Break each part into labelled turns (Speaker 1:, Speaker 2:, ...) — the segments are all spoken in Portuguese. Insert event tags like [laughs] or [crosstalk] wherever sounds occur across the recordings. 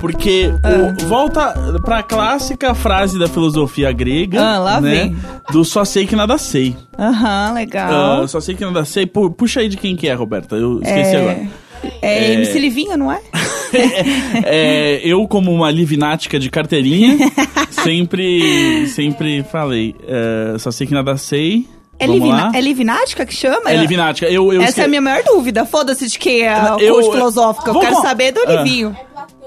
Speaker 1: Porque
Speaker 2: Ah.
Speaker 1: o- volta pra clássica frase da filosofia grega.
Speaker 2: Ah, lá
Speaker 1: né?
Speaker 2: vem.
Speaker 1: Do só sei que nada sei.
Speaker 2: Aham,
Speaker 1: Ah,
Speaker 2: legal.
Speaker 1: só sei que nada sei. Pu- puxa aí de quem que é, Roberta. Eu esqueci agora. [laughs] É.
Speaker 2: é, MC Livinho, não é?
Speaker 1: É, eu, como uma livinática de
Speaker 2: [laughs]
Speaker 1: carteirinha, sempre, sempre falei. é, só sei que nada sei.
Speaker 2: É,
Speaker 1: Vamos
Speaker 2: livina,
Speaker 1: lá.
Speaker 2: é Livinática que chama?
Speaker 1: É livinática. Eu, eu
Speaker 2: Essa é a
Speaker 1: esque-
Speaker 2: minha maior dúvida. Foda-se de quem é a
Speaker 1: Eu-
Speaker 2: fonte filosófica. Eu
Speaker 1: Vamos
Speaker 2: quero
Speaker 1: lá.
Speaker 2: saber do
Speaker 1: Ah.
Speaker 2: Livinho.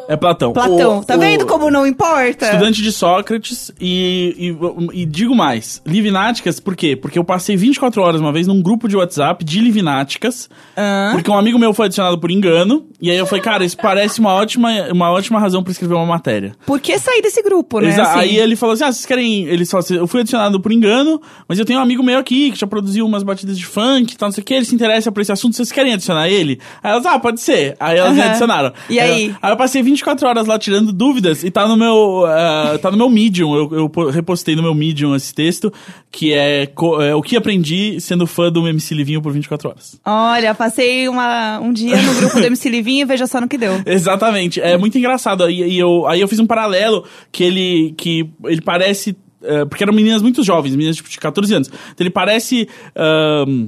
Speaker 1: É Platão.
Speaker 2: Platão.
Speaker 1: O-
Speaker 2: tá
Speaker 1: o-
Speaker 2: vendo como não importa?
Speaker 1: Estudante de Sócrates e, e, e digo mais, Livináticas, por quê? Porque eu passei 24 horas uma vez num grupo de WhatsApp de Livináticas,
Speaker 2: Hã?
Speaker 1: porque um amigo meu foi adicionado por engano, e aí eu falei, cara, isso parece uma ótima, uma ótima razão pra escrever uma matéria.
Speaker 2: Por que sair desse grupo, né?
Speaker 1: Eles-
Speaker 2: assim?
Speaker 1: Aí ele falou assim, ah, vocês querem... Ele só, eu fui adicionado por engano, mas eu tenho um amigo meu aqui que já produziu umas batidas de funk e tal, não sei o que, ele se interessa por esse assunto, vocês querem adicionar ele? Aí elas, ah, pode ser. Aí elas me
Speaker 2: Aham.
Speaker 1: adicionaram.
Speaker 2: E aí?
Speaker 1: Eu, aí eu passei 24 horas lá tirando dúvidas e tá no meu, ah, tá no meu Medium, eu, eu po- repostei no meu Medium esse texto, que é, co- é o que aprendi sendo fã do MC Livinho por 24 horas.
Speaker 2: Olha, passei uma- um dia no grupo do MC Livinho e veja só no que deu.
Speaker 1: [laughs] Exatamente. É muito engraçado. E, e eu, aí eu fiz um paralelo que ele, que ele parece. eh, porque eram meninas muito jovens, meninas tipo, de 14 anos. Então ele parece. ahn,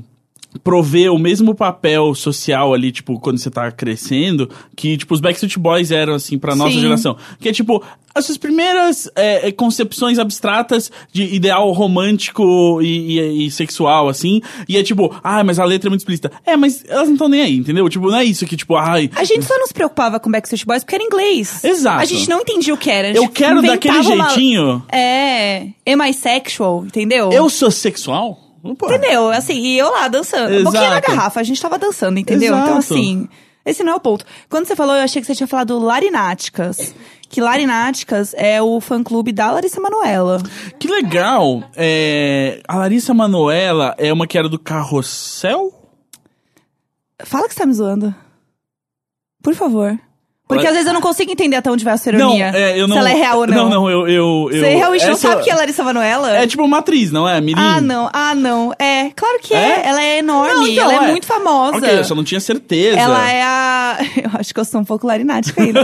Speaker 1: prover o mesmo papel social ali, tipo, quando você tá crescendo, que, tipo, os Backstreet Boys eram, assim, pra nossa
Speaker 2: Sim.
Speaker 1: geração. Que é, tipo, as suas primeiras eh, eh, concepções abstratas de ideal romântico e, e- e sexual, assim. E é, tipo, ah, mas a letra é muito explícita. É, mas elas não estão nem aí, entendeu? Tipo, não é isso que, tipo, ai,
Speaker 2: A gente só não se preocupava com Backstreet Boys porque era inglês.
Speaker 1: Exato.
Speaker 2: A gente não entendia o que era. A gente
Speaker 1: Eu quero daquele
Speaker 2: inventava uma-
Speaker 1: jeitinho.
Speaker 2: É. É mais sexual, entendeu?
Speaker 1: Eu sou sexual? Pô,
Speaker 2: Entendeu? Assim, e eu lá dançando. Um pouquinho na
Speaker 1: Exato.
Speaker 2: garrafa, a gente tava dançando, entendeu?
Speaker 1: Exato.
Speaker 2: Então, assim, esse não é o ponto. Quando você falou, eu achei que você tinha falado Larináticas. Que Larináticas é o fã-clube da Larissa Manoela.
Speaker 1: Que legal. É, a Larissa Manoela é uma que era do Carrossel?
Speaker 2: Fala que você tá me zoando. Por favor. Porque
Speaker 1: Mas-
Speaker 2: às vezes eu não consigo entender até onde vai a sua
Speaker 1: Não,
Speaker 2: ironia.
Speaker 1: é, eu não.
Speaker 2: Se ela é real ou não.
Speaker 1: Não, não, eu. eu, eu
Speaker 2: Você realmente não
Speaker 1: essa-
Speaker 2: sabe que é Larissa Manoela?
Speaker 1: É tipo uma atriz, não é? Mirim?
Speaker 2: Ah, não. Ah, não. É, claro que é.
Speaker 1: É?
Speaker 2: Ela é enorme.
Speaker 1: Não, então,
Speaker 2: ela é,
Speaker 1: é.
Speaker 2: muito famosa.
Speaker 1: Ok, eu só não tinha certeza.
Speaker 2: Ela é a. [laughs] Eu acho que eu sou um pouco
Speaker 1: [laughs]
Speaker 2: larinática ainda.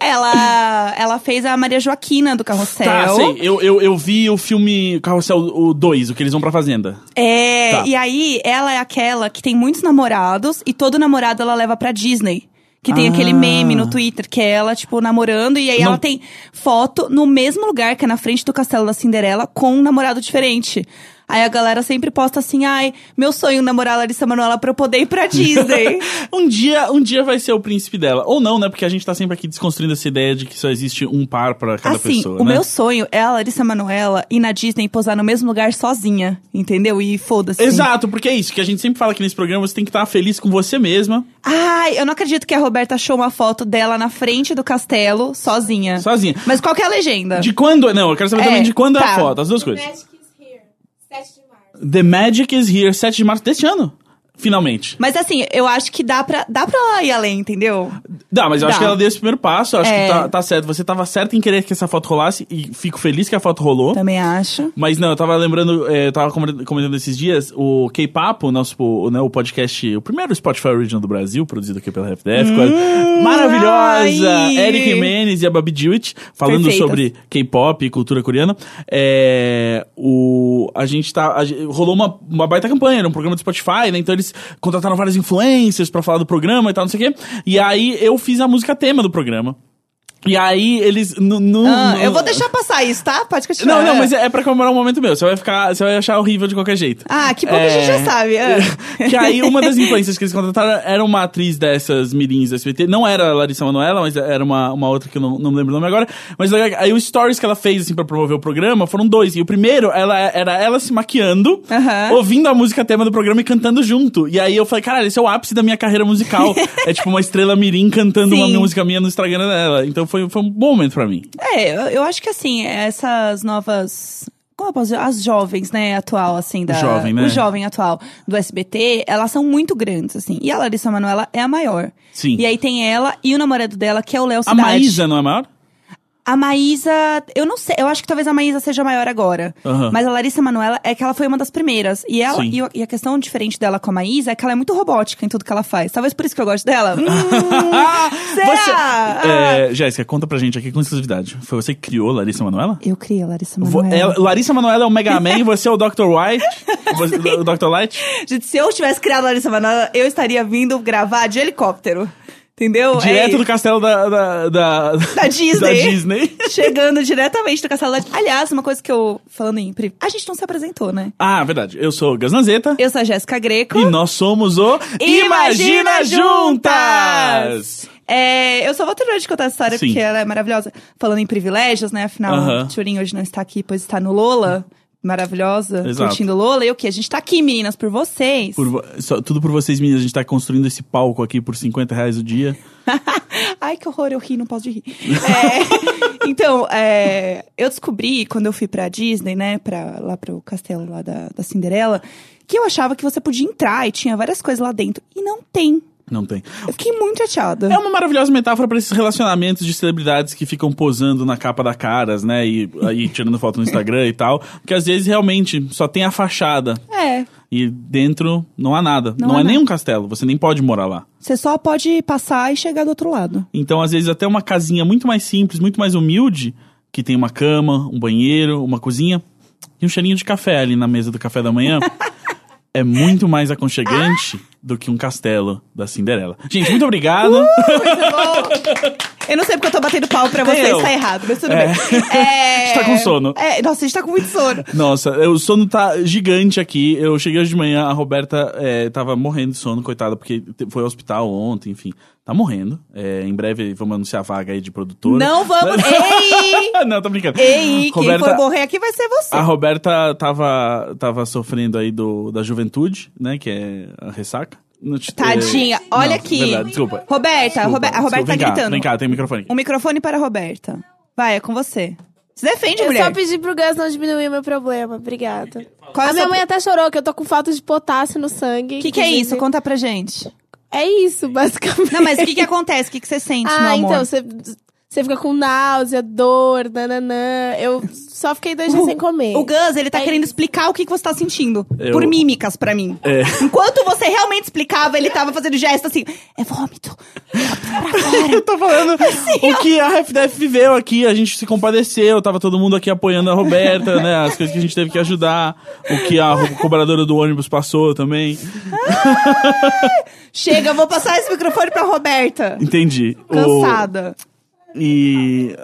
Speaker 2: ela, ela fez a Maria Joaquina do Carrossel.
Speaker 1: Tá, sei. Eu, eu, eu vi o filme Carrossel o 2, o que eles vão pra fazenda.
Speaker 2: É,
Speaker 1: Tá.
Speaker 2: e aí ela é aquela que tem muitos namorados e todo namorado ela leva pra Disney. Que tem
Speaker 1: Ah.
Speaker 2: aquele meme no Twitter que é ela, tipo, namorando, e aí
Speaker 1: Não.
Speaker 2: ela tem foto no mesmo lugar que é na frente do castelo da Cinderela com um namorado diferente. Aí a galera sempre posta assim: ai, meu sonho é namorar a Larissa Manoela pra eu poder
Speaker 1: [laughs]
Speaker 2: ir pra Disney.
Speaker 1: Um dia, um dia vai ser o príncipe dela. Ou não, né? Porque a gente tá sempre aqui desconstruindo essa ideia de que só existe um par pra cada
Speaker 2: assim,
Speaker 1: pessoa.
Speaker 2: o
Speaker 1: né?
Speaker 2: meu sonho é a Larissa Manoela ir na Disney e posar no mesmo lugar sozinha, entendeu? E foda-se.
Speaker 1: Exato, porque é isso que a gente sempre fala aqui nesse programa, você tem que estar feliz com você mesma,
Speaker 2: Ai, eu não acredito que a Roberta achou uma foto dela na frente do castelo, sozinha.
Speaker 1: sozinha.
Speaker 2: Mas qual que é a legenda?
Speaker 1: De quando. Não, eu quero saber
Speaker 2: É,
Speaker 1: também de quando é
Speaker 2: tá.
Speaker 1: a foto, as duas
Speaker 3: The
Speaker 1: coisas.
Speaker 3: Magic is here. 7 de março.
Speaker 1: The Magic is Here, 7 de março deste ano. Finalmente.
Speaker 2: Mas assim, eu acho que dá pra, dá pra ela ir além, entendeu?
Speaker 1: Dá, mas eu acho
Speaker 2: Dá.
Speaker 1: que ela deu esse primeiro passo, eu acho
Speaker 2: É.
Speaker 1: que tá, tá certo. Você tava certo em querer que essa foto rolasse e fico feliz que a foto rolou.
Speaker 2: Também acho.
Speaker 1: Mas não, eu tava lembrando, eh, eu tava comen- comentando esses dias, o K-Papo, o nosso o, né, o podcast, o primeiro Spotify Original do Brasil, produzido aqui pela FDF, com a maravilhosa
Speaker 2: Hum, ai.
Speaker 1: Eric Menes e a Babi Dewitt, falando
Speaker 2: Perfeitas.
Speaker 1: sobre K-pop e cultura coreana. É, o, a gente tá. a gen- rolou uma, uma baita campanha, era um programa do Spotify, né? Então eles contrataram várias influencers pra falar do programa e tal, não sei o quê. E aí eu fiz a música tema do programa. E aí eles. No, no-
Speaker 2: Ah,
Speaker 1: no-
Speaker 2: eu vou deixar passar isso, tá? Pode continuar.
Speaker 1: Hum, não, não, mas é é pra comemorar um momento meu. Você vai ficar. Você vai achar horrível de qualquer jeito. É.
Speaker 2: Ah, que bom que a gente já sabe. ah.
Speaker 1: [laughs] Que aí
Speaker 2: [laughs]
Speaker 1: uma das influências que eles contrataram era uma atriz dessas mirins do SBT. Não era a Larissa Manoela, mas era uma, uma outra que eu não, não lembro o nome agora. Mas aí os stories que ela fez, assim, pra promover o programa foram dois. E o primeiro ela, era ela se maquiando,
Speaker 2: Aham.
Speaker 1: ouvindo a música tema do programa e cantando junto. E aí eu falei, caralho, esse é o ápice da minha carreira
Speaker 2: [laughs]
Speaker 1: musical. é tipo uma estrela mirim cantando
Speaker 2: Sim.
Speaker 1: uma música minha no Instagram dela. Então foi, foi um bom momento pra mim.
Speaker 2: É, eu, eu acho que assim, essas novas Como eu posso dizer? As jovens, né, atual, assim, da.
Speaker 1: jovem, né?
Speaker 2: O jovem atual do SBT, elas são muito grandes, assim. E a Larissa Manoela é a maior.
Speaker 1: Sim.
Speaker 2: E aí tem ela e o namorado dela, que é o Léo
Speaker 1: A
Speaker 2: Cidade.
Speaker 1: Maísa não é maior?
Speaker 2: A Maísa, eu não sei, eu acho que talvez a Maísa seja maior agora.
Speaker 1: Aham.
Speaker 2: Mas a Larissa Manoela é que ela foi uma das primeiras. E ela
Speaker 1: Sim.
Speaker 2: e, o- e a questão diferente dela com a Maísa é que ela é muito robótica em tudo que ela faz. Talvez por isso que eu
Speaker 1: [laughs]
Speaker 2: gosto dela. Hum, será?
Speaker 1: Você-
Speaker 2: Ah.
Speaker 1: É, Jéssica, conta pra gente aqui com exclusividade. Foi você que criou Larissa Manoela?
Speaker 2: Eu criei a Larissa
Speaker 1: Vo-
Speaker 2: Manoela.
Speaker 1: é- Larissa Manoela é o Mega
Speaker 2: [laughs]
Speaker 1: Man, você é o Dr. White. Você- o Dr. Light?
Speaker 2: Gente, se eu tivesse criado a Larissa Manoela, eu estaria vindo gravar de helicóptero. Entendeu?
Speaker 1: Direto
Speaker 2: é
Speaker 1: do castelo da. Da, [laughs] da-
Speaker 2: Disney.
Speaker 1: Da Disney.
Speaker 2: Chegando diretamente do Castelo da... Aliás, uma coisa que eu... Falando em... pri- A gente não se apresentou, né?
Speaker 1: Ah, verdade. Eu sou o Gaznazeta.
Speaker 2: Eu sou a Jéssica Greco.
Speaker 1: E nós somos o.
Speaker 2: Imagina Juntas!
Speaker 1: Juntas!
Speaker 2: É, eu só vou terminar de contar essa história
Speaker 1: Sim.
Speaker 2: porque ela é maravilhosa. Falando em privilégios, né? Afinal,
Speaker 1: Aham.
Speaker 2: a Turing hoje não está aqui, pois está no Lola. Maravilhosa,
Speaker 1: Exato.
Speaker 2: curtindo Lola. E o que? A gente tá aqui, meninas, por vocês.
Speaker 1: Por vo- só- tudo por vocês, meninas. A gente tá construindo esse palco aqui por 50 reais o dia.
Speaker 2: [laughs] Ai, que horror, eu ri, não posso de rir. É, [laughs] então, é, eu descobri quando eu fui pra Disney, né? Pra, lá pro castelo lá da, da Cinderela, que eu achava que você podia entrar e tinha várias coisas lá dentro. E não tem.
Speaker 1: Não tem.
Speaker 2: Eu fiquei muito chateada.
Speaker 1: É uma maravilhosa metáfora pra esses relacionamentos de celebridades que ficam posando na capa da Caras, né? E aí tirando foto no Instagram e tal. Porque às vezes realmente só tem a fachada.
Speaker 2: é.
Speaker 1: E dentro não há nada. Não,
Speaker 2: Não há
Speaker 1: é
Speaker 2: nada.
Speaker 1: nem um castelo, você nem pode morar lá.
Speaker 2: Você só pode passar e chegar do outro lado.
Speaker 1: Então, às vezes, até uma casinha muito mais simples, muito mais humilde, que tem uma cama, um banheiro, uma cozinha e um cheirinho de café ali na mesa do café da
Speaker 2: [laughs]
Speaker 1: manhã. É muito mais aconchegante do que um castelo da Cinderela. Gente, muito obrigado.
Speaker 2: Uh! Eu não sei porque eu tô batendo pau pra vocês,
Speaker 1: Eu.
Speaker 2: tá errado, mas tudo
Speaker 1: É.
Speaker 2: bem. É...
Speaker 1: [laughs] A gente tá com sono.
Speaker 2: É, nossa, a gente tá com muito sono.
Speaker 1: Nossa, eu- o sono tá gigante aqui. Eu cheguei hoje de manhã, a Roberta é, tava morrendo de sono, coitada, porque te- foi ao hospital ontem, enfim. Tá morrendo. É, em breve vamos anunciar a vaga aí de produtora. [laughs]
Speaker 2: Não vamos. Ei!
Speaker 1: Não, tô brincando.
Speaker 2: Ei,
Speaker 1: Roberta-
Speaker 2: quem for morrer aqui vai ser você.
Speaker 1: A Roberta tava, tava sofrendo aí do, da juventude, né? Que é a ressaca. Não te-
Speaker 2: Tadinha, olha
Speaker 1: É, Não,
Speaker 2: aqui.
Speaker 1: Verdade, desculpa.
Speaker 2: Roberta,
Speaker 1: Desculpa,
Speaker 2: Robe- a Roberta
Speaker 1: desculpa.
Speaker 2: tá
Speaker 1: Vem cá,
Speaker 2: gritando.
Speaker 1: Vem cá, tem um microfone aqui.
Speaker 2: Um microfone para a Roberta. Vai, é com você. Se defende,
Speaker 3: Eu
Speaker 2: mulher.
Speaker 3: só pedi pro Gus não diminuir meu problema. Obrigada.
Speaker 2: Qual é
Speaker 3: a
Speaker 2: o
Speaker 3: minha
Speaker 2: seu-
Speaker 3: mãe até chorou que eu tô com falta de potássio no sangue.
Speaker 2: O que, que é
Speaker 3: inclusive.
Speaker 2: isso? Conta pra gente.
Speaker 3: É isso, [laughs] basicamente.
Speaker 2: Não, mas [laughs] o que, que acontece? O que, que você sente, meu
Speaker 3: Ah,
Speaker 2: amor?
Speaker 3: então, você... Você fica com náusea, dor, nananã. Eu só fiquei dois dias sem comer.
Speaker 2: O Gus, ele tá
Speaker 3: É
Speaker 2: querendo explicar o que, que você tá sentindo.
Speaker 1: Eu-
Speaker 2: Por mímicas pra mim.
Speaker 1: É.
Speaker 2: Enquanto você realmente explicava, ele tava fazendo gesto assim. É vômito.
Speaker 1: Eu tô falando
Speaker 2: [laughs]
Speaker 1: o que a FDF viveu aqui, a gente se compadeceu, tava todo mundo aqui apoiando a Roberta, né? As coisas que a gente teve que ajudar, o que a ro- cobradora do ônibus passou também.
Speaker 2: Chega, eu vou passar esse microfone pra Roberta.
Speaker 1: Entendi. O-
Speaker 2: Cansada.
Speaker 1: E.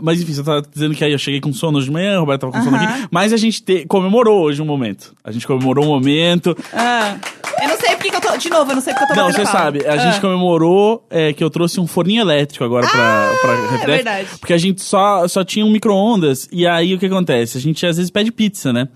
Speaker 1: Mas enfim, você tava dizendo que aí eu cheguei com sono hoje de manhã, a Roberta tava com sono
Speaker 2: Aham.
Speaker 1: aqui. Mas a gente te- comemorou hoje um momento. A gente comemorou um momento.
Speaker 2: Ah, eu não sei porque que eu tô. De novo, eu não sei porque que eu tô
Speaker 1: Não,
Speaker 2: batendo
Speaker 1: você
Speaker 2: palma.
Speaker 1: sabe, a
Speaker 2: Ah.
Speaker 1: gente comemorou é, que eu trouxe um forninho elétrico agora pra, pra Refdef,
Speaker 2: Ah, é verdade.
Speaker 1: Porque a gente só, só tinha um micro-ondas, e aí o que acontece? A gente às vezes pede pizza, né?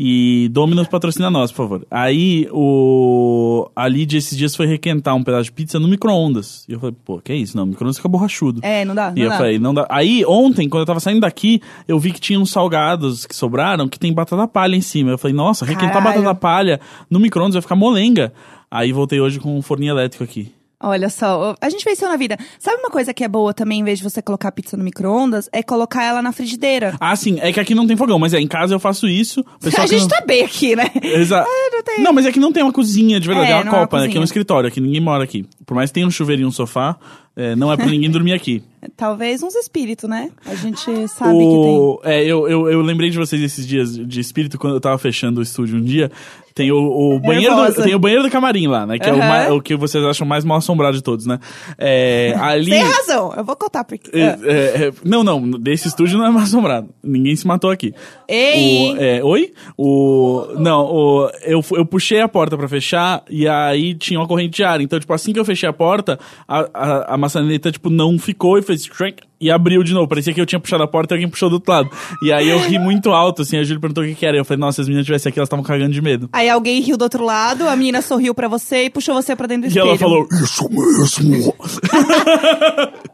Speaker 1: E
Speaker 2: É.
Speaker 1: Domino's patrocina nós, por favor. Aí o. A Lídia esses dias foi requentar um pedaço de pizza no micro-ondas. E eu falei, pô, que é isso? Não, micro-ondas fica borrachudo.
Speaker 2: É, não dá.
Speaker 1: E
Speaker 2: Não
Speaker 1: eu
Speaker 2: dá.
Speaker 1: falei, não dá. Aí, ontem, quando eu tava saindo daqui, eu vi que tinha uns salgados que sobraram que tem batata palha em cima. Eu falei, nossa, requentar
Speaker 2: Caralho.
Speaker 1: batata palha no micro-ondas vai ficar molenga. Aí voltei hoje com um forninho elétrico aqui.
Speaker 2: Olha só, a gente venceu na vida. Sabe uma coisa que é boa também, em vez de você colocar a pizza no micro-ondas, é colocar ela na frigideira.
Speaker 1: Ah, sim, é que aqui não tem fogão, mas é, em casa eu faço isso. o Pessoal
Speaker 2: a
Speaker 1: que
Speaker 2: gente
Speaker 1: [laughs] não...
Speaker 2: tá bem aqui, né?
Speaker 1: Exato.
Speaker 2: não tem.
Speaker 1: mas é que não tem uma cozinha de verdade,
Speaker 2: É,
Speaker 1: é, uma
Speaker 2: não é uma
Speaker 1: copa, né? Que é
Speaker 2: cozinha.
Speaker 1: um escritório, aqui ninguém mora aqui. Por mais que tenha um chuveiro e um sofá, é, não é pra ninguém dormir aqui.
Speaker 2: Talvez uns espíritos, né? A gente sabe que tem.
Speaker 1: Ah. O- É, eu, eu, eu lembrei de vocês esses dias de espírito, quando eu tava fechando o estúdio um dia. Tem o, o banheiro, do,
Speaker 2: Nervosa.
Speaker 1: tem o banheiro do camarim lá, né? Que é o,
Speaker 2: Aham.
Speaker 1: ma- o que vocês acham mais mal assombrado de todos, né?
Speaker 2: [laughs]
Speaker 1: É, ali.
Speaker 2: Tem razão, eu vou contar Ah. porque.
Speaker 1: é, é, é, não, não, desse estúdio não é mal assombrado. Ninguém se matou aqui.
Speaker 2: Ei!
Speaker 1: O- é, oi? O. Não, o, eu, fu- eu puxei a porta pra fechar e aí tinha uma corrente de ar. Então, tipo, assim que eu fechei a porta, a, a, a maçaneta, tipo, não ficou e fez shrink e abriu de novo. Parecia que eu tinha puxado a porta e alguém puxou do outro lado. E aí eu ri muito alto, assim, a Júlia perguntou o que, que era. Eu falei, nossa, se as meninas estivessem aqui, elas estavam cagando de medo.
Speaker 2: Aí alguém riu do outro lado, a menina sorriu pra você e puxou você pra dentro do
Speaker 1: E
Speaker 2: espelho.
Speaker 1: ela falou, isso mesmo.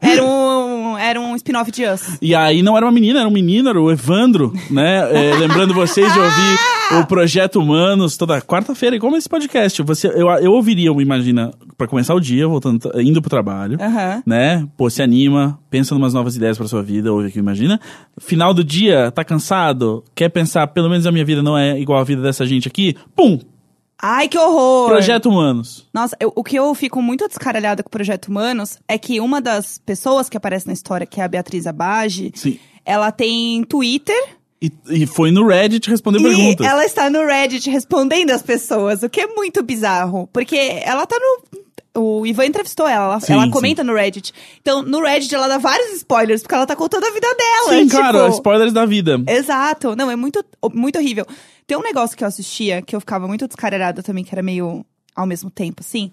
Speaker 2: Era um, era um spin-off de Us.
Speaker 1: E aí não era uma menina, era um menino, era o Evandro, né? É,
Speaker 2: [laughs]
Speaker 1: lembrando vocês de ouvir o Projeto Humanos toda quarta-feira. E como esse podcast, você, eu, eu ouviria o Imagina pra começar o dia, voltando, indo pro trabalho,
Speaker 2: Aham.
Speaker 1: né? Pô, se anima, pensa em umas novas ideias pra sua vida, ouve aqui o Imagina. Final do dia, tá cansado? Quer pensar, pelo menos a minha vida não é igual a vida dessa gente aqui? Pum!
Speaker 2: Ai, que horror!
Speaker 1: Projeto Humanos.
Speaker 2: Nossa, eu- o que eu fico muito descaralhada com o Projeto Humanos é que uma das pessoas que aparece na história, que é a Beatriz Abage,
Speaker 1: Sim.
Speaker 2: ela tem Twitter
Speaker 1: E, e foi no Reddit responder
Speaker 2: e
Speaker 1: perguntas.
Speaker 2: ela está no Reddit respondendo as pessoas, o que é muito bizarro. Porque ela tá no. O Ivan entrevistou ela, ela,
Speaker 1: Sim,
Speaker 2: ela
Speaker 1: sim.
Speaker 2: comenta no Reddit. Então, no Reddit ela dá vários spoilers, porque ela tá contando a vida dela.
Speaker 1: Sim,
Speaker 2: tipo...
Speaker 1: claro, spoilers da vida.
Speaker 2: Exato. Não, é muito, muito horrível. Tem um negócio que eu assistia, que eu ficava muito descaralhada também, que era meio ao mesmo tempo, assim.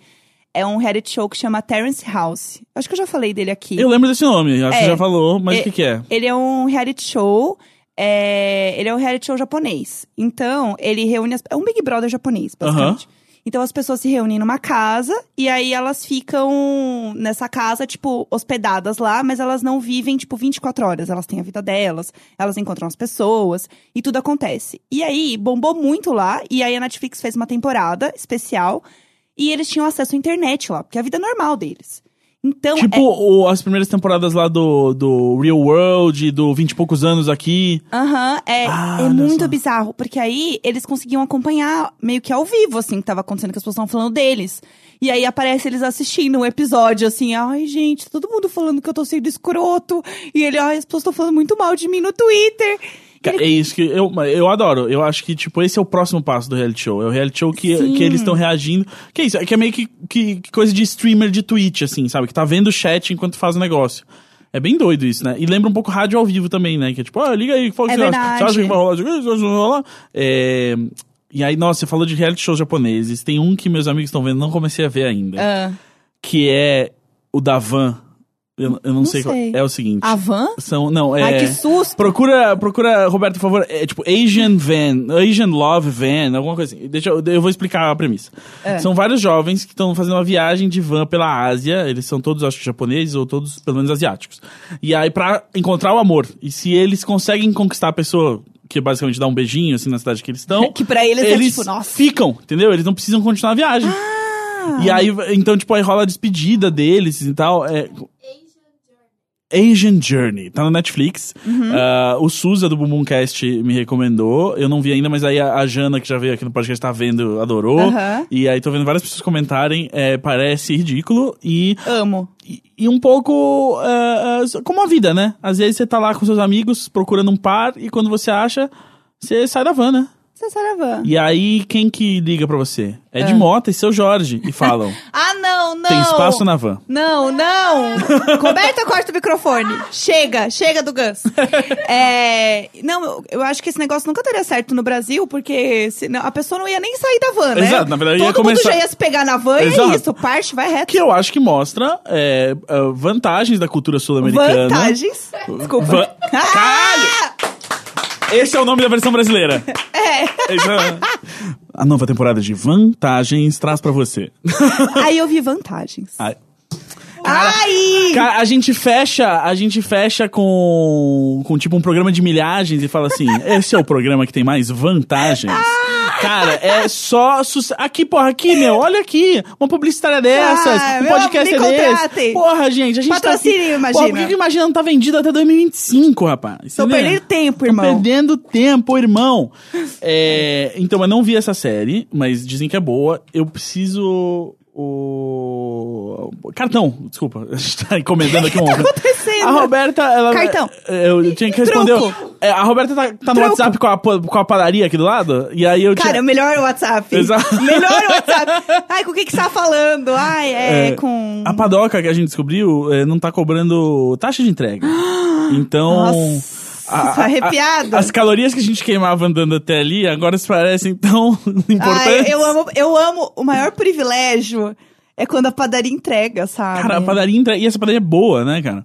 Speaker 2: É um reality show que chama Terrence House. Acho que eu já falei dele aqui.
Speaker 1: Eu lembro desse nome, acho que
Speaker 2: É.
Speaker 1: já falou, mas o
Speaker 2: É.
Speaker 1: que, que é?
Speaker 2: Ele é um reality show. é, Ele é um reality show japonês. Então, ele reúne. As... É um Big Brother japonês, basicamente. Então, as pessoas se reúnem numa casa e aí elas ficam nessa casa, tipo, hospedadas lá, mas elas não vivem, tipo, 24 horas. Elas têm a vida delas, elas encontram as pessoas e tudo acontece. E aí, bombou muito lá e aí a Netflix fez uma temporada especial e eles tinham acesso à internet lá, porque é a vida normal deles. Então,
Speaker 1: Tipo
Speaker 2: é-
Speaker 1: o- as primeiras temporadas lá do, do Real World, do 20 e poucos anos aqui.
Speaker 2: Aham, é,
Speaker 1: Ah,
Speaker 2: é
Speaker 1: olha
Speaker 2: muito
Speaker 1: só.
Speaker 2: bizarro, porque aí eles conseguiam acompanhar meio que ao vivo, assim, o que tava acontecendo, que as pessoas estavam falando deles. E aí aparece eles assistindo um episódio, assim, ai, gente, todo mundo falando que eu tô sendo escroto. E ele, ai, as pessoas estão falando muito mal de mim no Twitter.
Speaker 1: Ca- É isso que eu, eu adoro. Eu acho que, tipo, esse é o próximo passo do reality show. É o reality show que,
Speaker 2: Sim.
Speaker 1: que eles estão reagindo. Que é isso, é que é meio que, que, que coisa de streamer de Twitch, assim, sabe? Que tá vendo o chat enquanto faz o negócio. É bem doido isso, né? E lembra um pouco rádio ao vivo também, né? Que é tipo, ah, liga aí, fala o que
Speaker 2: É
Speaker 1: você acha. Você
Speaker 2: verdade.
Speaker 1: acha que vai rolar? isso? Você acha que não vai rolar? É... E aí, nossa, você falou de reality shows japoneses. Tem um que meus amigos estão vendo, não comecei a ver ainda.
Speaker 2: Ah,
Speaker 1: que é o da van. Eu, eu não, sei, qual-
Speaker 2: sei.
Speaker 1: É o seguinte.
Speaker 2: a van?
Speaker 1: São, não, é.
Speaker 2: Ai, que susto!
Speaker 1: Procura, procura, Roberto, por favor. É tipo Asian Van, Asian Love Van, alguma coisa assim. Deixa eu, eu vou explicar a premissa.
Speaker 2: É.
Speaker 1: São vários jovens que estão fazendo uma viagem de van pela Ásia. Eles são todos, acho que, japoneses ou todos, pelo menos, asiáticos. E aí, pra encontrar o amor. E se eles conseguem conquistar a pessoa, que basicamente dá um beijinho, assim, na cidade que eles estão.
Speaker 2: Que pra eles, é
Speaker 1: eles
Speaker 2: tipo, nossa. Ah.
Speaker 1: ficam, entendeu? Eles não precisam continuar a viagem. E aí, então, tipo, aí rola a despedida deles e tal. É... Asian Journey, tá na Netflix.
Speaker 2: Uhum.
Speaker 1: Ah, o Suza do Bumbumcast me recomendou. Eu não vi ainda, mas aí a, a Jana, que já veio aqui no podcast, tá vendo, adorou.
Speaker 2: Aham.
Speaker 1: E aí tô vendo várias pessoas comentarem. é, parece ridículo e,
Speaker 2: Amo.
Speaker 1: e, e um pouco ah, ah, como a vida, né? Às vezes você tá lá com seus amigos procurando um par e quando você acha, você sai da van, né?
Speaker 2: Você sabe a van?
Speaker 1: E aí, quem que liga pra você? É de Mota e seu Jorge. E falam:
Speaker 2: Ah, não, não!
Speaker 1: tem espaço na van.
Speaker 2: Não, [laughs] não! Roberta, corta o microfone. Chega, chega do Gus. É, não, eu, eu acho que esse negócio nunca daria certo no Brasil, porque senão a pessoa não ia nem sair da van, né?
Speaker 1: Exato, na verdade,
Speaker 2: Todo
Speaker 1: ia começar-
Speaker 2: mundo já ia se pegar na van e
Speaker 1: Exato.
Speaker 2: é isso, parte, vai reto.
Speaker 1: Que eu acho que mostra é, ah, vantagens da cultura sul-americana.
Speaker 2: Vantagens. Desculpa. Ah!
Speaker 1: Van- Caralho! Esse é o nome da versão brasileira. É. A nova temporada de Vantagens traz pra você.
Speaker 2: Aí eu vi vantagens.
Speaker 1: Ai.
Speaker 2: Ai!
Speaker 1: Cara, a gente fecha, a gente fecha com, com tipo um programa de milhagens e fala assim: [laughs] esse é o programa que tem mais vantagens.
Speaker 2: Ah!
Speaker 1: Cara, é só. suce- Aqui, porra, aqui, meu, olha aqui. Uma publicitária dessas,
Speaker 2: Ah,
Speaker 1: um
Speaker 2: meu,
Speaker 1: podcast
Speaker 2: me
Speaker 1: é desse.
Speaker 2: contratem.
Speaker 1: Porra, gente, a gente
Speaker 2: Patrocínio,
Speaker 1: tá. aqui-
Speaker 2: imagina.
Speaker 1: Porra, por que que imagina não tá vendido até 2025, rapaz?
Speaker 2: Tô
Speaker 1: Entendeu?
Speaker 2: perdendo tempo,
Speaker 1: Tô
Speaker 2: irmão.
Speaker 1: perdendo tempo, irmão. É, então, eu não vi essa série, mas dizem que é boa. Eu preciso. O. Cartão, desculpa. [laughs] A gente tá encomendando
Speaker 2: [laughs]
Speaker 1: aqui um.
Speaker 2: acontecendo?
Speaker 1: A Roberta, ela.
Speaker 2: Cartão.
Speaker 1: Eu tinha que responder.
Speaker 2: Troco.
Speaker 1: É, A Roberta tá, tá no
Speaker 2: Troco.
Speaker 1: WhatsApp com a, com a padaria aqui do lado. E aí eu
Speaker 2: Cara,
Speaker 1: tinha.
Speaker 2: melhor o WhatsApp.
Speaker 1: Exato.
Speaker 2: Melhor o WhatsApp. Ai, com o que que você tá falando? Ai, é,
Speaker 1: É,
Speaker 2: com...
Speaker 1: A padoca que a gente descobriu é, não tá cobrando taxa de
Speaker 2: [gasps]
Speaker 1: entrega. Então.
Speaker 2: Nossa, tá
Speaker 1: a-
Speaker 2: tô arrepiada.
Speaker 1: a- as calorias que a gente queimava andando até ali agora se parecem tão [laughs] importantes.
Speaker 2: Ai, Ah, eu amo, eu amo. O maior privilégio é quando a padaria entrega, sabe?
Speaker 1: Cara, a padaria entra... E essa padaria é boa, né, cara?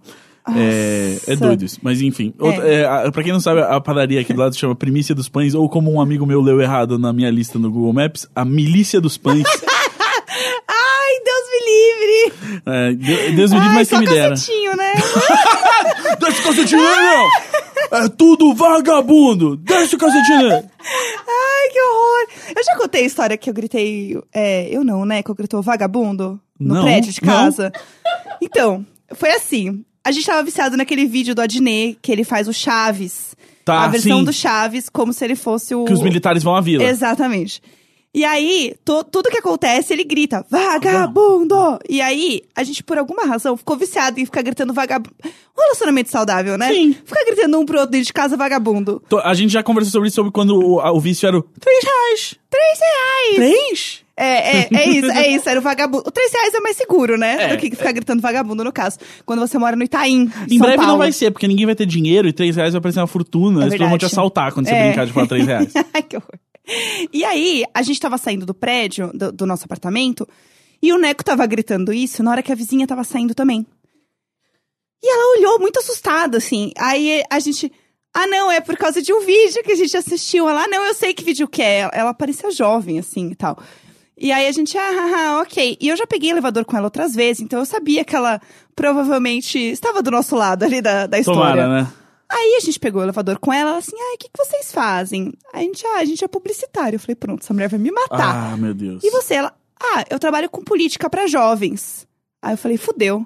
Speaker 1: É, é doido isso, mas enfim. Outra, é, a- pra quem não sabe, a padaria aqui do lado chama Primícia dos Pães, ou como um amigo meu leu errado
Speaker 2: [laughs]
Speaker 1: na minha lista no Google Maps, a Milícia dos Pães.
Speaker 2: Ai, Deus me livre!
Speaker 1: É, de- Deus me livre,
Speaker 2: Ai,
Speaker 1: mas quem
Speaker 2: só
Speaker 1: me dera.
Speaker 2: cacetinho, né?
Speaker 1: Desce o cacetinho, não! É tudo vagabundo! Desce o cacetinho!
Speaker 2: Ai, que horror! Eu já contei a história que eu gritei. É, eu não, né? Que eu gritou vagabundo no
Speaker 1: Não,
Speaker 2: prédio de
Speaker 1: não.
Speaker 2: casa. Então, foi assim. A gente tava viciado naquele vídeo do Adnet, que ele faz o Chaves.
Speaker 1: Tá,
Speaker 2: a versão
Speaker 1: sim.
Speaker 2: do Chaves, como se ele fosse o.
Speaker 1: Que os militares vão à vila.
Speaker 2: Exatamente. E aí, to- tudo que acontece, ele grita, vagabundo! E aí, a gente, por alguma razão, ficou viciado em ficar gritando vagabundo. Um relacionamento saudável, né?
Speaker 1: Sim.
Speaker 2: Ficar gritando um pro outro dentro de casa, vagabundo.
Speaker 1: Tô- Então, A gente já conversou sobre isso, sobre quando o, a- o vício era o... Três reais!
Speaker 2: Três reais!
Speaker 1: Três?
Speaker 2: É, é,
Speaker 1: [laughs]
Speaker 2: é isso, é isso, era o vagabundo. O três reais é mais seguro, né?
Speaker 1: É,
Speaker 2: do que ficar gritando vagabundo, no caso. Quando você mora no Itaim,
Speaker 1: Em
Speaker 2: São
Speaker 1: breve
Speaker 2: Paulo.
Speaker 1: não vai ser, porque ninguém vai ter dinheiro e três reais vai parecer uma fortuna.
Speaker 2: É
Speaker 1: As pessoas vão te
Speaker 2: verdade.
Speaker 1: assaltar quando
Speaker 2: É.
Speaker 1: você brincar de falar três
Speaker 2: [laughs]
Speaker 1: reais.
Speaker 2: Ai, que horror. E aí, a gente tava saindo do prédio, do, do nosso apartamento, e o Neco tava gritando isso na hora que a vizinha tava saindo também. E ela olhou muito assustada, assim. Aí a gente. Ah, não, é por causa de um vídeo que a gente assistiu. Ela, ah, não, eu sei que vídeo que é. Ela parecia jovem, assim e tal. E aí a gente, ah, ah, ah, ok. E eu já peguei elevador com ela outras vezes, então eu sabia que ela provavelmente estava do nosso lado ali da, da história.
Speaker 1: Tomara, né?
Speaker 2: Aí a gente pegou o elevador com ela, ela assim, ai, o que, que vocês fazem? A gente, ah, a gente é publicitário. Eu falei, pronto, essa mulher vai me matar.
Speaker 1: Ah, meu Deus.
Speaker 2: Tá. E você, ela, ah, eu trabalho com política pra jovens. Aí eu falei, fudeu.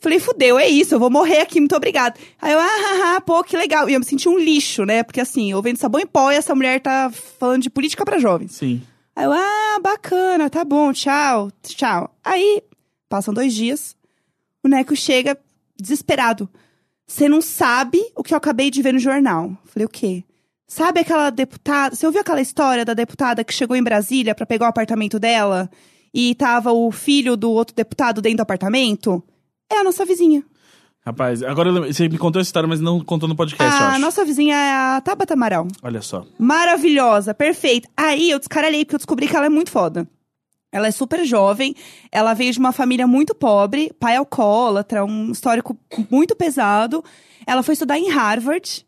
Speaker 2: Falei, fudeu, é isso, eu vou morrer aqui, muito obrigada. Aí eu, ah, ah, ah, pô, que legal. E eu me senti um lixo, né? Porque assim, eu vendo sabão em pó e essa mulher tá falando de política pra jovens.
Speaker 1: Sim.
Speaker 2: Aí eu, ah, bacana, tá bom, tchau, tchau. Aí, passam dois dias, o Neco chega desesperado. Você não sabe o que eu acabei de ver no jornal. Falei, o quê? Sabe aquela deputada. Você ouviu aquela história da deputada que chegou em Brasília pra pegar o apartamento dela e tava o filho do outro deputado dentro do apartamento? É a nossa vizinha.
Speaker 1: Rapaz, agora eu lembro- você me contou essa história, mas não contou no podcast, eu
Speaker 2: a
Speaker 1: acho.
Speaker 2: Ah, nossa vizinha é a Tabata Amaral.
Speaker 1: Olha só.
Speaker 2: Maravilhosa, perfeita. Aí eu descaralhei, porque eu descobri que ela é muito foda. Ela é super jovem, ela veio de uma família muito pobre, pai alcoólatra, um histórico muito pesado. Ela foi estudar em Harvard.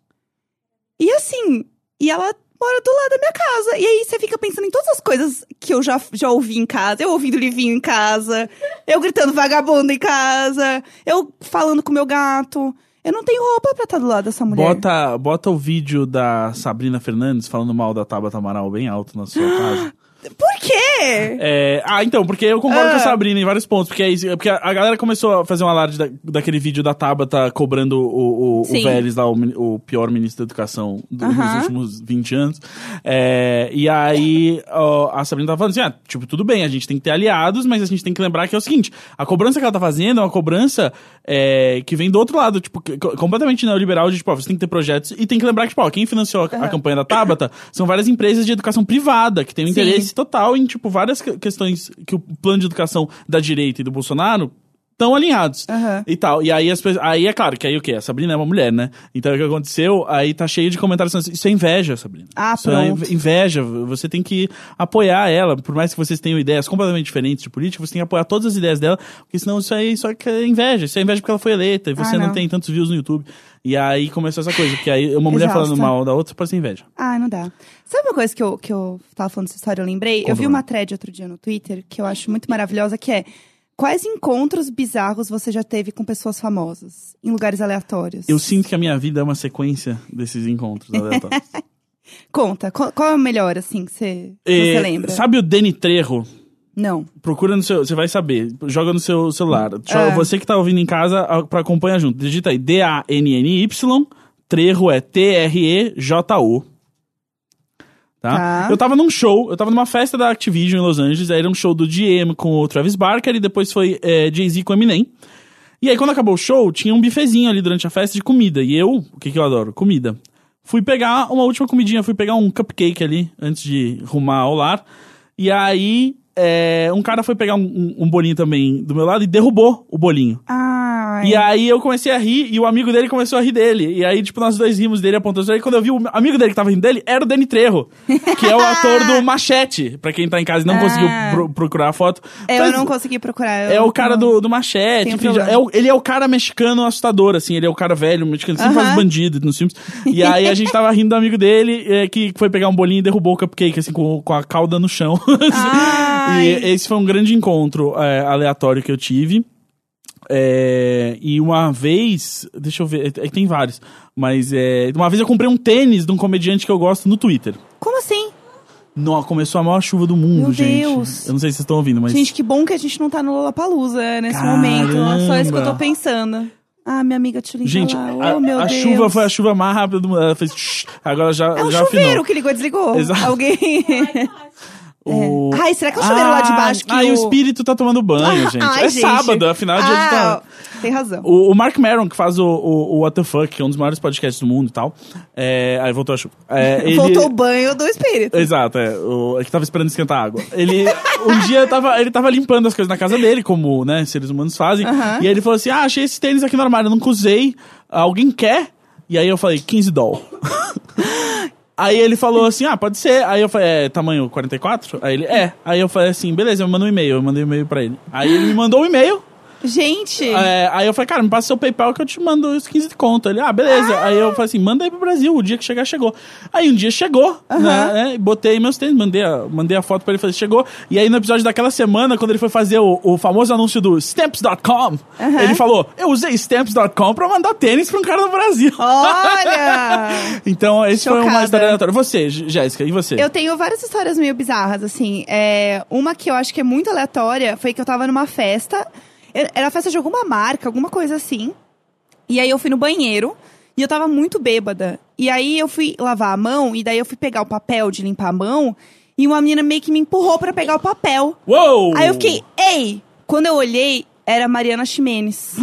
Speaker 2: E assim, e ela mora do lado da minha casa. E aí você fica pensando em todas as coisas que eu já, já ouvi em casa. Eu ouvindo Livinho em casa, eu gritando vagabundo em casa, eu falando com meu gato. Eu não tenho roupa pra estar do lado dessa mulher.
Speaker 1: Bota, bota o vídeo da Sabrina Fernandes falando mal da Tabata Amaral bem alto na
Speaker 2: [gasps]
Speaker 1: sua casa.
Speaker 2: Por quê?
Speaker 1: É, ah, então, porque eu concordo
Speaker 2: Ah.
Speaker 1: com a Sabrina em vários pontos. Porque, é isso, é porque a, a galera começou a fazer um alarde da- daquele vídeo da Tabata cobrando o, o, o
Speaker 2: Sim.
Speaker 1: Vélez, lá, o, mini- o pior ministro da educação do- dos
Speaker 2: Aham.
Speaker 1: últimos 20 anos. É, e aí ó, a Sabrina tava falando assim: ah, tipo, tudo bem, a gente tem que ter aliados, mas a gente tem que lembrar que é o seguinte: a cobrança que ela tá fazendo é uma cobrança é, que vem do outro lado, tipo, que- co- completamente neoliberal, de tipo, ó, você tem que ter projetos e tem que lembrar que, tipo, ó, quem financiou a, a campanha da Tabata são várias empresas de educação privada que têm um
Speaker 2: Sim.
Speaker 1: interesse total em, tipo, várias que- questões que o plano de educação da direita e do Bolsonaro estão alinhados.
Speaker 2: Aham.
Speaker 1: E tal. E aí as pessoas. Aí é claro que aí o quê? A Sabrina é uma mulher, né? Então o que aconteceu? Aí tá cheio de comentários falando assim, isso é inveja, Sabrina.
Speaker 2: Ah,
Speaker 1: isso é
Speaker 2: pronto.
Speaker 1: inve- inveja. Você tem que apoiar ela. Por mais que vocês tenham ideias completamente diferentes de política, você tem que apoiar todas as ideias dela, porque senão isso aí só que é inveja. Isso é inveja porque ela foi eleita e você não.
Speaker 2: Ah, não.
Speaker 1: tem tantos views no YouTube. E aí começou essa coisa, porque aí uma mulher
Speaker 2: Exausta.
Speaker 1: falando mal da outra pode ser inveja.
Speaker 2: Ah, não dá. Sabe uma coisa que eu, que eu tava falando dessa história, eu lembrei?
Speaker 1: Conta
Speaker 2: eu vi
Speaker 1: pra
Speaker 2: uma
Speaker 1: mim.
Speaker 2: thread outro dia no Twitter que eu acho muito maravilhosa, que é quais encontros bizarros você já teve com pessoas famosas em lugares aleatórios?
Speaker 1: Eu sinto que a minha vida é uma sequência desses encontros aleatórios.
Speaker 2: Conta, qual, qual é o melhor, assim, que [laughs] você, que
Speaker 1: Eh,
Speaker 2: você lembra?
Speaker 1: Sabe o Danny Trejo?
Speaker 2: Não.
Speaker 1: Procura no seu. Você vai saber. Joga no seu celular.
Speaker 2: É.
Speaker 1: Você que tá ouvindo em casa, a- pra acompanhar junto. Digita aí D-A-N-N-Y. Trejo é T-R-E-J-O. Tá?
Speaker 2: Tá.
Speaker 1: Eu tava num show, eu tava numa festa da Activision em Los Angeles, aí era um show do GM com o Travis Barker e depois foi eh, Jay-Z com Eminem. E aí, quando acabou o show, tinha um bifezinho ali durante a festa de comida. E eu, o que, que eu adoro? Comida. Fui pegar uma última comidinha, fui pegar um cupcake ali, antes de rumar ao lar. E eh, aí, é, um cara foi pegar um, um- um bolinho também do meu lado e derrubou o bolinho.
Speaker 2: Ah, Ai.
Speaker 1: E aí eu comecei a rir e o amigo dele começou a rir dele. E aí, tipo, nós dois rimos dele apontando. Aí quando eu vi o amigo dele que tava rindo dele, era o Dani Trejo, que
Speaker 2: [laughs]
Speaker 1: é o ator do Machete. Pra quem tá em casa e não
Speaker 2: Ah. É,
Speaker 1: conseguiu pro- procurar a foto.
Speaker 2: Eu
Speaker 1: Mas-
Speaker 2: não consegui procurar. eu
Speaker 1: é o
Speaker 2: não-
Speaker 1: cara do, do machete.
Speaker 2: um Tem um
Speaker 1: enfim,
Speaker 2: problema.
Speaker 1: é o- ele é o cara mexicano assustador, assim. Ele é o cara velho mexicano, sempre
Speaker 2: Aham.
Speaker 1: faz bandido nos filmes. E aí a gente tava rindo do amigo dele, eh, que foi pegar um bolinho e derrubou o cupcake, assim, com, com a cauda no chão. [laughs]
Speaker 2: Ai.
Speaker 1: e esse foi um grande encontro eh, aleatório que eu tive. É, e uma vez, deixa eu ver, é, tem vários, mas é, uma vez eu comprei um tênis de um comediante que eu gosto no Twitter.
Speaker 2: Como assim?
Speaker 1: Nossa, começou a maior chuva do mundo,
Speaker 2: Meu
Speaker 1: gente.
Speaker 2: Deus.
Speaker 1: Eu não sei se vocês estão ouvindo, mas.
Speaker 2: Gente, que bom que a gente não tá no Lollapalooza nesse
Speaker 1: Caramba.
Speaker 2: momento. É só isso que eu tô pensando. Ah, minha amiga te ligou
Speaker 1: Gente,
Speaker 2: lá.
Speaker 1: a,
Speaker 2: oh, meu
Speaker 1: a
Speaker 2: Deus.
Speaker 1: chuva foi a chuva mais rápida do mundo. Ela fez. shh, agora já,
Speaker 2: É um
Speaker 1: já
Speaker 2: chuveiro
Speaker 1: afinou.
Speaker 2: que ligou e desligou.
Speaker 1: Exato.
Speaker 2: Alguém...
Speaker 1: [laughs] O...
Speaker 2: Ai, será que é o chuveiro lá de baixo que
Speaker 1: Ah, e o
Speaker 2: o-
Speaker 1: espírito tá tomando banho,
Speaker 2: [laughs]
Speaker 1: gente.
Speaker 2: Ai,
Speaker 1: é sábado, afinal de
Speaker 2: ah,
Speaker 1: dia de tá.
Speaker 2: Tem razão.
Speaker 1: O, o Mark Maron, que faz o, o, o What the Fuck, que é um dos maiores podcasts do mundo e tal. É... Aí voltou a chuva. É, ele-
Speaker 2: Voltou o banho do espírito.
Speaker 1: Exato, é. O, é que tava esperando esquentar a água. Ele, um dia tava, ele tava limpando as coisas na casa dele, como né, seres humanos fazem. E aí ele falou assim: Ah, achei esse tênis aqui no armário, eu nunca usei. Alguém quer? E aí eu falei: 15 doll. Aí ele falou assim: Ah, pode ser. Aí eu falei: É tamanho 44? Aí ele: É. Aí eu falei assim: Beleza, eu mando um e-mail. Eu mandei um e-mail pra ele. Aí ele me mandou um e-mail.
Speaker 2: Gente,
Speaker 1: É, aí eu falei, cara, me passa seu PayPal que eu te mando os 15 de conto. Ele, ah, beleza. Aí eu falei assim, manda aí pro Brasil, o dia que chegar, chegou. Aí um dia chegou, né, né, e Botei meus tênis, mandei a, mandei a foto pra ele, falei, chegou. E aí no episódio daquela semana, quando ele foi fazer o, o famoso anúncio do stamps.com, ele falou, eu usei stamps.com pra mandar tênis pra um cara no Brasil.
Speaker 2: olha...
Speaker 1: [laughs] Então, esse foi uma
Speaker 2: Chocada.
Speaker 1: história aleatória. Você, Gé- Jéssica, e você?
Speaker 2: Eu tenho várias histórias meio bizarras, assim. É, uma que eu acho que é muito aleatória foi que eu tava numa festa. Eu- Era festa de alguma marca, alguma coisa assim. E aí eu fui no banheiro e eu tava muito bêbada. E aí eu fui lavar a mão, e daí eu fui pegar o papel de limpar a mão, e uma menina meio que me empurrou pra pegar o papel.
Speaker 1: Uou!
Speaker 2: Aí eu fiquei, ei! Quando eu olhei, era Mariana Ximenes.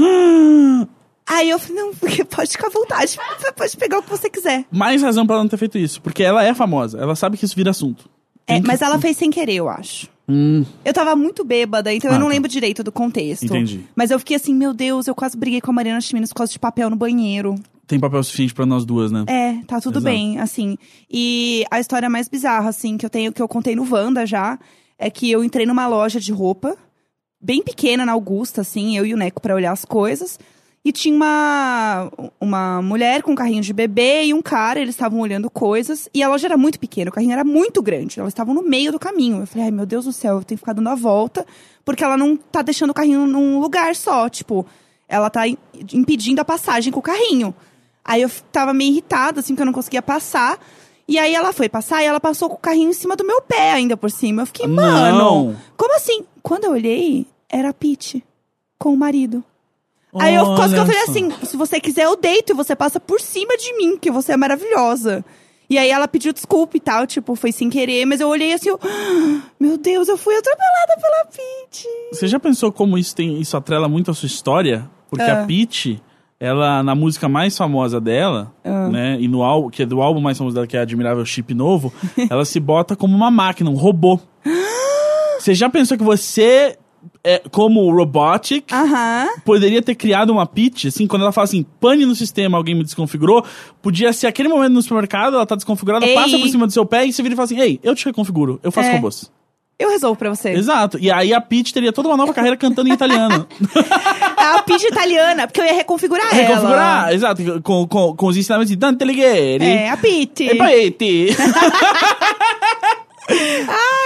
Speaker 2: aí eu falei, não, porque pode ficar à vontade, [laughs] pode pegar o que você quiser.
Speaker 1: Mais razão pra ela não ter feito isso, porque ela é famosa, ela sabe que isso vira assunto.
Speaker 2: É,
Speaker 1: Tem que-
Speaker 2: mas ela fez sem querer, eu acho.
Speaker 1: Hum.
Speaker 2: Eu tava muito bêbada, então
Speaker 1: Ah,
Speaker 2: eu não
Speaker 1: tá.
Speaker 2: lembro direito do contexto.
Speaker 1: Entendi.
Speaker 2: Mas eu fiquei assim, meu Deus, eu quase briguei com a Mariana Chiminas por causa de papel no banheiro.
Speaker 1: Tem papel suficiente pra nós duas, né?
Speaker 2: É, tá tudo
Speaker 1: Exato.
Speaker 2: bem, assim. E a história mais bizarra, assim, que eu tenho, que eu contei no Wanda já, é que eu entrei numa loja de roupa, bem pequena, na Augusta, assim, eu e o Neco pra olhar as coisas. E tinha uma, uma mulher com um carrinho de bebê e um cara, eles estavam olhando coisas. E a loja era muito pequena, o carrinho era muito grande. Elas estavam no meio do caminho. Eu falei, ai meu Deus do céu, eu tenho que ficar dando a volta, porque ela não tá deixando o carrinho num lugar só. Tipo, ela tá im- impedindo a passagem com o carrinho. Aí eu f- tava meio irritada, assim, porque eu não conseguia passar. E aí ela foi passar e ela passou com o carrinho em cima do meu pé ainda por cima. Eu fiquei, mano,
Speaker 1: Ah, Não.
Speaker 2: como assim? Quando eu olhei, era a Pete com o marido. Aí eu quase que eu
Speaker 1: Olha
Speaker 2: falei
Speaker 1: só.
Speaker 2: assim: se você quiser, eu deito e você passa por cima de mim, que você é maravilhosa. E aí ela pediu desculpa e tal, tipo, foi sem querer, mas eu olhei assim, eu, "Ah, meu Deus, eu fui atropelada pela Pete.
Speaker 1: Você já pensou como isso tem isso atrela muito a sua história? Porque
Speaker 2: Ah.
Speaker 1: a Pete, ela na música mais famosa dela,
Speaker 2: Ah.
Speaker 1: né, e no álbum que é do álbum mais famoso dela que é Admirável Chip
Speaker 2: [laughs]
Speaker 1: Novo, ela se bota como uma máquina, um
Speaker 2: [gasps]
Speaker 1: robô. Você já pensou que você é, como o robotic
Speaker 2: Ah. Aham.
Speaker 1: poderia ter criado uma Pete, assim, quando ela fala assim, pane no sistema, alguém me desconfigurou, podia ser aquele momento no supermercado, ela tá desconfigurada,
Speaker 2: Ei.
Speaker 1: passa por cima do seu pé e você vira e fala assim, ei, eu te reconfiguro, eu faço
Speaker 2: É.
Speaker 1: robôs.
Speaker 2: Eu resolvo pra você.
Speaker 1: Exato. E aí a Pete teria toda uma nova carreira cantando em
Speaker 2: [laughs]
Speaker 1: italiano.
Speaker 2: a Pete italiana, porque eu ia reconfigurar,
Speaker 1: Reconfigurar, exato. Com, com, com os ensinamentos de Dante Alighieri.
Speaker 2: ela. É, a Pete.
Speaker 1: E
Speaker 2: [laughs]
Speaker 1: Pete.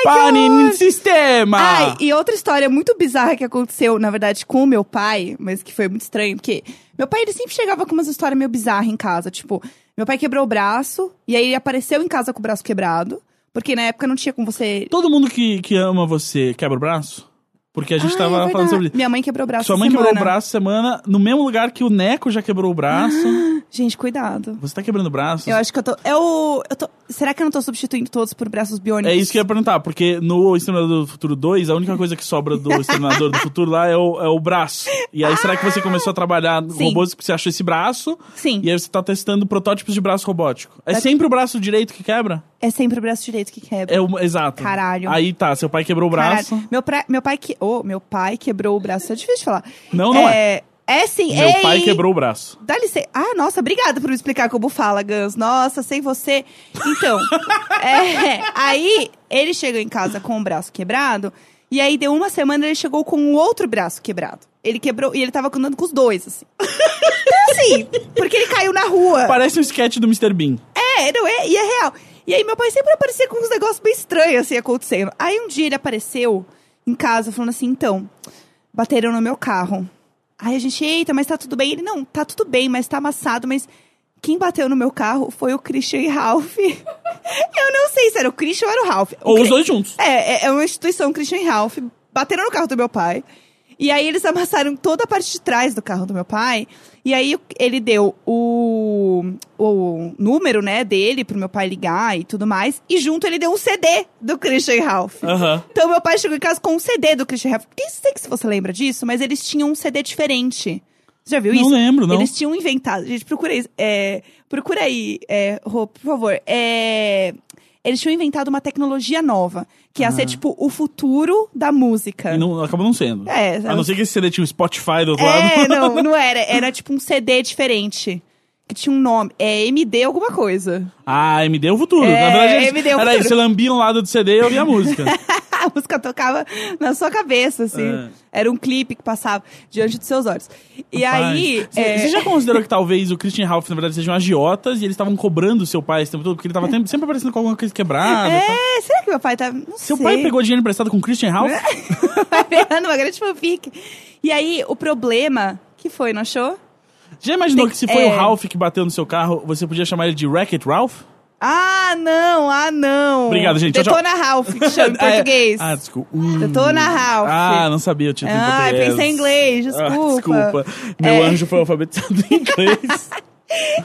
Speaker 1: Pane no sistema.
Speaker 2: Ai, e outra história muito bizarra que aconteceu, na verdade, com o meu pai, mas que foi muito estranho, porque meu pai ele sempre chegava com umas histórias meio bizarras em casa. Tipo, meu pai quebrou o braço, e aí ele apareceu em casa com o braço quebrado, porque na época não tinha como você.
Speaker 1: Todo mundo que, que ama você quebra o braço? Porque a gente
Speaker 2: Ah, é
Speaker 1: tava falando
Speaker 2: verdade.
Speaker 1: sobre isso.
Speaker 2: Minha mãe quebrou o braço.
Speaker 1: Sua mãe
Speaker 2: essa
Speaker 1: quebrou o
Speaker 2: semana.
Speaker 1: braço semana, no mesmo lugar que o Neco já quebrou o braço.
Speaker 2: Gente, cuidado.
Speaker 1: Você tá quebrando o braço?
Speaker 2: Eu acho que eu tô. Eu, eu tô. Será que eu não tô substituindo todos por braços biônicos?
Speaker 1: É isso que eu ia perguntar, porque no Exterminador do Futuro 2, a única coisa que sobra
Speaker 2: [laughs]
Speaker 1: do Exterminador do Futuro lá é o, é o braço. E aí, será que você começou a trabalhar com
Speaker 2: Ah! Sim.
Speaker 1: robôs que você achou esse braço?
Speaker 2: Sim,
Speaker 1: E aí você tá testando protótipos de braço robótico. É
Speaker 2: Tá-
Speaker 1: sempre o braço direito que quebra?
Speaker 2: é sempre o braço direito que quebra.
Speaker 1: É o, exato.
Speaker 2: Caralho.
Speaker 1: Aí tá, seu pai quebrou o braço.
Speaker 2: Caralho. Meu, pra- meu pai que... oh, meu pai quebrou o braço. É difícil de falar.
Speaker 1: Não, não é.
Speaker 2: é. É sim,
Speaker 1: Meu
Speaker 2: ei!
Speaker 1: pai quebrou o braço.
Speaker 2: Dá licença. Ah, nossa, obrigada por me explicar como fala, Gans. Nossa, sem você. Então, é, aí ele chegou em casa com o braço quebrado. E aí deu uma semana ele chegou com o outro braço quebrado. Ele quebrou e ele tava andando com os dois, assim. [laughs] Então, assim, porque ele caiu na rua.
Speaker 1: Parece um sketch do Mr. Bean.
Speaker 2: É, não é, e é real. E aí meu pai sempre aparecia com uns negócios bem estranhos assim acontecendo. Aí um dia ele apareceu em casa falando assim, então, bateram no meu carro. Aí a gente, eita, mas tá tudo bem. Ele, não, tá tudo bem, mas tá amassado, mas quem bateu no meu carro foi o Christian e Ralph. [laughs] Eu não sei se era o Christian ou era o Ralph. O
Speaker 1: Ou
Speaker 2: Cri-
Speaker 1: os dois juntos.
Speaker 2: é, é, é uma instituição, Christian e Ralph. Bateram no carro do meu pai. E aí eles amassaram toda a parte de trás do carro do meu pai. E aí ele deu o, o número, né, dele pro meu pai ligar e tudo mais. E junto ele deu um CD do Christian e Ralph.
Speaker 1: Aham.
Speaker 2: Então meu pai chegou em casa com um CD do Christian e Ralph. Não sei se você lembra disso, mas eles tinham um CD diferente. Você já viu
Speaker 1: Não
Speaker 2: isso?
Speaker 1: lembro, não.
Speaker 2: Eles tinham inventado. Gente, procura aí. é, procura aí, é, Rô, por favor. É, eles tinham inventado uma tecnologia nova, que ia ser tipo o futuro da música.
Speaker 1: Ah. E não, acabou não sendo.
Speaker 2: É,
Speaker 1: A não ser que esse CD tinha um Spotify do outro lado.
Speaker 2: é [laughs] não, não era. Era tipo um CD diferente. Que tinha um nome. É MD alguma coisa. [laughs]
Speaker 1: Ah, me deu o futuro.
Speaker 2: É,
Speaker 1: Na verdade, eles-
Speaker 2: MD é o
Speaker 1: era
Speaker 2: futuro.
Speaker 1: isso, você lambia um lado do CD e ouvia a música.
Speaker 2: a música tocava na sua cabeça, assim.
Speaker 1: É.
Speaker 2: Era um clipe que passava diante dos seus olhos. [laughs] E aí.
Speaker 1: Você
Speaker 2: é,
Speaker 1: você já considerou que talvez o Christian e Ralph, na verdade, sejam agiotas e eles estavam cobrando seu pai esse tempo todo, porque ele tava tem- sempre aparecendo com alguma coisa quebrada. e tal.
Speaker 2: é, será que meu pai tá. Não
Speaker 1: Seu
Speaker 2: sei.
Speaker 1: pai pegou dinheiro emprestado com o Christian e Ralph?
Speaker 2: É. [laughs] Vai virando uma grande fanfic. E aí, o problema que foi, não achou?
Speaker 1: Já imaginou
Speaker 2: Tem-
Speaker 1: que se foi
Speaker 2: é.
Speaker 1: o Ralph que bateu no seu carro, você podia chamar ele de Wreck-It Ralph?
Speaker 2: Ah, não, ah, não.
Speaker 1: Obrigado, gente. Tchau, tchau.
Speaker 2: Detona Ralph, que chama
Speaker 1: Ah, [laughs]
Speaker 2: em
Speaker 1: é.
Speaker 2: português.
Speaker 1: Ah, desculpa. Hum.
Speaker 2: Detona Ralph.
Speaker 1: Ah, não sabia o título
Speaker 2: Ah,
Speaker 1: em
Speaker 2: eu
Speaker 1: português.
Speaker 2: pensei em inglês,
Speaker 1: Ah,
Speaker 2: desculpa.
Speaker 1: desculpa. Meu
Speaker 2: É.
Speaker 1: anjo foi alfabetizado em inglês.
Speaker 2: [laughs]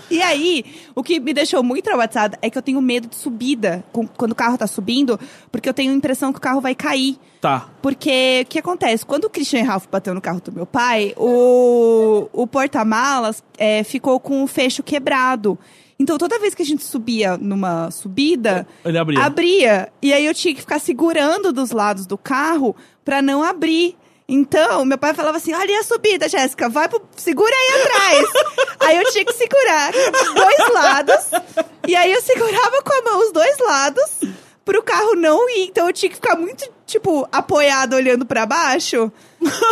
Speaker 2: E aí, o que me deixou muito traumatizada é que eu tenho medo de subida, com- quando o carro tá subindo, porque eu tenho a impressão que o carro vai cair.
Speaker 1: tá.
Speaker 2: Porque o que acontece? Quando o Christian Ralph bateu no carro do meu pai, o, o porta-malas é, ficou com o fecho quebrado. Então toda vez que a gente subia numa subida,
Speaker 1: Ele abria.
Speaker 2: abria. E aí eu tinha que ficar segurando dos lados do carro pra não abrir. Então, meu pai falava assim: olha a subida, Jéssica, vai pro. Segura aí atrás. aí eu tinha que segurar dos dois lados. E aí eu segurava com a mão os dois lados pro carro não ir. Então eu tinha que ficar muito, tipo, apoiada olhando pra baixo.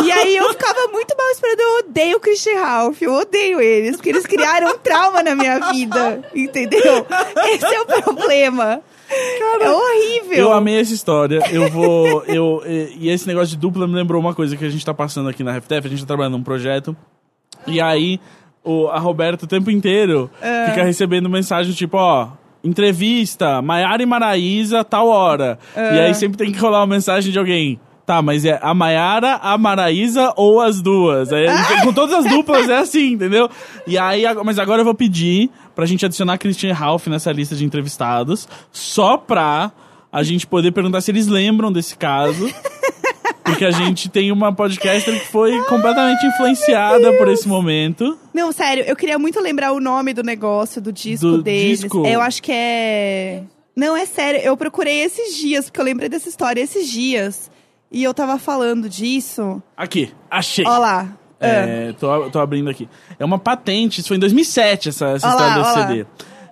Speaker 2: E aí eu ficava muito mal esperando. Eu odeio o Christian Ralph, eu odeio eles, porque eles criaram um trauma na minha vida. Entendeu? Esse é o problema. é horrível.
Speaker 1: Eu amei essa história. Eu vou. eu, e, e esse negócio de dupla me lembrou uma coisa que a gente tá passando aqui na RefTef. A gente tá trabalhando num projeto. E aí, o, a Roberta o tempo inteiro fica recebendo mensagem tipo, ó. Entrevista, Maiara e Maraísa, tal hora. E aí sempre tem que rolar uma mensagem de alguém. Tá, mas é a Maiara, a Maraísa ou as duas? Aí, Com todas as duplas é assim, entendeu? E aí, ag- mas agora eu vou pedir pra gente adicionar Christian e Ralph nessa lista de entrevistados, só pra a gente poder perguntar se eles lembram desse caso. Porque a gente tem uma podcaster que foi completamente influenciada por esse momento.
Speaker 2: Não, sério, eu queria muito lembrar o nome do negócio, do disco
Speaker 1: Do
Speaker 2: deles.
Speaker 1: disco?
Speaker 2: Eu acho que é. Não, é sério, eu procurei esses dias, porque eu lembrei dessa história esses dias. E eu tava falando disso.
Speaker 1: Aqui, achei.
Speaker 2: Ó lá. Ah.
Speaker 1: É, tô, tô abrindo aqui. É uma patente, isso foi em 2007 essa, essa
Speaker 2: Ó lá,
Speaker 1: história
Speaker 2: ó
Speaker 1: desse
Speaker 2: lá.
Speaker 1: CD.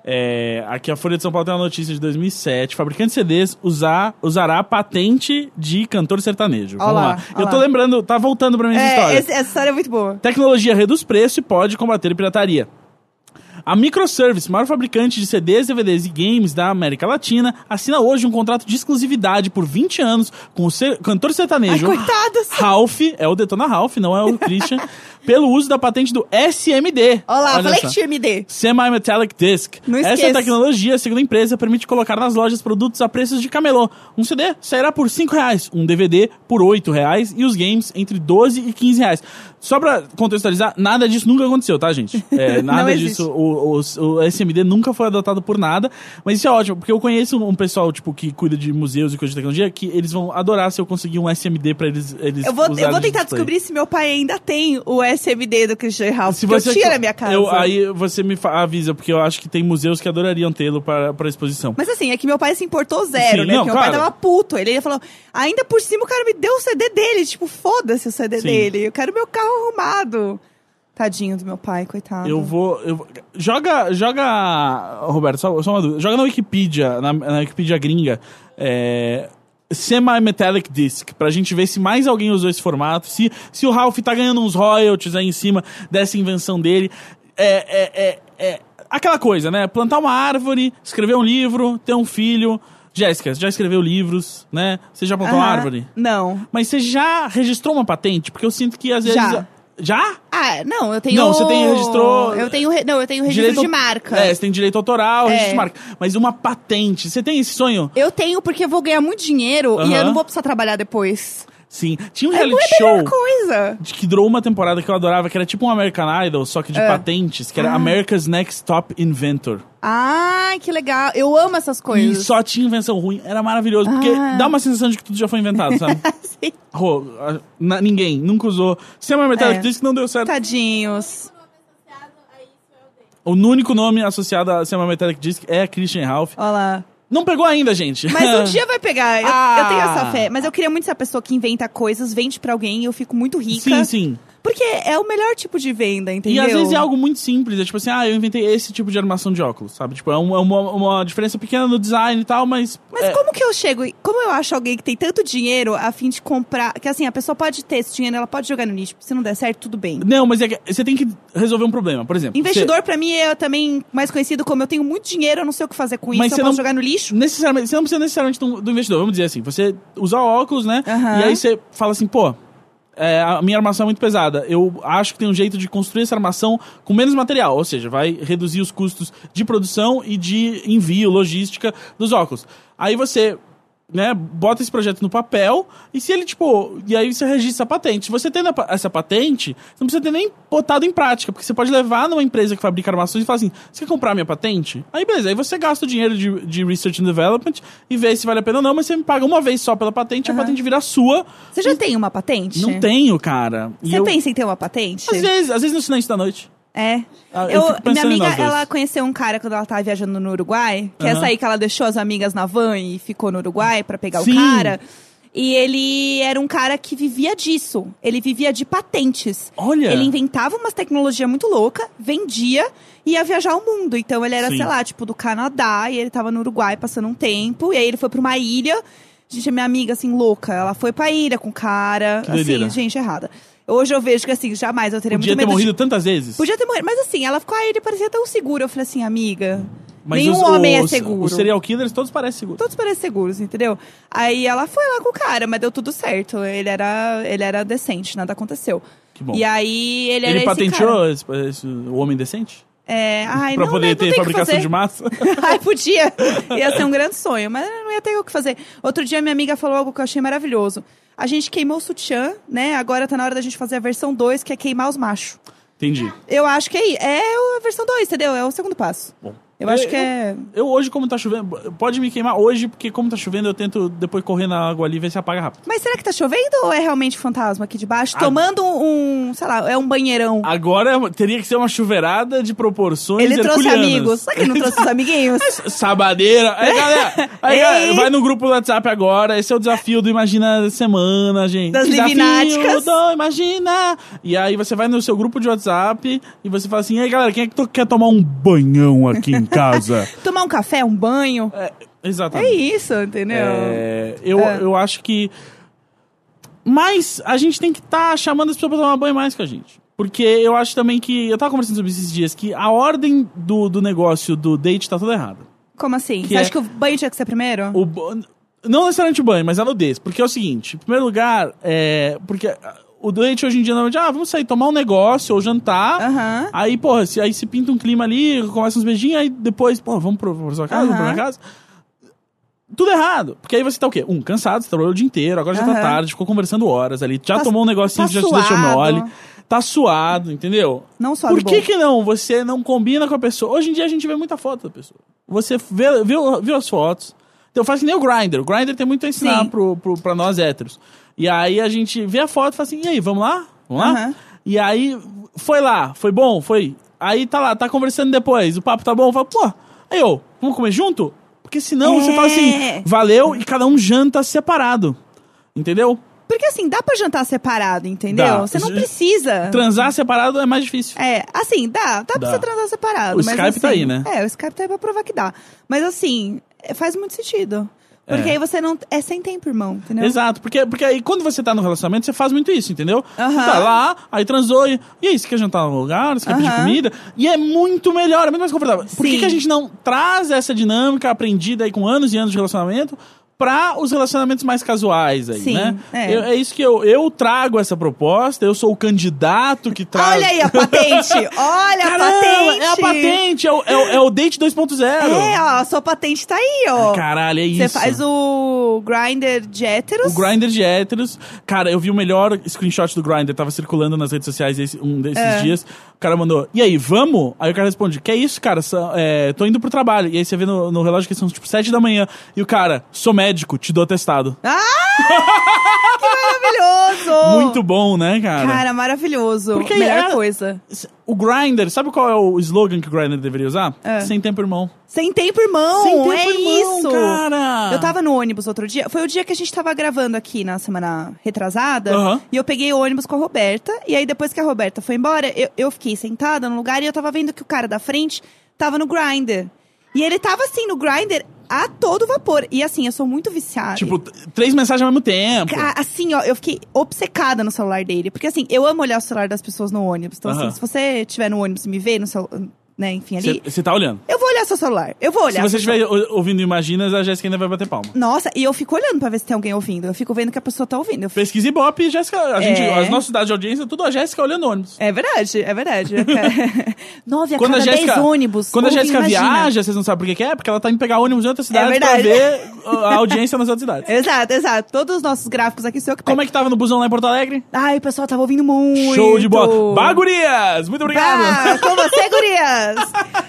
Speaker 1: É, aqui a Folha de São Paulo tem uma notícia de 2007. Fabricante de CDs usar, usará a patente de cantor sertanejo.
Speaker 2: Ó
Speaker 1: Vamos
Speaker 2: lá,
Speaker 1: lá.
Speaker 2: ó
Speaker 1: Eu tô
Speaker 2: lá.
Speaker 1: lembrando, tá voltando pra minha
Speaker 2: É,
Speaker 1: história.
Speaker 2: esse- essa história é muito boa.
Speaker 1: Tecnologia reduz preço e pode combater pirataria. A Microservice, maior fabricante de CDs, DVDs e games da América Latina, assina hoje um contrato de exclusividade por 20 anos com o ser- cantor sertanejo
Speaker 2: Coitados.
Speaker 1: Ralph, é o Detona Ralph, não é o
Speaker 2: [laughs]
Speaker 1: Christian, pelo uso da patente do SMD.
Speaker 2: Ó lá, falei
Speaker 1: só.
Speaker 2: que tinha MD.
Speaker 1: Semi-Metallic Disc.
Speaker 2: Não
Speaker 1: Essa
Speaker 2: esqueça.
Speaker 1: tecnologia, segundo a empresa, permite colocar nas lojas produtos a preços de camelô. Um CD sairá por R$ 5 reais, um DVD por R$ 8 reais e os games entre 12 e 15 reais. Só pra contextualizar, nada disso nunca aconteceu, tá,
Speaker 2: [laughs]
Speaker 1: gente? É,
Speaker 2: Não
Speaker 1: nada
Speaker 2: existe.
Speaker 1: disso, o, o- o SMD nunca foi adotado por nada, mas isso é ótimo, porque eu conheço um pessoal, tipo, que cuida de museus e coisa de tecnologia, que eles vão adorar se eu conseguir um SMD pra eles, eles
Speaker 2: Eu vou, eu
Speaker 1: usarem
Speaker 2: vou
Speaker 1: de
Speaker 2: tentar
Speaker 1: display.
Speaker 2: descobrir se meu pai ainda tem o SMD do Christian Ralph. Se você eu tinha na minha casa.
Speaker 1: Eu, aí você me fa- avisa, porque eu acho que tem museus que adorariam tê-lo para, para exposição.
Speaker 2: Mas assim, é que meu pai se importou zero,
Speaker 1: Sim,
Speaker 2: né?
Speaker 1: não,
Speaker 2: Porque meu pai
Speaker 1: claro.
Speaker 2: tava puto. Ele falou, ainda por cima o cara me deu o CD dele. Tipo, foda-se o CD
Speaker 1: Sim.
Speaker 2: dele. Eu quero meu carro arrumado. Tadinho do meu pai, coitado.
Speaker 1: Eu vou. Eu... vou- Joga. Joga. Roberto, só, só uma dúvida. Joga na Wikipedia, na, na Wikipedia gringa. É. Semi-metallic disc, pra gente ver se mais alguém usou esse formato, se, se o Ralph tá ganhando uns royalties aí em cima dessa invenção dele. É, é, é, é aquela coisa, né? Plantar uma árvore, escrever um livro, ter um filho. Jéssica, você já escreveu livros, né? Você já plantou uma
Speaker 2: Aham.
Speaker 1: árvore?
Speaker 2: Não.
Speaker 1: Mas você já registrou uma patente? Porque eu sinto que às vezes.
Speaker 2: Já.
Speaker 1: Já?
Speaker 2: Ah, não, eu tenho.
Speaker 1: Não, você tem registrou-
Speaker 2: Eu tenho. re- Não, eu tenho registro de marca.
Speaker 1: É, você tem direito autoral, registro
Speaker 2: É.
Speaker 1: de marca. Mas uma patente, você tem esse sonho?
Speaker 2: Eu tenho porque eu vou ganhar muito dinheiro e
Speaker 1: Aham.
Speaker 2: eu não vou precisar trabalhar depois.
Speaker 1: Sim. Tinha um
Speaker 2: É
Speaker 1: reality
Speaker 2: a melhor
Speaker 1: show
Speaker 2: coisa.
Speaker 1: de que durou uma temporada que eu adorava, que era tipo um American Idol, só que
Speaker 2: É.
Speaker 1: de patentes, que era
Speaker 2: Ah.
Speaker 1: America's Next Top Inventor.
Speaker 2: Ai, que legal. Eu amo essas
Speaker 1: E
Speaker 2: coisas.
Speaker 1: só tinha invenção ruim. Era maravilhoso, porque
Speaker 2: Ah.
Speaker 1: dá uma sensação de que tudo já foi inventado, sabe?
Speaker 2: [laughs] Sim.
Speaker 1: Rô, a- na- ninguém, nunca usou. Se é uma metade
Speaker 2: É.
Speaker 1: disse que não deu certo.
Speaker 2: Tadinhos.
Speaker 1: O único nome associado a Sema Metallic Disc é Christian Ralph.
Speaker 2: Olha lá.
Speaker 1: Não pegou ainda, gente. [laughs]
Speaker 2: Mas um dia vai pegar. Eu,
Speaker 1: Ah.
Speaker 2: eu tenho essa fé. Mas eu queria muito ser a pessoa que inventa coisas, vende pra alguém e eu fico muito rica.
Speaker 1: Sim, sim.
Speaker 2: Porque é o melhor tipo de venda, entendeu?
Speaker 1: E às vezes é algo muito simples, é tipo assim, ah, eu inventei esse tipo de armação de óculos, sabe? Tipo, é um- é uma, uma diferença pequena no design e tal, mas.
Speaker 2: Mas
Speaker 1: é,
Speaker 2: como que eu chego? Como eu acho alguém que tem tanto dinheiro a fim de comprar? Que assim, a pessoa pode ter esse dinheiro, ela pode jogar no lixo. Se não der certo, tudo bem.
Speaker 1: Não, mas é que você tem que resolver um problema, por exemplo.
Speaker 2: Investidor, pra mim, é também mais conhecido como eu tenho muito dinheiro, eu não sei o que fazer com
Speaker 1: Mas
Speaker 2: isso, eu
Speaker 1: você
Speaker 2: posso
Speaker 1: não-
Speaker 2: jogar no
Speaker 1: você-
Speaker 2: lixo.
Speaker 1: necessariamente, você não precisa necessariamente do, do investidor, vamos dizer assim. Você usa óculos, né?
Speaker 2: Aham.
Speaker 1: E aí você fala assim, pô, é, a minha armação é muito pesada. Eu acho que tem um jeito de construir essa armação com menos material, ou seja, vai reduzir os custos de produção e de envio, logística dos óculos. Aí você. Né, bota esse projeto no papel e se ele, tipo, e aí você registra a patente. Se Você tendo a pa- essa patente, você não precisa ter nem botado em prática, porque você pode levar numa empresa que fabrica armações e falar assim: você quer comprar a minha patente? Aí beleza, aí você gasta o dinheiro de, de research and development e vê se vale a pena ou não, mas você me paga uma vez só pela patente, a patente vira sua
Speaker 2: Você já tem uma patente?
Speaker 1: não tenho, cara. E
Speaker 2: Você
Speaker 1: eu-
Speaker 2: pensa em ter uma patente?
Speaker 1: Às vezes, às vezes no silêncio da noite.
Speaker 2: É.
Speaker 1: Ah, eu
Speaker 2: eu,
Speaker 1: fico pensando
Speaker 2: minha amiga,
Speaker 1: nas duas.
Speaker 2: ela conheceu um cara quando ela tava viajando no Uruguai, que é
Speaker 1: Aham.
Speaker 2: essa aí que ela deixou as amigas na van e ficou no Uruguai pra pegar
Speaker 1: Sim.
Speaker 2: o cara. E ele era um cara que vivia disso. Ele vivia de patentes.
Speaker 1: Olha.
Speaker 2: Ele inventava umas tecnologia muito louca, vendia e ia viajar ao mundo. Então ele era,
Speaker 1: Sim.
Speaker 2: sei lá, tipo, do Canadá e ele tava no Uruguai passando um tempo. E aí ele foi pra uma ilha. Gente, a minha amiga, assim, louca. Ela foi pra ilha com o cara.
Speaker 1: Que doideira.
Speaker 2: assim, gente, errada. Hoje eu vejo que, assim, jamais eu teria
Speaker 1: Podia
Speaker 2: muito
Speaker 1: ter
Speaker 2: medo de
Speaker 1: morrido tantas vezes.
Speaker 2: Podia ter morrido. Mas assim, ela ficou, aí ele parecia tão seguro. Eu falei assim, amiga,
Speaker 1: Mas
Speaker 2: nenhum
Speaker 1: os-
Speaker 2: homem é
Speaker 1: os-
Speaker 2: seguro.
Speaker 1: Os serial killers todos parecem seguros.
Speaker 2: Todos parecem seguros, entendeu? Aí ela foi lá com o cara, mas deu tudo certo. Ele era, ele era decente, nada aconteceu.
Speaker 1: Que bom.
Speaker 2: E aí ele era
Speaker 1: Ele
Speaker 2: esse cara.
Speaker 1: patenteou esse, esse- o homem decente?
Speaker 2: É, ai,
Speaker 1: pra
Speaker 2: não,
Speaker 1: poder
Speaker 2: né, não tem
Speaker 1: ter
Speaker 2: o que
Speaker 1: fabricação
Speaker 2: fazer.
Speaker 1: de massa? [laughs]
Speaker 2: [laughs] Ai, podia. Ia ser um grande sonho, mas não ia ter o que fazer. Outro dia, minha amiga falou algo que eu achei maravilhoso. A gente queimou o sutiã, né? Agora tá na hora da gente fazer a versão 2, que é queimar os machos.
Speaker 1: Entendi.
Speaker 2: Eu acho que é, i- é a versão 2, entendeu? É o segundo passo.
Speaker 1: Bom.
Speaker 2: Eu acho que é.
Speaker 1: Eu hoje, como tá chovendo, pode me queimar hoje, porque como tá chovendo, eu tento depois correr na água ali e ver se apaga rápido.
Speaker 2: Mas será que tá chovendo ou é realmente fantasma aqui de baixo?
Speaker 1: Ah.
Speaker 2: Tomando um, um, sei lá, é um banheirão.
Speaker 1: Agora teria que ser uma chuveirada de proporções
Speaker 2: ele trouxe
Speaker 1: herculeanas.
Speaker 2: amigos. Será que ele não trouxe
Speaker 1: [laughs]
Speaker 2: os amiguinhos?
Speaker 1: Sabadeira.
Speaker 2: [laughs]
Speaker 1: Aí, galera, aí,
Speaker 2: Ei.
Speaker 1: galera, vai no grupo do WhatsApp agora. Esse é o desafio do Imagina Semana, gente.
Speaker 2: Das
Speaker 1: desafio
Speaker 2: Livináticas.
Speaker 1: do Imagina. E aí você vai no seu grupo de WhatsApp e você fala assim, ei, galera, quem é que to- quer tomar um banhão aqui em
Speaker 2: [laughs]
Speaker 1: casa?
Speaker 2: Tomar um café, um banho.
Speaker 1: é,
Speaker 2: É
Speaker 1: exatamente.
Speaker 2: isso, entendeu?
Speaker 1: É, eu,
Speaker 2: É.
Speaker 1: eu acho que... Mas a gente tem que estar chamando as pessoas pra tomar banho mais com a gente. Porque eu acho também que... Eu tava conversando sobre isso esses dias, que a ordem do, do negócio do date tá toda errada.
Speaker 2: Como assim?
Speaker 1: Que
Speaker 2: Você
Speaker 1: é-
Speaker 2: acha que o banho tinha que ser primeiro?
Speaker 1: O ba- não necessariamente o banho, mas a nudez. Porque é o seguinte, em primeiro lugar, é, porque ah, o doente hoje em dia normalmente, ah, vamos sair tomar um negócio ou jantar.
Speaker 2: Aham.
Speaker 1: Aí, porra, se, aí se pinta um clima ali, começa uns beijinhos, aí depois, pô, vamos pro, pra sua casa,
Speaker 2: Aham.
Speaker 1: vamos pra minha casa. Tudo errado. Porque aí você tá o quê? Um, cansado, você trabalhou o dia inteiro, agora já tá
Speaker 2: Aham.
Speaker 1: tarde, ficou conversando horas ali, já
Speaker 2: Tá-
Speaker 1: tomou um negocinho
Speaker 2: tá
Speaker 1: que já te deixou
Speaker 2: suado.
Speaker 1: mole. Tá suado, entendeu?
Speaker 2: Não só
Speaker 1: Por
Speaker 2: do
Speaker 1: que
Speaker 2: bom.
Speaker 1: que não? Você não combina com a pessoa. Hoje em dia a gente vê muita foto da pessoa. Você vê, viu, viu as fotos. Então faz que nem o Grindr. O Grindr tem muito a ensinar
Speaker 2: Sim.
Speaker 1: pro, pro, pra nós héteros. E aí a gente vê a foto e fala assim, e aí, vamos lá? Vamos lá?
Speaker 2: Aham.
Speaker 1: E aí, foi lá, foi bom, foi. Aí tá lá, tá conversando depois, o papo tá bom, fala, pô, aí eu, vamos comer junto? Porque senão você
Speaker 2: É.
Speaker 1: fala assim, valeu, e cada um janta separado. Entendeu?
Speaker 2: Porque assim, dá pra jantar separado, entendeu?
Speaker 1: Dá.
Speaker 2: Você não
Speaker 1: Ju-
Speaker 2: precisa.
Speaker 1: Transar separado é mais difícil.
Speaker 2: É, assim, dá, dá, pra
Speaker 1: Dá.
Speaker 2: você transar separado.
Speaker 1: O
Speaker 2: mas,
Speaker 1: Skype tá
Speaker 2: assim,
Speaker 1: aí, né?
Speaker 2: É, o Skype tá aí pra provar que dá. Mas assim, é, faz muito sentido. Porque
Speaker 1: É.
Speaker 2: aí você não. É sem tempo, irmão, entendeu?
Speaker 1: Exato, porque, porque aí quando você tá no relacionamento, você faz muito isso, entendeu? Você
Speaker 2: Aham.
Speaker 1: tá lá, aí transou, e, e aí, você quer jantar no lugar, você quer pedir
Speaker 2: Aham.
Speaker 1: comida, e é muito melhor, é muito mais confortável. Por que,
Speaker 2: Sim.
Speaker 1: que a gente não traz essa dinâmica aprendida aí com anos e anos de relacionamento pra os relacionamentos mais casuais aí,
Speaker 2: Sim,
Speaker 1: né?
Speaker 2: é.
Speaker 1: Eu- é isso que eu, eu trago essa proposta, eu sou o candidato que traz...
Speaker 2: Olha
Speaker 1: [laughs]
Speaker 2: aí a patente! Olha
Speaker 1: Caramba,
Speaker 2: a patente!
Speaker 1: é a patente, é o, é o, é o date 2.0.
Speaker 2: É, ó, a sua patente tá aí, ó.
Speaker 1: Caralho, é isso.
Speaker 2: Você faz o grinder de héteros.
Speaker 1: O Grindr de héteros. Cara, eu vi o melhor screenshot do Grindr. Tava circulando nas redes sociais esse- um desses
Speaker 2: É.
Speaker 1: dias. O cara mandou, e aí, vamos? Aí o cara responde, que é isso, cara? Só- é, tô indo pro trabalho. E aí você vê no, no relógio que são tipo 7 da manhã. E o cara, sou médico, te dou atestado.
Speaker 2: Maravilhoso!
Speaker 1: [laughs] Muito bom, né, cara?
Speaker 2: Oh. Cara, maravilhoso.
Speaker 1: Porque é-
Speaker 2: Melhor coisa.
Speaker 1: O Grindr, sabe qual é o slogan que o Grindr deveria usar?
Speaker 2: É.
Speaker 1: Sem tempo, irmão.
Speaker 2: Sem tempo, irmão!
Speaker 1: Sem tempo,
Speaker 2: é
Speaker 1: irmão,
Speaker 2: isso!
Speaker 1: cara!
Speaker 2: Eu tava no ônibus outro dia. Foi o dia que a gente tava gravando aqui na semana retrasada.
Speaker 1: Aham.
Speaker 2: E eu peguei o ônibus com a Roberta. E aí, depois que a Roberta foi embora, eu, eu fiquei sentada no lugar e eu tava vendo que o cara da frente tava no grinder. E ele tava assim, no grinder a todo vapor. E assim, eu sou muito viciada.
Speaker 1: Tipo, t- três mensagens ao mesmo tempo.
Speaker 2: Ca- Assim, ó, eu fiquei obcecada no celular dele. Porque assim, eu amo olhar o celular das pessoas no ônibus. Então,
Speaker 1: Aham.
Speaker 2: assim, se você tiver no ônibus e me ver no seu. Né, enfim, ali.
Speaker 1: Você tá olhando.
Speaker 2: Eu vou olhar seu celular. Eu vou olhar.
Speaker 1: Se você
Speaker 2: seu celular.
Speaker 1: estiver o- ouvindo Imaginas, a Jéssica ainda vai bater palma.
Speaker 2: Nossa, e eu fico olhando pra ver se tem alguém ouvindo. Eu fico vendo que a pessoa tá ouvindo. Eu fico-
Speaker 1: Pesquisa Ibope, Jéssica, a gente,
Speaker 2: É.
Speaker 1: as nossas dados de audiência, tudo a Jéssica olhando ônibus.
Speaker 2: É verdade, é verdade. Eu quero- [laughs] Nove a
Speaker 1: Quando a
Speaker 2: cada dez
Speaker 1: Jéssica,
Speaker 2: ônibus.
Speaker 1: quando a
Speaker 2: ouvem,
Speaker 1: Jéssica
Speaker 2: imagina.
Speaker 1: viaja, vocês não sabem por que que é, porque ela tá indo pegar ônibus em outra cidade pra
Speaker 2: verdade. É.
Speaker 1: ver a audiência nas outras cidades.
Speaker 2: Exato, exato. Todos os nossos gráficos aqui são eu que
Speaker 1: Como é que tava no busão lá em Porto Alegre?
Speaker 2: Ai, o pessoal tava ouvindo muito.
Speaker 1: Show de bola. Bagurias! Muito obrigado!
Speaker 2: Bah, com você, gurias!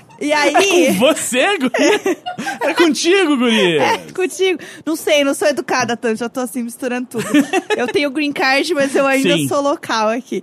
Speaker 1: [laughs]
Speaker 2: E
Speaker 1: Com
Speaker 2: aí...
Speaker 1: [laughs] você, guri? É contigo, guri!
Speaker 2: É, contigo. Não sei, não sou educada tanto, já tô assim misturando tudo. [laughs] eu tenho green card, mas eu ainda
Speaker 1: Sim.
Speaker 2: sou local aqui.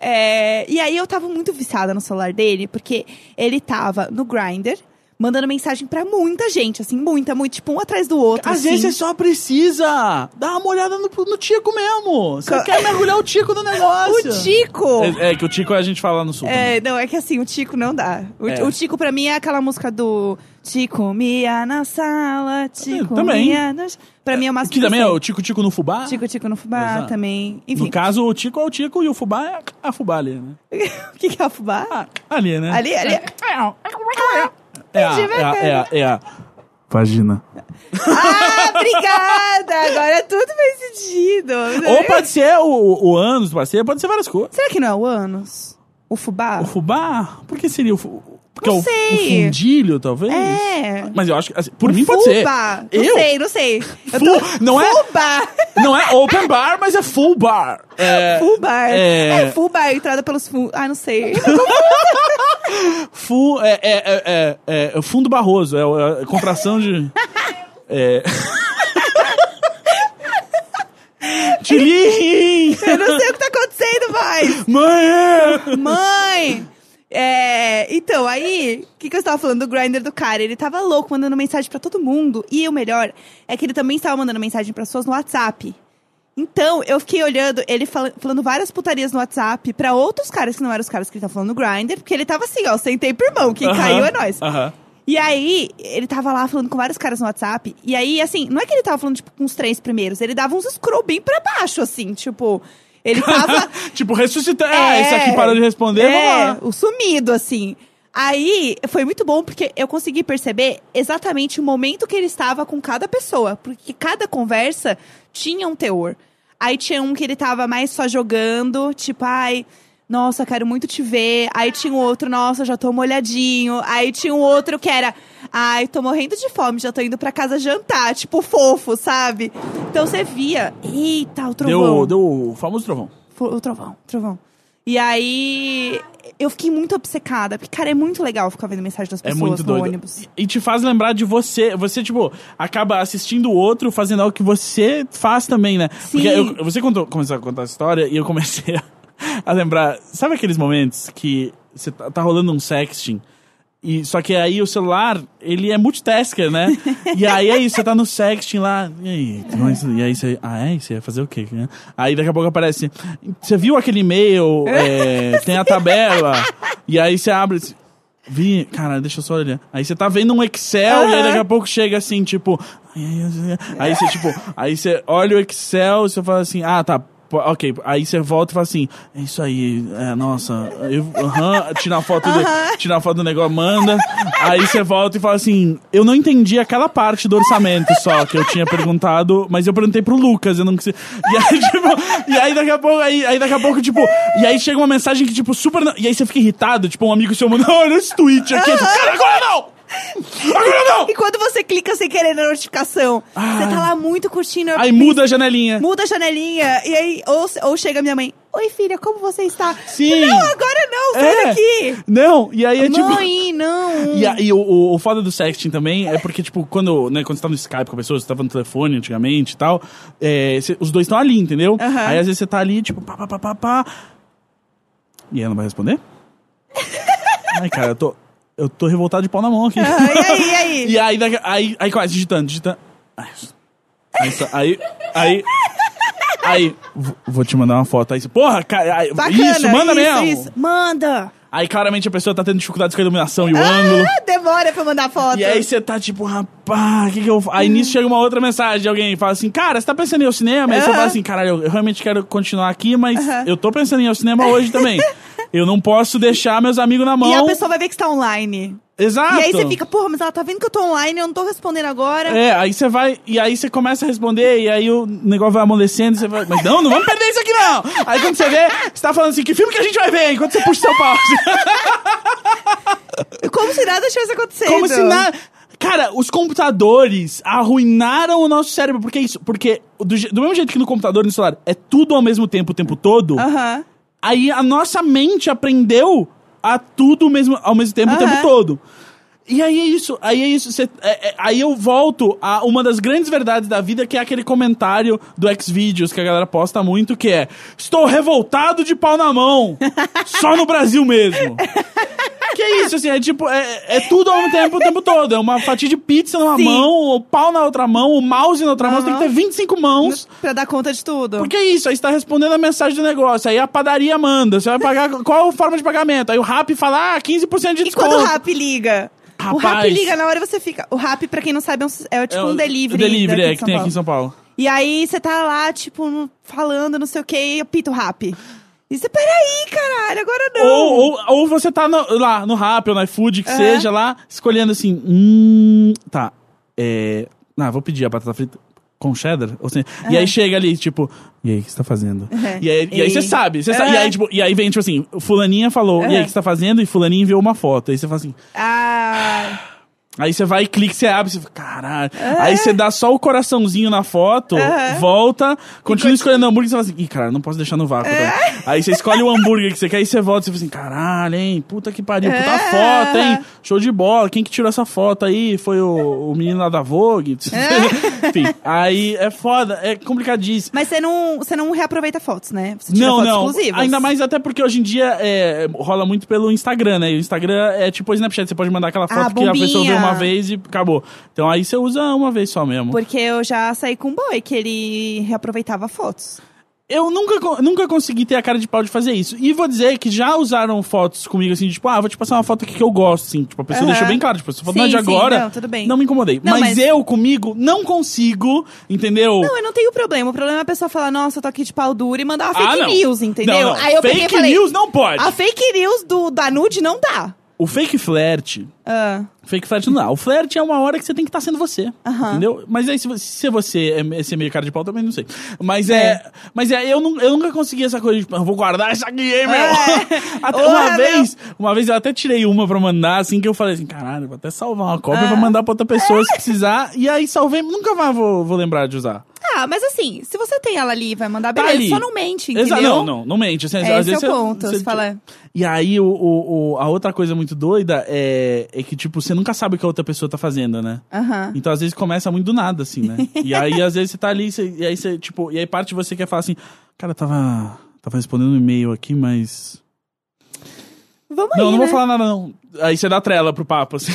Speaker 2: É, e aí eu tava muito viciada no celular dele, porque ele tava no Grindr, mandando mensagem pra muita gente, assim, muita, muito, tipo um atrás do outro.
Speaker 1: Às
Speaker 2: assim.
Speaker 1: vezes você só precisa dar uma olhada no, no tico mesmo. Você
Speaker 2: Co-
Speaker 1: quer mergulhar o tico do negócio.
Speaker 2: [laughs] O Tico!
Speaker 1: É, é, que o tico a gente fala lá no sul. também.
Speaker 2: É, não, é que assim, o Tico não dá. O,
Speaker 1: É.
Speaker 2: o Tico pra mim é aquela música do Tico Mia na sala, Tico
Speaker 1: também.
Speaker 2: Mia na... Pra mim é uma
Speaker 1: que também é o tico-tico no fubá.
Speaker 2: Tico Tico no fubá
Speaker 1: Exato.
Speaker 2: também. Enfim,
Speaker 1: No caso, o Tico é o Tico e o Fubá é a Fubá ali, né?
Speaker 2: [laughs] o que que é o fubá?
Speaker 1: Ah, ali, né?
Speaker 2: Ali, ali.
Speaker 1: É a, é a, é a, é a. Vagina.
Speaker 2: Ah, obrigada! Agora é tudo faz sentido.
Speaker 1: Ou pode ser o, o ânus, pode ser, pode ser várias coisas.
Speaker 2: Será que não é o ânus? O fubá?
Speaker 1: O Fubá, por que seria o fu- Porque é
Speaker 2: Não
Speaker 1: o,
Speaker 2: sei.
Speaker 1: o fundilho, talvez?
Speaker 2: É.
Speaker 1: Mas eu acho que, assim, por
Speaker 2: O
Speaker 1: mim pode ser.
Speaker 2: Fubá. Não
Speaker 1: Eu?
Speaker 2: sei, não sei. Eu
Speaker 1: Fu-
Speaker 2: tô-
Speaker 1: não é-
Speaker 2: Fubá.
Speaker 1: Não é open bar, mas é full bar. É,
Speaker 2: Fubar. É,
Speaker 1: É.
Speaker 2: fubar, entrada pelos fundos. Ah, não sei.
Speaker 1: Fu, é, é, é, é, é, é fundo barroso, é, é, é contração
Speaker 2: [laughs]
Speaker 1: de. É. Tilim!
Speaker 2: Eu não sei o que tá acontecendo mais.
Speaker 1: Mãe! é.
Speaker 2: Mãe! É, então, aí, o que, que eu estava falando do grinder do cara? Ele tava louco, mandando mensagem pra todo mundo. E o melhor é que ele também estava mandando mensagem para pessoas no WhatsApp. Então, eu fiquei olhando ele fala- falando várias putarias no WhatsApp pra outros caras que não eram os caras que ele tava falando no grinder, porque ele tava assim, ó, sentei por irmão, quem
Speaker 1: Aham, Ah.
Speaker 2: caiu é nós.
Speaker 1: aham.
Speaker 2: E aí, ele tava lá falando com vários caras no WhatsApp. E aí, assim, não é que ele tava falando, tipo, com os três primeiros. Ele dava uns scroll bem pra baixo, assim, tipo. Ele tava.
Speaker 1: [laughs] tipo, ressuscitar. Ah, esse aqui parou de responder,
Speaker 2: é,
Speaker 1: vamos lá.
Speaker 2: o sumido, assim. Aí, foi muito bom, porque eu consegui perceber exatamente o momento que ele estava com cada pessoa. Porque cada conversa tinha um teor. Aí tinha um que ele tava mais só jogando, tipo, ai... Nossa, quero muito te ver. Aí tinha um outro, nossa, já tô molhadinho. Aí tinha um outro que era, ai, tô morrendo de fome, já tô indo pra casa jantar. Tipo, fofo, sabe? Então você via, eita, o trovão.
Speaker 1: Deu, deu o famoso trovão.
Speaker 2: Foi o trovão, trovão. E aí, eu fiquei muito obcecada, porque, cara, é muito legal ficar vendo mensagem das
Speaker 1: É
Speaker 2: pessoas
Speaker 1: muito
Speaker 2: no
Speaker 1: doido.
Speaker 2: ônibus.
Speaker 1: E te faz lembrar de você. Você, tipo, acaba assistindo o outro fazendo algo que você faz também, né?
Speaker 2: Sim.
Speaker 1: Porque eu- você contou, começou a contar a história e eu [laughs] comecei a, a lembrar. Sabe aqueles momentos que você tá, tá rolando um sexting E, só que aí o celular, ele é multitasker, né? E aí é isso, você tá no sexting lá. E aí, tem mais- e aí você. Ah, é? Você ia fazer o quê? né? Aí daqui a pouco aparece. Você viu aquele e-mail? É, tem a tabela. E aí você abre. e diz, Vi, cara, deixa eu só olhar. Aí você tá vendo um Excel e aí daqui a pouco chega assim, tipo. "Ai, ai, ai, ai." Aí você, tipo, aí você olha o Excel e você fala assim, ah, tá. pô, Ok, aí você volta e fala assim, é isso aí, é, nossa, eu, aham, tira a foto, do, tira a foto do negócio, manda. Aí você volta e fala assim, eu não entendi aquela parte do orçamento só que eu tinha perguntado, mas eu perguntei pro Lucas, eu não consegui. E aí, [laughs] tipo, e aí daqui a pouco, aí, aí daqui a pouco, tipo, e aí chega uma mensagem que, tipo, super. não- E aí você fica irritado, tipo, um amigo seu manda, olha esse tweet aqui, eu falo, cara, agora não! Agora não!
Speaker 2: E quando você clica sem querer na notificação,
Speaker 1: Ah.
Speaker 2: você tá lá muito curtindo.
Speaker 1: Aí muda a janelinha.
Speaker 2: Muda a janelinha, e aí, ou, ou chega minha mãe, oi filha, como você está?
Speaker 1: Sim.
Speaker 2: Não, agora não, sai daqui!
Speaker 1: Não, e aí é tipo.
Speaker 2: Mãe,
Speaker 1: [laughs]
Speaker 2: não!
Speaker 1: E, a- e o, o, o foda do sexting também é porque, tipo, quando, né, quando você tá no Skype com a pessoa, você tava no telefone antigamente e tal, é, cê- os dois estão ali, entendeu?
Speaker 2: Aham.
Speaker 1: Aí às vezes você tá ali, tipo, pá, pá, pá, pá, pá. E ela não vai
Speaker 2: [laughs]
Speaker 1: responder? Ai, cara, eu tô, eu tô revoltado de pau na mão aqui.
Speaker 2: Ah, e aí, e
Speaker 1: [laughs]
Speaker 2: aí?
Speaker 1: E aí, daqui- aí, aí quase digitando, digitando. Ai, Aí, só- aí, aí, aí, v- vou te mandar uma foto. Aí, você, porra, cara, aí,
Speaker 2: Bacana,
Speaker 1: isso, manda mesmo.
Speaker 2: isso. Manda!
Speaker 1: Aí claramente a pessoa tá tendo dificuldades com a iluminação e o ângulo.
Speaker 2: Ah, demora pra eu mandar foto.
Speaker 1: E aí você tá tipo, rapaz, o que, que eu. fa-?" Aí nisso chega uma outra mensagem de alguém fala assim, cara, você tá pensando em ir ao cinema? Aí você
Speaker 2: Aham.
Speaker 1: fala assim, caralho, eu- eu realmente quero continuar aqui, mas
Speaker 2: Aham.
Speaker 1: eu tô pensando em ir ao cinema hoje também. eu não posso deixar meus amigos na mão.
Speaker 2: E a pessoa vai ver que você tá online.
Speaker 1: Exato.
Speaker 2: E aí você fica, porra, mas ela tá vendo que eu tô online, eu não tô respondendo agora.
Speaker 1: É, aí você vai, e aí você começa a responder, e aí o negócio vai amolecendo, e você vai, mas não, não vamos perder isso aqui não! Aí quando você vê, você tá falando assim, que filme que a gente vai ver? Enquanto você puxa o seu pau.
Speaker 2: Como se nada tivesse acontecido.
Speaker 1: É. Como se nada. Cara, os computadores arruinaram o nosso cérebro. Por que isso? Porque do, je- do mesmo jeito que no computador e no celular é tudo ao mesmo tempo, o tempo todo,
Speaker 2: Aham.
Speaker 1: aí a nossa mente aprendeu a tudo mesmo, ao mesmo tempo, o
Speaker 2: Aham.
Speaker 1: tempo todo. E aí é isso, aí é isso. cê- é- é- aí eu volto a uma das grandes verdades da vida, que é aquele comentário do Xvideos que a galera posta muito, que é Estou revoltado de pau na mão. Só no Brasil mesmo. [laughs] Que é isso, assim, é tipo, é, é tudo ao mesmo tempo o tempo todo. É uma fatia de pizza numa
Speaker 2: Sim.
Speaker 1: mão, o pau na outra mão, o mouse na outra mão, você tem que ter 25 mãos.
Speaker 2: Pra dar conta de tudo.
Speaker 1: Porque é isso, aí você tá respondendo a mensagem do negócio, aí a padaria manda, você vai pagar [laughs] qual a forma de pagamento? Aí o Rap fala, ah, 15% de
Speaker 2: E
Speaker 1: desconto.
Speaker 2: quando o rap liga? O rap
Speaker 1: Rapaz.
Speaker 2: liga, na hora você fica. O rap, pra quem não sabe, é, um, é tipo um
Speaker 1: o-
Speaker 2: delivery.
Speaker 1: o Delivery,
Speaker 2: daqui
Speaker 1: é,
Speaker 2: de
Speaker 1: que
Speaker 2: São
Speaker 1: tem
Speaker 2: Paulo.
Speaker 1: aqui em São Paulo.
Speaker 2: E aí você tá lá, tipo, no- falando não sei o que, e pita o rap. E você, peraí, caralho, agora não.
Speaker 1: Ou, ou, ou você tá no- lá no Rap ou no iFood, que
Speaker 2: Aham.
Speaker 1: seja, lá, escolhendo assim, hum, tá, é... Ah, vou pedir a batata frita com cheddar. Ou sem- E
Speaker 2: É.
Speaker 1: aí chega ali, tipo, e aí, o que você tá fazendo?
Speaker 2: Uhum.
Speaker 1: E aí, e aí você
Speaker 2: E- É.
Speaker 1: sabe, você sabe.
Speaker 2: Aham.
Speaker 1: E aí, tipo, e aí vem, tipo assim, fulaninha falou, e aí, o
Speaker 2: Aham.
Speaker 1: que você tá fazendo? E fulaninha enviou uma foto. Aí você fala assim...
Speaker 2: Ah,
Speaker 1: Aí você vai, clica, você abre, você fala, caralho. Aí você dá só o coraçãozinho na foto,
Speaker 2: Aham.
Speaker 1: volta, continua escolhendo o hambúrguer e você fala assim, ih, cara, não posso deixar no vácuo. tá?" Aí você escolhe o hambúrguer que você quer, aí você volta, você fala assim, caralho, hein, puta que pariu, puta
Speaker 2: É.
Speaker 1: foto, hein, show de bola, quem que tirou essa foto aí? Foi o, o menino lá da Vogue? [laughs] Enfim, aí é foda, é complicadíssimo.
Speaker 2: mas você não, você não reaproveita fotos, né? Você tira
Speaker 1: Não,
Speaker 2: fotos
Speaker 1: não.
Speaker 2: exclusivas.
Speaker 1: Ainda mais até porque hoje em dia é, rola muito pelo Instagram, né? E o Instagram é tipo o Snapchat, você pode mandar aquela foto
Speaker 2: Ah,
Speaker 1: que a pessoa vê
Speaker 2: bombinha.
Speaker 1: uma vez e acabou. Então aí você usa uma vez só mesmo.
Speaker 2: Porque eu já saí com um boy que ele reaproveitava fotos.
Speaker 1: Eu nunca, co- nunca consegui ter a cara de pau de fazer isso. E vou dizer que já usaram fotos comigo assim, tipo, ah, vou te passar uma foto aqui que eu gosto, assim. Tipo, a pessoa
Speaker 2: Aham.
Speaker 1: deixou bem claro, tipo, essa foto não é
Speaker 2: Sim,
Speaker 1: de
Speaker 2: sim,
Speaker 1: agora.
Speaker 2: não, tudo bem.
Speaker 1: Não me incomodei.
Speaker 2: Não,
Speaker 1: mas,
Speaker 2: mas-
Speaker 1: eu comigo não consigo, entendeu?
Speaker 2: Não, eu não tenho problema. O problema é a pessoa falar, nossa, eu tô aqui de pau duro e mandar uma
Speaker 1: Ah,
Speaker 2: é fake
Speaker 1: não.
Speaker 2: news, entendeu?
Speaker 1: Não, não.
Speaker 2: Aí eu peguei e
Speaker 1: fake
Speaker 2: falei,
Speaker 1: news não pode.
Speaker 2: a fake news do, da nude não dá.
Speaker 1: O fake flerte
Speaker 2: Ah,
Speaker 1: Fake flerte não dá. O flerte é uma hora que você tem que estar sendo você.
Speaker 2: Aham.
Speaker 1: Entendeu? Mas aí, se você, se você é esse meio cara de pau, também não sei. Mas é. Mas é, eu, nu- eu nunca consegui essa coisa de, tipo, eu vou guardar isso aqui, hein, meu?
Speaker 2: É.
Speaker 1: [laughs] Até
Speaker 2: Porra,
Speaker 1: uma
Speaker 2: meu.
Speaker 1: vez, uma vez eu até tirei uma pra mandar, assim, que eu falei assim, caralho, vou até salvar uma cópia
Speaker 2: Ah.
Speaker 1: pra mandar pra outra pessoa
Speaker 2: É.
Speaker 1: se precisar. E aí salvei, nunca mais vou, vou lembrar de usar.
Speaker 2: Ah, mas assim, se você tem ela ali, vai mandar
Speaker 1: Tá
Speaker 2: beleza.
Speaker 1: ali.
Speaker 2: Só não mente, entendeu?
Speaker 1: Exato, não, não, não mente. Assim,
Speaker 2: É,
Speaker 1: às
Speaker 2: esse é
Speaker 1: vezes
Speaker 2: o
Speaker 1: você-
Speaker 2: ponto. Você
Speaker 1: você-
Speaker 2: fala,
Speaker 1: E aí, o, o- o- a outra coisa muito doida é, é que, tipo, você nunca sabe o que a outra pessoa tá fazendo, né?
Speaker 2: aham.
Speaker 1: Então, às vezes, começa muito do nada, assim,
Speaker 2: [laughs]
Speaker 1: né? e aí, às vezes, você tá ali, você- e aí você, tipo, e aí parte de você quer falar assim, cara, eu tava. Tava respondendo um e-mail aqui, mas.
Speaker 2: Vamos
Speaker 1: Não,
Speaker 2: aí,
Speaker 1: não
Speaker 2: né?
Speaker 1: vou falar nada, não. Aí você dá trela pro papo,
Speaker 2: [laughs]
Speaker 1: assim.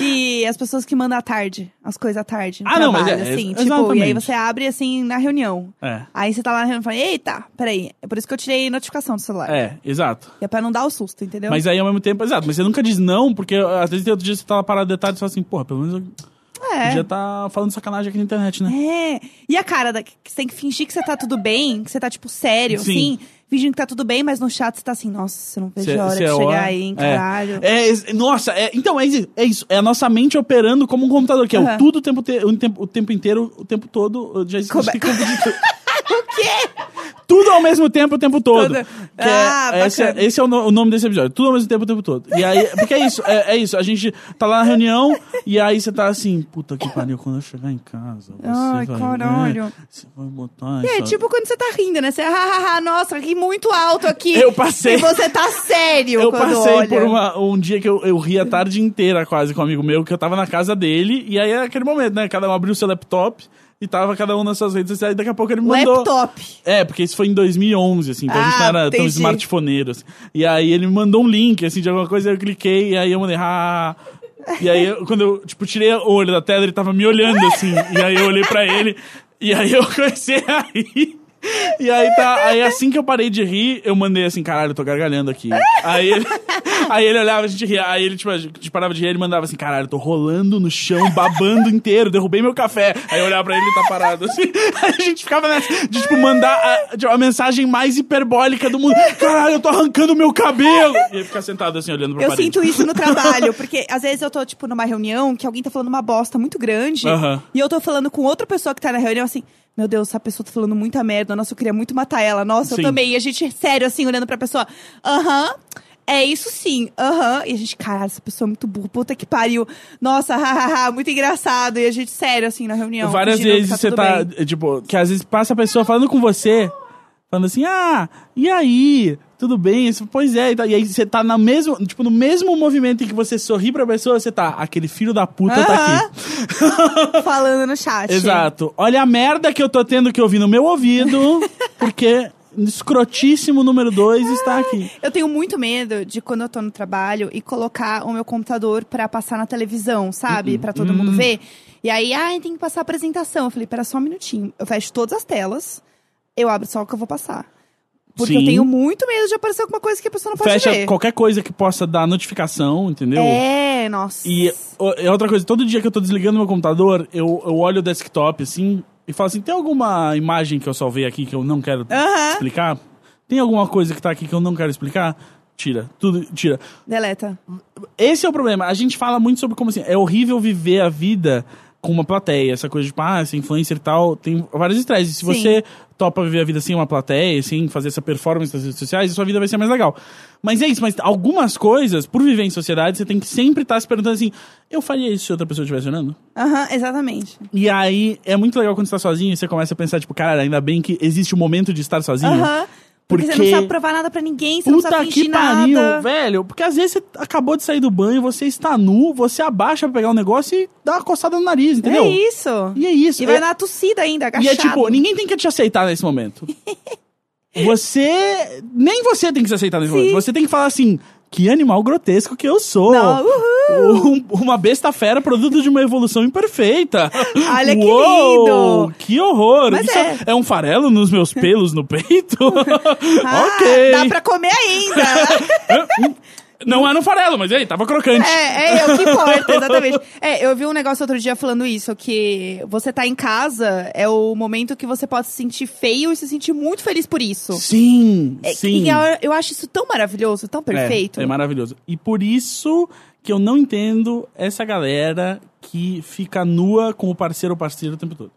Speaker 2: E as pessoas que mandam à tarde, as coisas à tarde. No
Speaker 1: Ah, não,
Speaker 2: trabalho,
Speaker 1: mas é, é,
Speaker 2: assim, tipo,
Speaker 1: exatamente.
Speaker 2: e aí você abre assim na reunião.
Speaker 1: É.
Speaker 2: Aí você tá lá na reunião e fala, eita, peraí, é por isso que eu tirei notificação do celular.
Speaker 1: É, exato.
Speaker 2: E é pra não dar o susto, entendeu?
Speaker 1: Mas aí ao mesmo tempo, exato. Mas você nunca diz não, porque às vezes tem outro dia que você tá lá parado de tarde e você fala assim, porra, pelo menos eu
Speaker 2: é.
Speaker 1: podia tá falando sacanagem aqui na internet, né?
Speaker 2: É. E a cara da... que você tem que fingir que você tá tudo bem, que você tá, tipo, sério,
Speaker 1: Sim.
Speaker 2: assim. Fingindo que tá tudo bem, mas no chat você tá assim, nossa, você não vejo
Speaker 1: Cê-
Speaker 2: a hora
Speaker 1: cê
Speaker 2: de
Speaker 1: é
Speaker 2: chegar
Speaker 1: hora-
Speaker 2: aí, hein,
Speaker 1: é.
Speaker 2: caralho.
Speaker 1: É, es- nossa, é- então é, isso- é isso. É a nossa mente operando como um computador, que é o
Speaker 2: Aham.
Speaker 1: tudo o tempo, te- o tempo, o tempo inteiro, o tempo todo. Já existe
Speaker 2: Como é-
Speaker 1: campo
Speaker 2: [laughs]
Speaker 1: de tudo. Tudo ao mesmo tempo, o tempo todo.
Speaker 2: Tudo.
Speaker 1: Que
Speaker 2: Ah,
Speaker 1: é, esse, é-
Speaker 2: bacana.
Speaker 1: esse é o, no- o nome desse episódio. Tudo ao mesmo tempo, o tempo todo. E aí, porque é isso, é, é isso. A gente tá lá na reunião e aí você tá assim, puta que pariu, quando eu chegar em casa, você
Speaker 2: Ai,
Speaker 1: vai
Speaker 2: caralho.
Speaker 1: ver, você vai botar
Speaker 2: É,
Speaker 1: essa-
Speaker 2: tipo quando você tá rindo, né? Você, "Ah, ah, ah, nossa, ri muito alto aqui.
Speaker 1: Eu passei-
Speaker 2: E você tá sério
Speaker 1: Eu
Speaker 2: quando
Speaker 1: passei
Speaker 2: olha.
Speaker 1: por uma- um dia que eu, eu ri a tarde inteira quase com um amigo meu, que eu tava na casa dele, e aí era aquele momento, né? Cada um abriu seu laptop e tava cada um nas suas redes sociais, e daqui a pouco ele me mandou...
Speaker 2: Laptop.
Speaker 1: É, porque isso foi em 2011, assim, então a gente
Speaker 2: Ah,
Speaker 1: não era tão
Speaker 2: entendi.
Speaker 1: smartphoneiro, assim. E aí ele me mandou um link, assim, de alguma coisa, eu cliquei, e aí eu mandei... Ah, e aí, eu- quando eu, tipo, tirei o olho da tela, ele tava me olhando, assim, e aí eu olhei pra ele, e aí eu comecei a rir. E aí, tá, aí assim que eu parei de rir, eu mandei assim, caralho, eu tô gargalhando aqui. Aí ele, aí ele olhava, a gente ria. Aí ele, tipo, a gente parava de rir, ele mandava assim, caralho, eu tô rolando no chão, babando inteiro, derrubei meu café. Aí eu olhava pra ele, ele tá parado assim. [laughs] Aí a gente ficava nessa, de, tipo, mandar a, de- a mensagem mais hiperbólica do mundo. Caralho, eu tô arrancando meu cabelo. E ele fica sentado assim, olhando pra
Speaker 2: Eu
Speaker 1: parede.
Speaker 2: sinto isso
Speaker 1: [laughs]
Speaker 2: no trabalho, porque às vezes eu tô, tipo, numa reunião que alguém tá falando uma bosta muito grande
Speaker 1: Aham.
Speaker 2: e eu tô falando com outra pessoa que tá na reunião assim, meu Deus, essa pessoa tá falando muita merda, nossa, eu queria muito matar ela, nossa,
Speaker 1: Sim.
Speaker 2: eu também. E a gente, sério, assim, olhando pra pessoa, aham. É isso sim, aham. E a gente, caralho, essa pessoa é muito burra, puta que pariu. Nossa, hahaha, muito engraçado. E a gente, sério, assim, na reunião.
Speaker 1: Várias
Speaker 2: fingindo que
Speaker 1: vezes você
Speaker 2: tudo
Speaker 1: tá,
Speaker 2: bem.
Speaker 1: eh, tipo, que às vezes passa a pessoa falando com você, falando assim, ah, e aí? Tudo bem? Isso, pois é. E tal. E aí você tá na mesmo, tipo, no mesmo movimento em que você sorri pra pessoa, você tá, aquele filho da puta tá
Speaker 2: Aham.
Speaker 1: aqui.
Speaker 2: Falando no chat.
Speaker 1: Exato. Olha a merda que eu tô tendo que ouvir no meu
Speaker 2: [laughs]
Speaker 1: ouvido, porque escrotíssimo número dois está aqui.
Speaker 2: Eu tenho muito medo de quando eu tô no trabalho e colocar o meu computador pra passar na televisão, sabe?
Speaker 1: Uhum.
Speaker 2: Pra todo mundo ver. E aí, ai, tem que passar a apresentação. Eu falei, pera só um minutinho. Eu fecho todas as telas, eu abro só o que eu vou passar. Porque
Speaker 1: Sim.
Speaker 2: eu tenho muito medo de aparecer alguma coisa que a pessoa não pode
Speaker 1: Fecha
Speaker 2: ver.
Speaker 1: qualquer coisa que possa dar notificação, entendeu?
Speaker 2: É, nossa.
Speaker 1: E o- é outra coisa, todo dia que eu tô desligando meu computador, eu, eu olho o desktop assim e falo assim: tem alguma imagem que eu salvei aqui que eu não quero
Speaker 2: Aham.
Speaker 1: explicar? Tem alguma coisa que tá aqui que eu não quero explicar? Tira, tudo, tira.
Speaker 2: Deleta.
Speaker 1: Esse é o problema. A gente fala muito sobre como assim, é horrível viver a vida com uma plateia, essa coisa de, tipo, ah, ser influencer e tal, tem vários estresses. Se
Speaker 2: Sim.
Speaker 1: você topa viver a vida sem uma plateia, sem fazer essa performance nas redes sociais, a sua vida vai ser mais legal. Mas é isso, mas algumas coisas, por viver em sociedade, você tem que sempre estar se perguntando assim, eu faria isso se outra pessoa estivesse olhando?
Speaker 2: Aham, exatamente.
Speaker 1: E aí, é muito legal quando você tá sozinho e você começa a pensar, tipo, cara, ainda bem que existe o momento de estar sozinho.
Speaker 2: Aham. Porque, você
Speaker 1: Porque-
Speaker 2: não sabe provar nada pra ninguém, você não
Speaker 1: Puta
Speaker 2: sabe
Speaker 1: que
Speaker 2: fingir
Speaker 1: pariu,
Speaker 2: nada.
Speaker 1: velho. Porque às vezes você acabou de sair do banho, você está nu, você abaixa pra pegar um negócio e dá uma coçada no nariz, entendeu?
Speaker 2: É isso.
Speaker 1: E é isso.
Speaker 2: E vai
Speaker 1: é,
Speaker 2: dar tossida ainda,
Speaker 1: e
Speaker 2: agachado.
Speaker 1: é tipo, ninguém tem que te aceitar nesse
Speaker 2: [laughs]
Speaker 1: momento. você. Nem você tem que se aceitar nesse momento. Você tem que falar assim: que animal grotesco que eu sou.
Speaker 2: Não, uhul.
Speaker 1: Um- uma besta fera, produto de uma evolução imperfeita.
Speaker 2: [laughs] Olha que
Speaker 1: Uou,
Speaker 2: lindo.
Speaker 1: Que horror!
Speaker 2: Mas
Speaker 1: Isso
Speaker 2: é.
Speaker 1: é um farelo nos
Speaker 2: [laughs]
Speaker 1: meus pelos no peito?
Speaker 2: Ah,
Speaker 1: [laughs] ok.
Speaker 2: Dá pra comer
Speaker 1: [laughs]
Speaker 2: ainda.
Speaker 1: Não era um farelo, mas aí, tava crocante.
Speaker 2: É, é, é o que importa, exatamente. É, eu vi um negócio outro dia falando isso, que você tá em casa, é o momento que você pode se sentir feio e se sentir muito feliz por isso.
Speaker 1: Sim,
Speaker 2: É,
Speaker 1: sim.
Speaker 2: E eu, eu acho isso tão maravilhoso, tão perfeito.
Speaker 1: É, é maravilhoso. E por isso que eu não entendo essa galera que fica nua com o parceiro ou parceiro o tempo todo.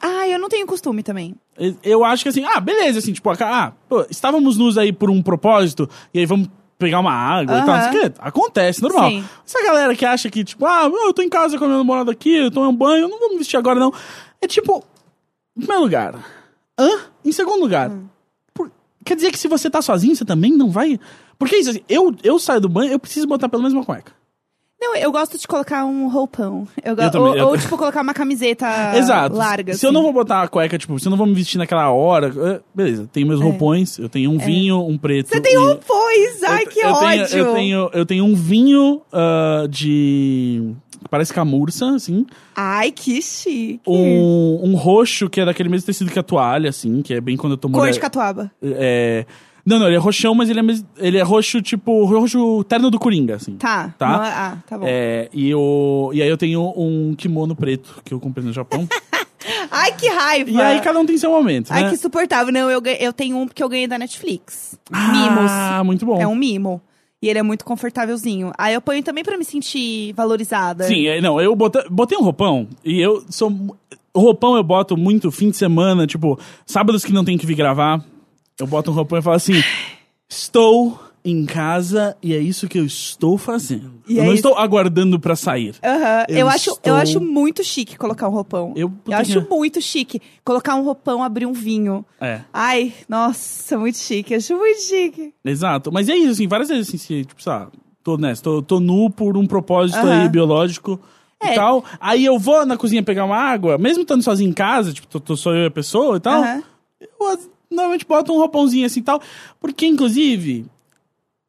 Speaker 2: ah, eu não tenho costume também.
Speaker 1: Eu- Eu acho que assim, ah, beleza, assim, tipo, ah, pô, estávamos nus aí por um propósito, e aí vamos pegar uma água e tal, não sei o quê. Acontece, normal.
Speaker 2: Sim.
Speaker 1: Essa galera que acha que, tipo, ah, eu tô em casa com a minha namorada aqui, eu tomei um banho, eu não vou me vestir agora, não. É tipo, em primeiro lugar, hã? Em segundo lugar,
Speaker 2: Hum.
Speaker 1: por- quer dizer que se você tá sozinho, você também não vai. Porque é isso, assim, eu, eu saio do banho, eu preciso botar pelo menos uma cueca.
Speaker 2: Não, eu gosto de colocar um roupão. Eu go-
Speaker 1: Eu também,
Speaker 2: ou,
Speaker 1: eu-
Speaker 2: ou, tipo, colocar uma camiseta
Speaker 1: [laughs] Exato.
Speaker 2: Ah, larga.
Speaker 1: se eu
Speaker 2: assim.
Speaker 1: não vou botar a cueca, tipo, se eu não vou me vestir naquela hora, eh, beleza, tenho meus roupões, eu tenho um vinho, um preto.
Speaker 2: É. Você tem
Speaker 1: e-
Speaker 2: roupões! Ai,
Speaker 1: eu-
Speaker 2: que
Speaker 1: eu tenho-
Speaker 2: ódio!
Speaker 1: eu, tenho, eu tenho um vinho ah, de. Parece camurça, assim.
Speaker 2: Ai, que chique!
Speaker 1: Um, um roxo que é daquele mesmo tecido que a toalha, assim, que é bem quando eu tô
Speaker 2: Cor
Speaker 1: molha-
Speaker 2: de catuaba.
Speaker 1: é, Não, não, ele é roxão, mas ele é, mes- ele é roxo, tipo, roxo terno do Coringa, assim.
Speaker 2: Tá.
Speaker 1: Tá.
Speaker 2: não é- ah, tá bom.
Speaker 1: É, e, eu, e aí eu tenho um kimono preto que eu comprei no
Speaker 2: [laughs]
Speaker 1: Japão.
Speaker 2: Ai, que raiva!
Speaker 1: e aí cada um tem seu momento,
Speaker 2: Ai,
Speaker 1: né?
Speaker 2: que insuportável. Não, eu, ganhei- eu tenho um porque eu ganhei da Netflix. Mimos.
Speaker 1: Ah, muito bom.
Speaker 2: É um mimo. E ele é muito confortávelzinho. Aí eu ponho também pra me sentir valorizada.
Speaker 1: Sim, é, não, eu bota- botei um roupão e eu sou. mu- Roupão eu boto muito fim de semana, tipo, sábados que não tem que vir gravar. Eu boto um roupão e falo assim: estou em casa e é isso que eu estou fazendo.
Speaker 2: E
Speaker 1: eu
Speaker 2: é
Speaker 1: não
Speaker 2: isso.
Speaker 1: estou aguardando pra sair.
Speaker 2: Aham.
Speaker 1: Eu
Speaker 2: Eu, acho,
Speaker 1: estou-
Speaker 2: eu acho muito chique colocar um roupão.
Speaker 1: Eu- puta que-
Speaker 2: acho muito chique. Colocar um roupão, abrir um vinho.
Speaker 1: É,
Speaker 2: Ai, nossa, muito chique. Acho muito chique.
Speaker 1: exato. Mas é isso, assim, várias vezes, assim, se, tipo, sei lá, tô, né, tô, tô nu por um propósito
Speaker 2: Aham.
Speaker 1: aí biológico. E
Speaker 2: É.
Speaker 1: tal. Aí eu vou na cozinha pegar uma água, mesmo estando sozinho em casa, tipo, tô, tô só eu e a pessoa e tal.
Speaker 2: Aham.
Speaker 1: Eu normalmente boto um roupãozinho assim e tal. Porque, inclusive,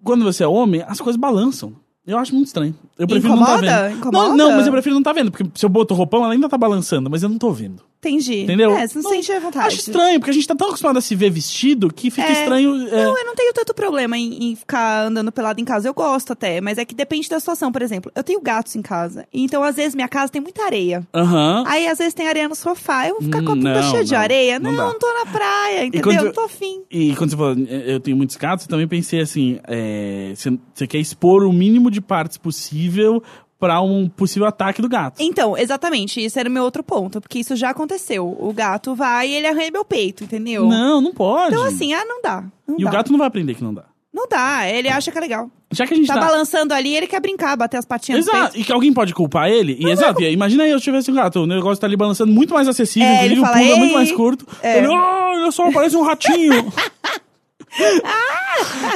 Speaker 1: quando você é homem, as coisas balançam. Eu acho muito estranho. Eu prefiro não
Speaker 2: Incomoda?
Speaker 1: tá vendo.
Speaker 2: Incomoda?
Speaker 1: Não, não, mas eu prefiro não tá vendo. Porque se eu boto o roupão, ela ainda tá balançando, mas eu não tô vendo.
Speaker 2: Entendi.
Speaker 1: Entendeu?
Speaker 2: É, você não,
Speaker 1: Não,
Speaker 2: sente a vontade.
Speaker 1: Acho estranho, porque a gente tá tão acostumado a se ver vestido que fica
Speaker 2: É.
Speaker 1: estranho. é,
Speaker 2: Não, eu não tenho tanto problema em, em ficar andando pelado em casa. Eu gosto até, mas é que depende da situação. Por exemplo, eu tenho gatos em casa. Então, às vezes, minha casa tem muita areia.
Speaker 1: Aham.
Speaker 2: Aí, às vezes, tem areia no sofá. Eu vou ficar
Speaker 1: Hum,
Speaker 2: com a bunda
Speaker 1: não,
Speaker 2: cheia de
Speaker 1: não.
Speaker 2: areia.
Speaker 1: Não
Speaker 2: Não,
Speaker 1: dá.
Speaker 2: não tô na praia, entendeu?
Speaker 1: quando-
Speaker 2: Não tô afim.
Speaker 1: E quando você falou, "É, eu tenho muitos gatos, eu também pensei assim: é, você, você quer expor o mínimo de partes possível pra um possível ataque do gato.
Speaker 2: Então, exatamente, esse era o meu outro ponto, porque isso já aconteceu. O gato vai e ele arranha meu peito, entendeu?
Speaker 1: Não, não pode.
Speaker 2: Então, assim, ah, não dá. Não
Speaker 1: e
Speaker 2: dá.
Speaker 1: o gato não vai aprender que não dá.
Speaker 2: Não dá, ele acha que é legal.
Speaker 1: Já que a gente
Speaker 2: Tá
Speaker 1: tá
Speaker 2: balançando ali, ele quer brincar, bater as patinhas no um peito.
Speaker 1: Exato, e que alguém pode culpar ele. E exato, e aí, imagina aí eu tivesse um gato, o negócio tá ali balançando muito mais acessível,
Speaker 2: É,
Speaker 1: inclusive
Speaker 2: ele
Speaker 1: o
Speaker 2: fala,
Speaker 1: pulo é muito
Speaker 2: "Ei".
Speaker 1: mais curto.
Speaker 2: É.
Speaker 1: Ele, "Ah, olha só, parece um ratinho.
Speaker 2: [laughs]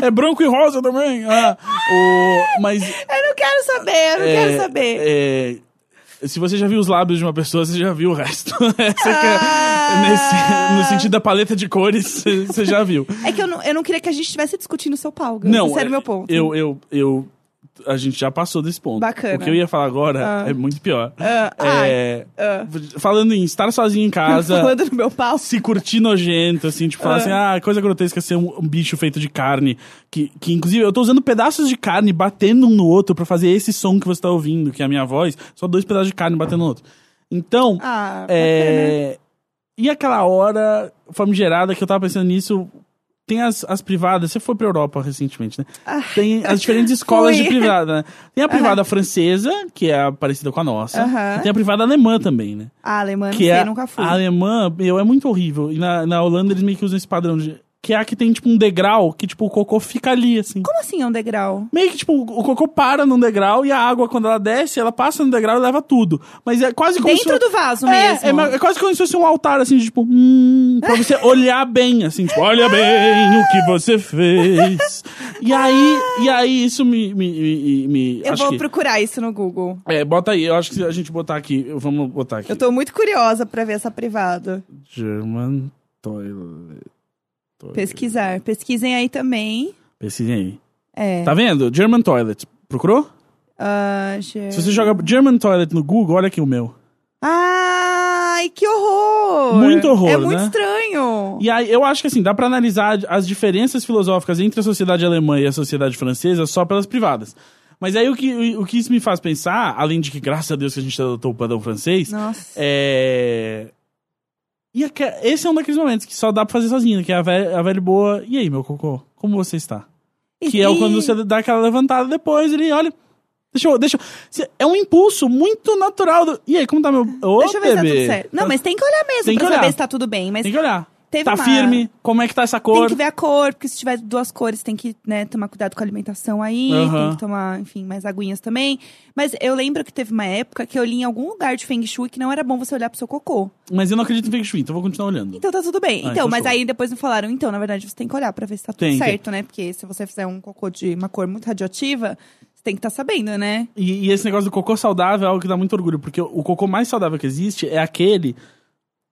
Speaker 1: é branco e rosa também. Ah, o, mas.
Speaker 2: Eu não quero saber, eu não quero saber.
Speaker 1: é, se você já viu os lábios de uma pessoa, você já viu o resto. [laughs] Essa que é-
Speaker 2: Ah.
Speaker 1: nesse- no sentido da paleta de cores, você você já viu.
Speaker 2: É, que eu não, eu não queria que a gente estivesse discutindo o seu pau, Gus.
Speaker 1: Não,
Speaker 2: Esse era
Speaker 1: é,
Speaker 2: o meu ponto.
Speaker 1: Eu, eu, eu, a gente já passou desse ponto.
Speaker 2: Bacana.
Speaker 1: O que eu ia falar agora é muito pior.
Speaker 2: Ah,
Speaker 1: É, Falando em estar sozinho em
Speaker 2: [laughs]
Speaker 1: casa,
Speaker 2: Falando no meu pau.
Speaker 1: se curtir nojento, assim, tipo, falar
Speaker 2: Ah.
Speaker 1: assim, ah, coisa grotesca ser um, um bicho feito de carne. Que, que, inclusive, eu tô usando pedaços de carne batendo um no outro pra fazer esse som que você tá ouvindo, que é a minha voz. Só dois pedaços de carne batendo no outro. Então,
Speaker 2: Ah,
Speaker 1: é, E aquela hora famigerada que eu tava pensando nisso. Tem as, as privadas, você foi pra Europa recentemente, né? Tem as diferentes escolas de
Speaker 2: Ah. Fui.
Speaker 1: privada, né? Tem a privada francesa, que é a parecida com a nossa.
Speaker 2: Aham.
Speaker 1: E tem a privada alemã também, né?
Speaker 2: Ah, alemã, não
Speaker 1: que
Speaker 2: sei,
Speaker 1: é
Speaker 2: nunca fui.
Speaker 1: a alemã, meu, é muito horrível. E na, na Holanda eles meio que usam esse padrão de. Que é a que tem, tipo, um degrau que, tipo, o cocô fica ali, assim.
Speaker 2: Como assim é um degrau?
Speaker 1: Meio que, tipo, o cocô para num degrau e a água, quando ela desce, ela passa no degrau e leva tudo. Mas é quase como se
Speaker 2: Dentro
Speaker 1: fosse-
Speaker 2: do vaso
Speaker 1: é,
Speaker 2: mesmo.
Speaker 1: É, ma- é quase como se fosse um altar, assim, de, tipo, hum, pra você olhar bem, assim, tipo, olha bem o que você fez. E aí, e aí isso me. me, me, me-
Speaker 2: Ah. eu
Speaker 1: acho
Speaker 2: vou
Speaker 1: que-
Speaker 2: procurar isso no Google.
Speaker 1: É, bota aí, eu acho que se a gente botar aqui, eu- vamos botar aqui.
Speaker 2: Eu tô muito curiosa pra ver essa privada.
Speaker 1: German Toilet. Toilet.
Speaker 2: Pesquisar. Pesquisem aí também.
Speaker 1: Pesquisem aí.
Speaker 2: É.
Speaker 1: Tá vendo? German Toilet. Procurou?
Speaker 2: Ah, gente.
Speaker 1: Se você joga German Toilet no Google, olha aqui o meu.
Speaker 2: Ai, que horror!
Speaker 1: Muito horror,
Speaker 2: É muito
Speaker 1: né?
Speaker 2: estranho.
Speaker 1: E aí, eu acho que assim, dá pra analisar as diferenças filosóficas entre a sociedade alemã e a sociedade francesa só pelas privadas. Mas aí o que, o que isso me faz pensar, além de que, graças a Deus, que a gente adotou o padrão francês,
Speaker 2: Nossa.
Speaker 1: é. E aque- esse é um daqueles momentos que só dá pra fazer sozinho, que é a velha, a velha boa. E aí, meu cocô, como você está? Que é o quando você dá aquela levantada depois, ele olha. Deixa eu. Deixa eu- Cê- É um impulso muito natural. do- E aí, como tá meu. Ô,
Speaker 2: Deixa eu ver
Speaker 1: bebê.
Speaker 2: se tá tudo certo. Não, mas tem que olhar mesmo
Speaker 1: Tem que
Speaker 2: pra
Speaker 1: olhar.
Speaker 2: saber se tá tudo bem. Mas
Speaker 1: Tem que olhar.
Speaker 2: teve
Speaker 1: Tá
Speaker 2: uma-
Speaker 1: firme? Como é que tá essa
Speaker 2: tem
Speaker 1: cor?
Speaker 2: que ver a cor, porque se tiver duas cores, tem que né, tomar cuidado com a alimentação aí,
Speaker 1: Aham.
Speaker 2: tem que tomar, enfim, mais aguinhas também. Mas eu lembro que teve uma época que eu li em algum lugar de Feng Shui que não era bom você olhar pro seu cocô.
Speaker 1: Mas eu não acredito em Feng Shui, então eu vou continuar olhando.
Speaker 2: Então tá tudo bem.
Speaker 1: Ah,
Speaker 2: então,
Speaker 1: então
Speaker 2: mas
Speaker 1: show.
Speaker 2: aí depois me falaram, então, na verdade, você tem que olhar pra ver se tá tudo
Speaker 1: Tem que-
Speaker 2: certo, né? Porque se você fizer um cocô de uma cor muito radioativa, você tem que estar sabendo, né?
Speaker 1: E, e esse negócio do cocô saudável é algo que dá muito orgulho, porque o cocô mais saudável que existe é aquele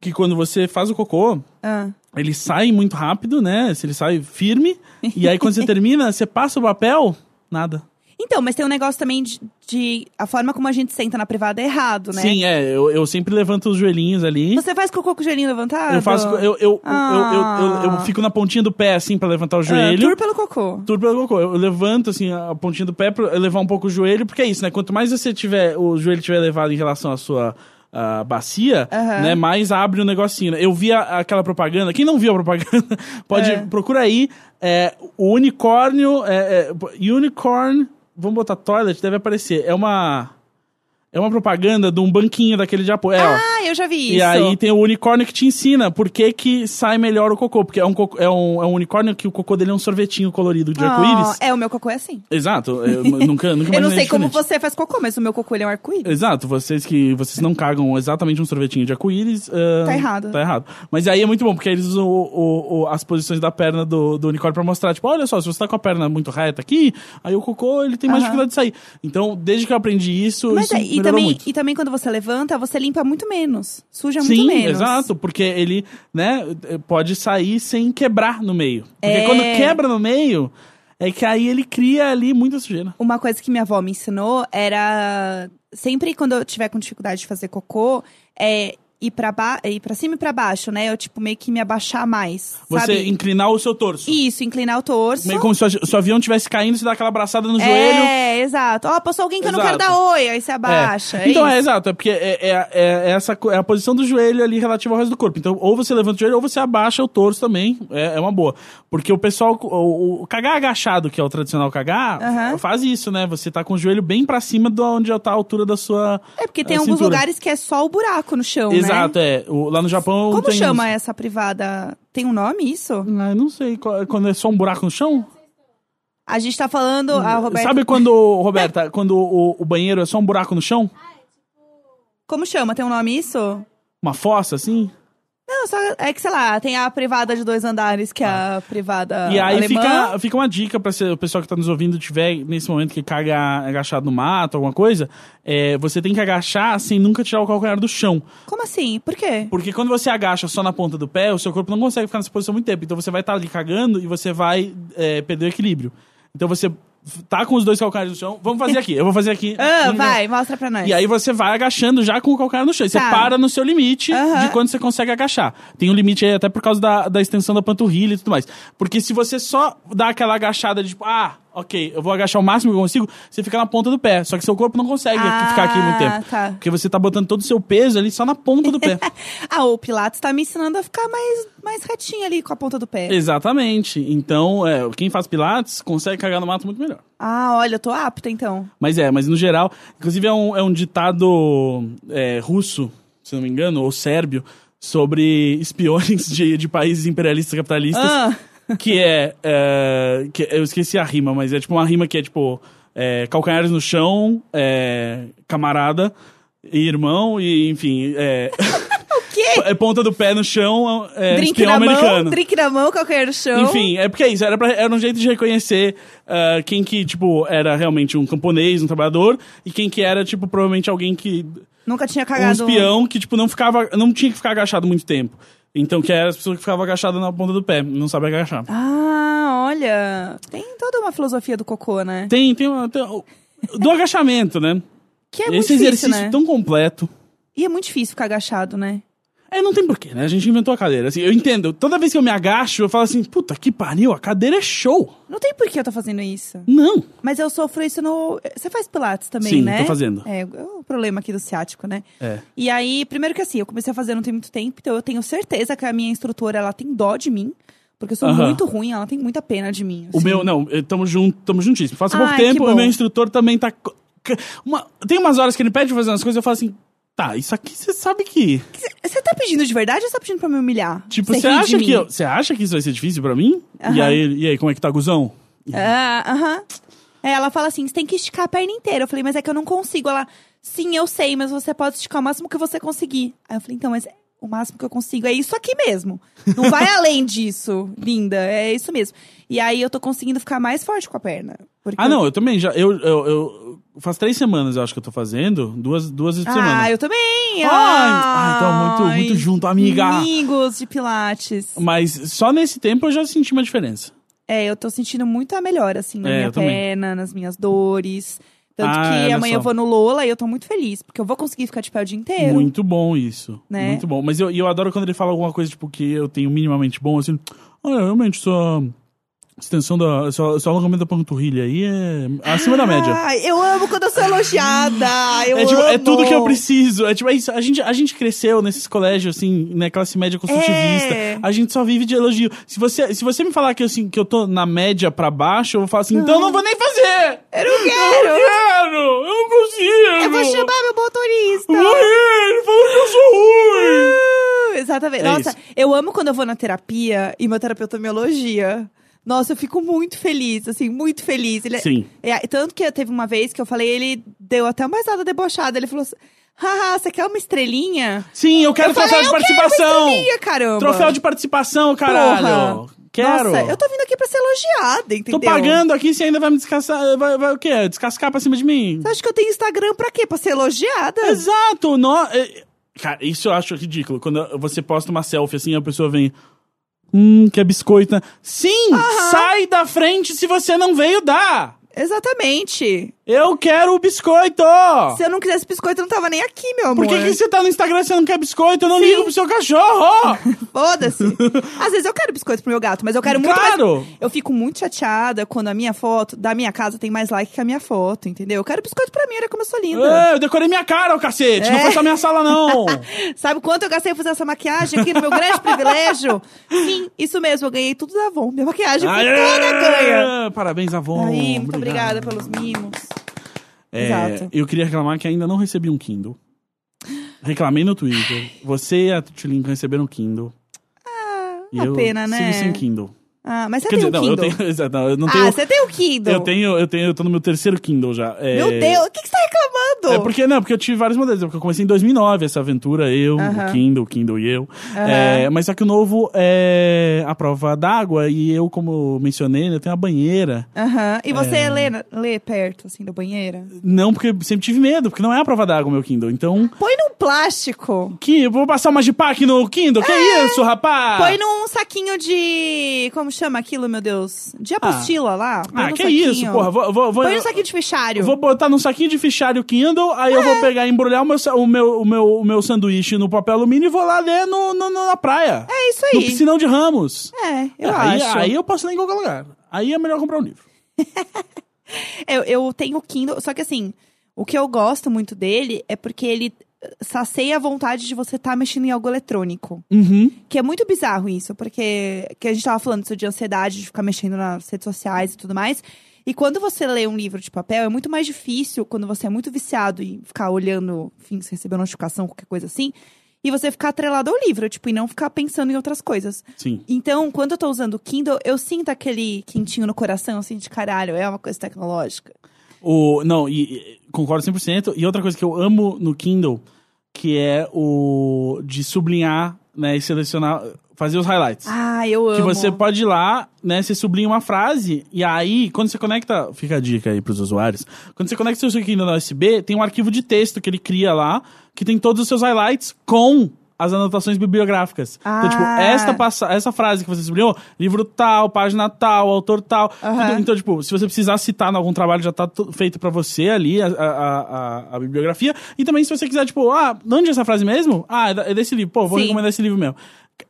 Speaker 1: que quando você faz o cocô,
Speaker 2: Ah.
Speaker 1: ele sai muito rápido, né? Se ele sai firme, e aí quando
Speaker 2: [laughs]
Speaker 1: você termina, você passa o papel, nada.
Speaker 2: Então, mas tem um negócio também de, de- a forma como a gente senta na privada é errado, né?
Speaker 1: Sim, é, eu, eu sempre levanto os joelhinhos ali.
Speaker 2: Você faz cocô com o joelhinho levantado?
Speaker 1: Eu faço. Eu, eu,
Speaker 2: Ah.
Speaker 1: eu, eu, eu, eu fico na pontinha do pé, assim, pra levantar o
Speaker 2: Ah,
Speaker 1: joelho.
Speaker 2: tour pelo cocô.
Speaker 1: Tudo pelo cocô. Eu levanto, assim, a pontinha do pé pra elevar um pouco o joelho, porque é isso, né? Quanto mais você tiver, o joelho tiver elevado em relação à sua ah, bacia,
Speaker 2: Aham.
Speaker 1: né? Mais abre o negocinho. né? Eu vi a- aquela propaganda, quem não viu a propaganda, [laughs] pode,
Speaker 2: É.
Speaker 1: procura aí, é, o unicórnio, é, é, unicorn, vamos botar toilet, deve aparecer. É uma... É uma propaganda de um banquinho daquele de apoio. É, ó.
Speaker 2: Ah, eu já vi isso.
Speaker 1: E aí tem o unicórnio que te ensina por que, que sai melhor o cocô. Porque é um, cocô- é, um, é um unicórnio que o cocô dele é um sorvetinho colorido de arco-íris.
Speaker 2: É, o meu cocô é assim.
Speaker 1: Exato. Eu nunca, [laughs] nunca
Speaker 2: Eu não
Speaker 1: imaginei
Speaker 2: sei como
Speaker 1: diferente.
Speaker 2: você faz cocô, mas o meu cocô ele é um arco-íris.
Speaker 1: Exato, vocês que vocês não cagam exatamente um sorvetinho de arco-íris. ah,
Speaker 2: Tá errado.
Speaker 1: Tá errado. Mas aí é muito bom, porque eles usam o- o- o- as posições da perna do, do unicórnio pra mostrar, tipo, olha só, se você tá com a perna muito reta aqui, aí o cocô ele tem mais
Speaker 2: Aham.
Speaker 1: dificuldade de sair. Então, desde que eu aprendi isso,
Speaker 2: Mas
Speaker 1: isso
Speaker 2: é- e,
Speaker 1: melhorou
Speaker 2: também,
Speaker 1: muito.
Speaker 2: e também quando você levanta, você limpa muito menos. Suja É muito
Speaker 1: Sim,
Speaker 2: menos.
Speaker 1: exato, porque ele, né, pode sair sem quebrar no meio. Porque
Speaker 2: É.
Speaker 1: quando quebra no meio, é que aí ele cria ali muita sujeira.
Speaker 2: Uma coisa que minha avó me ensinou era sempre quando eu tiver com dificuldade de fazer cocô, é ir pra, ba ir pra cima e pra baixo, né? Eu, tipo, meio que me abaixar mais.
Speaker 1: Você
Speaker 2: sabe?
Speaker 1: inclinar o seu torso.
Speaker 2: Isso, inclinar o torso.
Speaker 1: Meio como se o avi- se o avião estivesse caindo, você dá aquela abraçada no joelho.
Speaker 2: É, exato. Ó, passou alguém que eu não
Speaker 1: Exato.
Speaker 2: quero dar oi, aí você abaixa. É.
Speaker 1: Então, é
Speaker 2: isso.
Speaker 1: exato, é porque é, é- é essa, co- é a posição do joelho ali relativa ao resto do corpo. Então, ou você levanta o joelho ou você abaixa o torso também. É, é uma boa. Porque o pessoal, o, o cagar agachado, que é o tradicional cagar,
Speaker 2: Aham.
Speaker 1: faz isso, né? Você tá com o joelho bem pra cima de onde tá a altura da sua.
Speaker 2: É porque
Speaker 1: a
Speaker 2: tem alguns
Speaker 1: cintura.
Speaker 2: lugares que é só o buraco no chão, né?
Speaker 1: Exato, é. O- lá no Japão.
Speaker 2: Como
Speaker 1: tem
Speaker 2: chama
Speaker 1: uns-
Speaker 2: essa privada? Tem um nome isso?
Speaker 1: Ah, eu não sei. qual- Quando é só um buraco no chão?
Speaker 2: A gente tá falando. Ah, Roberto.
Speaker 1: Hum, Sabe
Speaker 2: [laughs]
Speaker 1: quando, Roberta, quando o, o banheiro é só um buraco no chão?
Speaker 2: Como chama? Tem um nome isso?
Speaker 1: Uma fossa, assim?
Speaker 2: Não, só. É que sei lá, tem a privada de dois andares, que é a privada.
Speaker 1: Ah. e aí
Speaker 2: alemã.
Speaker 1: fica, fica uma dica pra se o pessoal que tá nos ouvindo tiver nesse momento que caga agachado no mato, alguma coisa. é, você tem que agachar sem nunca tirar o calcanhar do chão.
Speaker 2: Como assim? Por quê?
Speaker 1: Porque quando você agacha só na ponta do pé, o seu corpo não consegue ficar nessa posição muito tempo. Então você vai estar ali cagando e você vai é, perder o equilíbrio. Então você f- tá com os dois calcanhares no chão. Vamos
Speaker 2: [laughs]
Speaker 1: fazer aqui, eu vou fazer aqui.
Speaker 2: Ah,
Speaker 1: Vamos-
Speaker 2: vai, mostra pra nós.
Speaker 1: Hum, né? E aí você vai agachando já com o calcanhar no chão. E Você
Speaker 2: Tá.
Speaker 1: para no seu limite
Speaker 2: Aham.
Speaker 1: de quando você consegue agachar. Tem um limite aí até por causa da, da extensão da panturrilha e tudo mais. Porque se você só dá aquela agachada de tipo, ah, ok, eu vou agachar o máximo que eu consigo, você fica na ponta do pé. Só que seu corpo não consegue aqui- ficar aqui muito
Speaker 2: Ah,
Speaker 1: tempo.
Speaker 2: tá.
Speaker 1: Porque você tá botando todo o seu peso ali só na ponta do
Speaker 2: [laughs]
Speaker 1: pé.
Speaker 2: Ah, o Pilates tá me ensinando a ficar mais, mais retinha ali com a ponta do pé.
Speaker 1: Exatamente. Então, é, quem faz pilates consegue cagar no mato muito melhor.
Speaker 2: Ah, olha, eu tô apta então.
Speaker 1: Mas é, mas no geral. Inclusive é um, é um ditado é, russo, se não me engano, ou sérvio, sobre espiões de, de países imperialistas capitalistas.
Speaker 2: Ah.
Speaker 1: Que é, é, que Eu esqueci a rima, mas é tipo uma rima que é tipo. é, calcanhares no chão, é, camarada, e irmão, e enfim. É, [laughs]
Speaker 2: Que?
Speaker 1: é ponta do pé no chão, é,
Speaker 2: drink
Speaker 1: espião
Speaker 2: na
Speaker 1: americano.
Speaker 2: mão, drink na mão, calcanhar no chão.
Speaker 1: Enfim, é porque é isso. Era, pra- era um jeito de reconhecer ah, quem que, tipo, era realmente um camponês, um trabalhador, e quem que era, tipo, provavelmente alguém que.
Speaker 2: Nunca tinha
Speaker 1: Um
Speaker 2: cagado.
Speaker 1: espião que, tipo, não ficava. não tinha que ficar agachado muito tempo. Então, que era as pessoas que ficavam agachadas na ponta do pé, não sabia agachar.
Speaker 2: Ah, olha. Tem toda uma filosofia do cocô, né?
Speaker 1: Tem, tem, uma, tem o- do agachamento, né?
Speaker 2: Que é
Speaker 1: Esse
Speaker 2: muito difícil,
Speaker 1: exercício
Speaker 2: né?
Speaker 1: tão completo.
Speaker 2: E é muito difícil ficar agachado, né?
Speaker 1: É, não tem porquê, né? A gente inventou a cadeira. Assim, eu entendo. Toda vez que eu me agacho, eu falo assim, puta que pariu, a cadeira é show.
Speaker 2: Não tem por que eu tô fazendo isso.
Speaker 1: Não.
Speaker 2: Mas eu sofro isso no. Você faz pilates também,
Speaker 1: Sim,
Speaker 2: né?
Speaker 1: tô fazendo.
Speaker 2: É, é o problema aqui do ciático, né?
Speaker 1: É.
Speaker 2: E aí, primeiro que assim, eu comecei a fazer não tem muito tempo, então eu tenho certeza que a minha instrutora, ela tem dó de mim. Porque eu sou
Speaker 1: Aham.
Speaker 2: muito ruim, ela tem muita pena de mim.
Speaker 1: O
Speaker 2: assim.
Speaker 1: meu, não, estamos junto, tamo juntíssimo. Faço pouco
Speaker 2: Ai, que
Speaker 1: tempo, o
Speaker 2: bom.
Speaker 1: meu instrutor também tá. co- ca- uma- tem umas horas que ele pede pra fazer umas coisas, eu falo assim, tá, isso aqui você sabe que.
Speaker 2: Você tá pedindo de verdade ou você tá pedindo pra me humilhar?
Speaker 1: Tipo,
Speaker 2: Você
Speaker 1: você
Speaker 2: ri de
Speaker 1: acha
Speaker 2: mim?
Speaker 1: que eu- Você acha que isso vai ser difícil pra mim? E,
Speaker 2: Aham.
Speaker 1: aí, e aí, como é que tá, Guzão?
Speaker 2: Ah, Aham. É, ela fala assim: você tem que esticar a perna inteira. Eu falei, mas é que eu não consigo. Ela, sim, eu sei, mas você pode esticar o máximo que você conseguir. Aí eu falei, então, mas o máximo que eu consigo. É isso aqui mesmo.
Speaker 1: [laughs]
Speaker 2: Não vai além disso, linda. É isso mesmo. E aí eu tô conseguindo ficar mais forte com a perna. porque
Speaker 1: Ah, não, eu também já. Eu, eu, eu- faz três semanas, eu acho que eu tô fazendo. Duas, duas
Speaker 2: Ah,
Speaker 1: semanas.
Speaker 2: eu também!
Speaker 1: Ah, então muito, muito
Speaker 2: Ai,
Speaker 1: junto, amiga.
Speaker 2: Amigos de Pilates.
Speaker 1: Mas só nesse tempo eu já senti uma diferença.
Speaker 2: É, eu tô sentindo muita melhor, assim, na
Speaker 1: É,
Speaker 2: minha
Speaker 1: eu também.
Speaker 2: perna, nas minhas dores. Tanto
Speaker 1: Ah,
Speaker 2: que
Speaker 1: olha
Speaker 2: amanhã
Speaker 1: só.
Speaker 2: eu vou no Lola e eu tô muito feliz, porque eu vou conseguir ficar de pé o dia inteiro.
Speaker 1: Muito bom isso.
Speaker 2: Né?
Speaker 1: Muito bom. Mas eu, e eu adoro quando ele fala alguma coisa, tipo, que eu tenho minimamente bom, assim. Olha, realmente, sua extensão da. Seu, seu alongamento da panturrilha aí é acima da média.
Speaker 2: Ai, eu amo quando eu sou
Speaker 1: [gasps]
Speaker 2: elogiada! Ah, Eu
Speaker 1: é, tipo, é
Speaker 2: amo.
Speaker 1: tudo que eu preciso. É tipo, é isso. A gente, a gente cresceu nesses colégios, assim, né? Classe média construtivista.
Speaker 2: É.
Speaker 1: A gente só vive de elogio. Se você, se você me falar que, assim, que eu tô na média pra baixo, eu vou falar assim, então eu não vou nem fazer! Eu não quero! Eu não quero! Eu não consigo!
Speaker 2: Eu vou chamar meu motorista!
Speaker 1: Ui, ele falou que eu sou
Speaker 2: Ah.
Speaker 1: ruim!
Speaker 2: [laughs] Exatamente.
Speaker 1: É
Speaker 2: Nossa,
Speaker 1: isso.
Speaker 2: eu amo quando eu vou na terapia e meu terapeuta me elogia. Nossa, eu fico muito feliz, assim, muito feliz. Ele é-
Speaker 1: Sim.
Speaker 2: É, tanto que teve uma vez que eu falei, ele deu até uma risada debochada. Ele falou assim: haha, você quer uma estrelinha?
Speaker 1: Sim, eu quero
Speaker 2: Eu
Speaker 1: troféu
Speaker 2: falei,
Speaker 1: de
Speaker 2: eu quero uma
Speaker 1: participação!
Speaker 2: estrelinha, caramba!
Speaker 1: Troféu de participação, caralho!
Speaker 2: Porra.
Speaker 1: Quero!
Speaker 2: Nossa, eu tô vindo aqui pra ser elogiada, entendeu?
Speaker 1: Tô pagando aqui, você ainda vai me descascar. Vai, vai o quê? Descascar pra cima de mim?
Speaker 2: Você acha que eu tenho Instagram pra quê? Pra ser elogiada?
Speaker 1: Exato! No... é- Cara, isso eu acho ridículo. Quando você posta uma selfie assim, a pessoa vem. Hum, que é biscoito, né? Sim! Sai da frente se você não veio dar!
Speaker 2: Exatamente.
Speaker 1: Eu quero o biscoito!
Speaker 2: Se eu não quisesse biscoito, eu não tava nem aqui, meu
Speaker 1: Por
Speaker 2: amor.
Speaker 1: que, que você tá no Instagram se você não quer biscoito? Eu não ligo pro seu cachorro! [laughs]
Speaker 2: Foda-se. Às vezes eu quero biscoito pro meu gato, mas eu quero muito mais-
Speaker 1: Claro!
Speaker 2: Eu fico muito chateada quando a minha foto da minha casa tem mais like que a minha foto, entendeu? Eu quero biscoito pra mim, olha como eu sou linda.
Speaker 1: É, eu decorei minha cara, o cacete! Não
Speaker 2: É.
Speaker 1: foi só minha sala,
Speaker 2: [laughs]
Speaker 1: não!
Speaker 2: Sabe quanto eu gastei pra fazer essa maquiagem aqui no meu grande
Speaker 1: [laughs]
Speaker 2: privilégio? Sim, isso mesmo, eu ganhei tudo da Avon. Minha maquiagem foi Tipo, toda ganha.
Speaker 1: Parabéns, Avon!
Speaker 2: Aí, muito obrigada pelos mimos.
Speaker 1: É,
Speaker 2: Exato.
Speaker 1: Eu queria reclamar que ainda não recebi um Kindle. Reclamei no Twitter. Você e a Tutulinka receberam um Kindle. Ah,
Speaker 2: uma pena, né?
Speaker 1: Sigo sem Kindle.
Speaker 2: Ah, mas você
Speaker 1: Quer
Speaker 2: tem
Speaker 1: dizer,
Speaker 2: um
Speaker 1: não, eu
Speaker 2: Kindle.
Speaker 1: tenho. [laughs] exato, não, eu não
Speaker 2: Ah,
Speaker 1: tenho.
Speaker 2: você tem o Kindle.
Speaker 1: Eu tenho, eu tenho, eu tô no meu terceiro Kindle já. É,
Speaker 2: Meu Deus, o que, que você tá reclamando?
Speaker 1: É porque, não, porque eu tive vários modelos. Porque eu comecei em 2009 essa aventura, eu,
Speaker 2: Aham.
Speaker 1: o Kindle, o Kindle e eu. É, mas só que o novo é a prova d'água e eu, como eu mencionei, né, eu tenho uma banheira.
Speaker 2: Aham. E você,
Speaker 1: É.
Speaker 2: Helena, lê perto, assim, da banheira?
Speaker 1: Não, porque eu sempre tive medo, porque não é a prova d'água o meu Kindle. Então,
Speaker 2: Põe num plástico.
Speaker 1: Que? Eu Vou passar uma jipac no Kindle? Que isso, rapaz?
Speaker 2: É. Põe num saquinho de. Como chama aquilo, meu Deus? De apostila lá. Põe
Speaker 1: Ah,
Speaker 2: num
Speaker 1: que
Speaker 2: saquinho.
Speaker 1: isso, porra. Vou, vou, vou,
Speaker 2: Põe num saquinho de fichário.
Speaker 1: vou botar num saquinho de fichário Kindle, aí eu
Speaker 2: É.
Speaker 1: vou pegar, embrulhar o meu, sa- o, meu, o, meu, o meu sanduíche no papel alumínio e vou lá ler no, no- no- na praia.
Speaker 2: É isso
Speaker 1: No
Speaker 2: aí.
Speaker 1: piscinão de Ramos.
Speaker 2: É, eu
Speaker 1: aí,
Speaker 2: acho.
Speaker 1: aí eu posso ler em qualquer lugar. Aí é melhor comprar um livro.
Speaker 2: Eu, eu tenho o Kindle, só que assim, o que eu gosto muito dele é porque ele eh, sacia a vontade de você estar mexendo em algo eletrônico.
Speaker 1: Uhum.
Speaker 2: Que é muito bizarro isso, porque que a gente tava falando isso de ansiedade, de ficar mexendo nas redes sociais e tudo mais. E quando você lê um livro de papel, é muito mais difícil quando você é muito viciado em ficar olhando, enfim, se receber notificação, qualquer coisa assim, e você ficar atrelado ao livro, tipo, e não ficar pensando em outras coisas.
Speaker 1: Sim.
Speaker 2: Então, quando eu tô usando o Kindle, eu sinto aquele quentinho no coração, assim, de caralho, é uma coisa tecnológica.
Speaker 1: O, não, e, e concordo 100%. E outra coisa que eu amo no Kindle, que é o de sublinhar, né, e selecionar, fazer os highlights.
Speaker 2: Ah, eu amo.
Speaker 1: Que você pode ir lá, né? Você sublinha uma frase, e aí, quando você conecta. Fica a dica aí pros usuários. Quando você conecta o seu Kindle na USB, tem um arquivo de texto que ele cria lá, que tem todos os seus highlights com as anotações bibliográficas.
Speaker 2: Ah.
Speaker 1: Então, tipo, esta, passa- essa frase que você sublinhou, livro tal, página tal, autor tal.
Speaker 2: Aham.
Speaker 1: Tudo- Então, tipo, se você precisar citar em algum trabalho, já tá tu- feito pra você ali a, a- a- a bibliografia. E também, se você quiser, tipo, ah, onde é essa frase mesmo? Ah, é da- é desse livro. Pô, vou
Speaker 2: Sim.
Speaker 1: recomendar esse livro mesmo.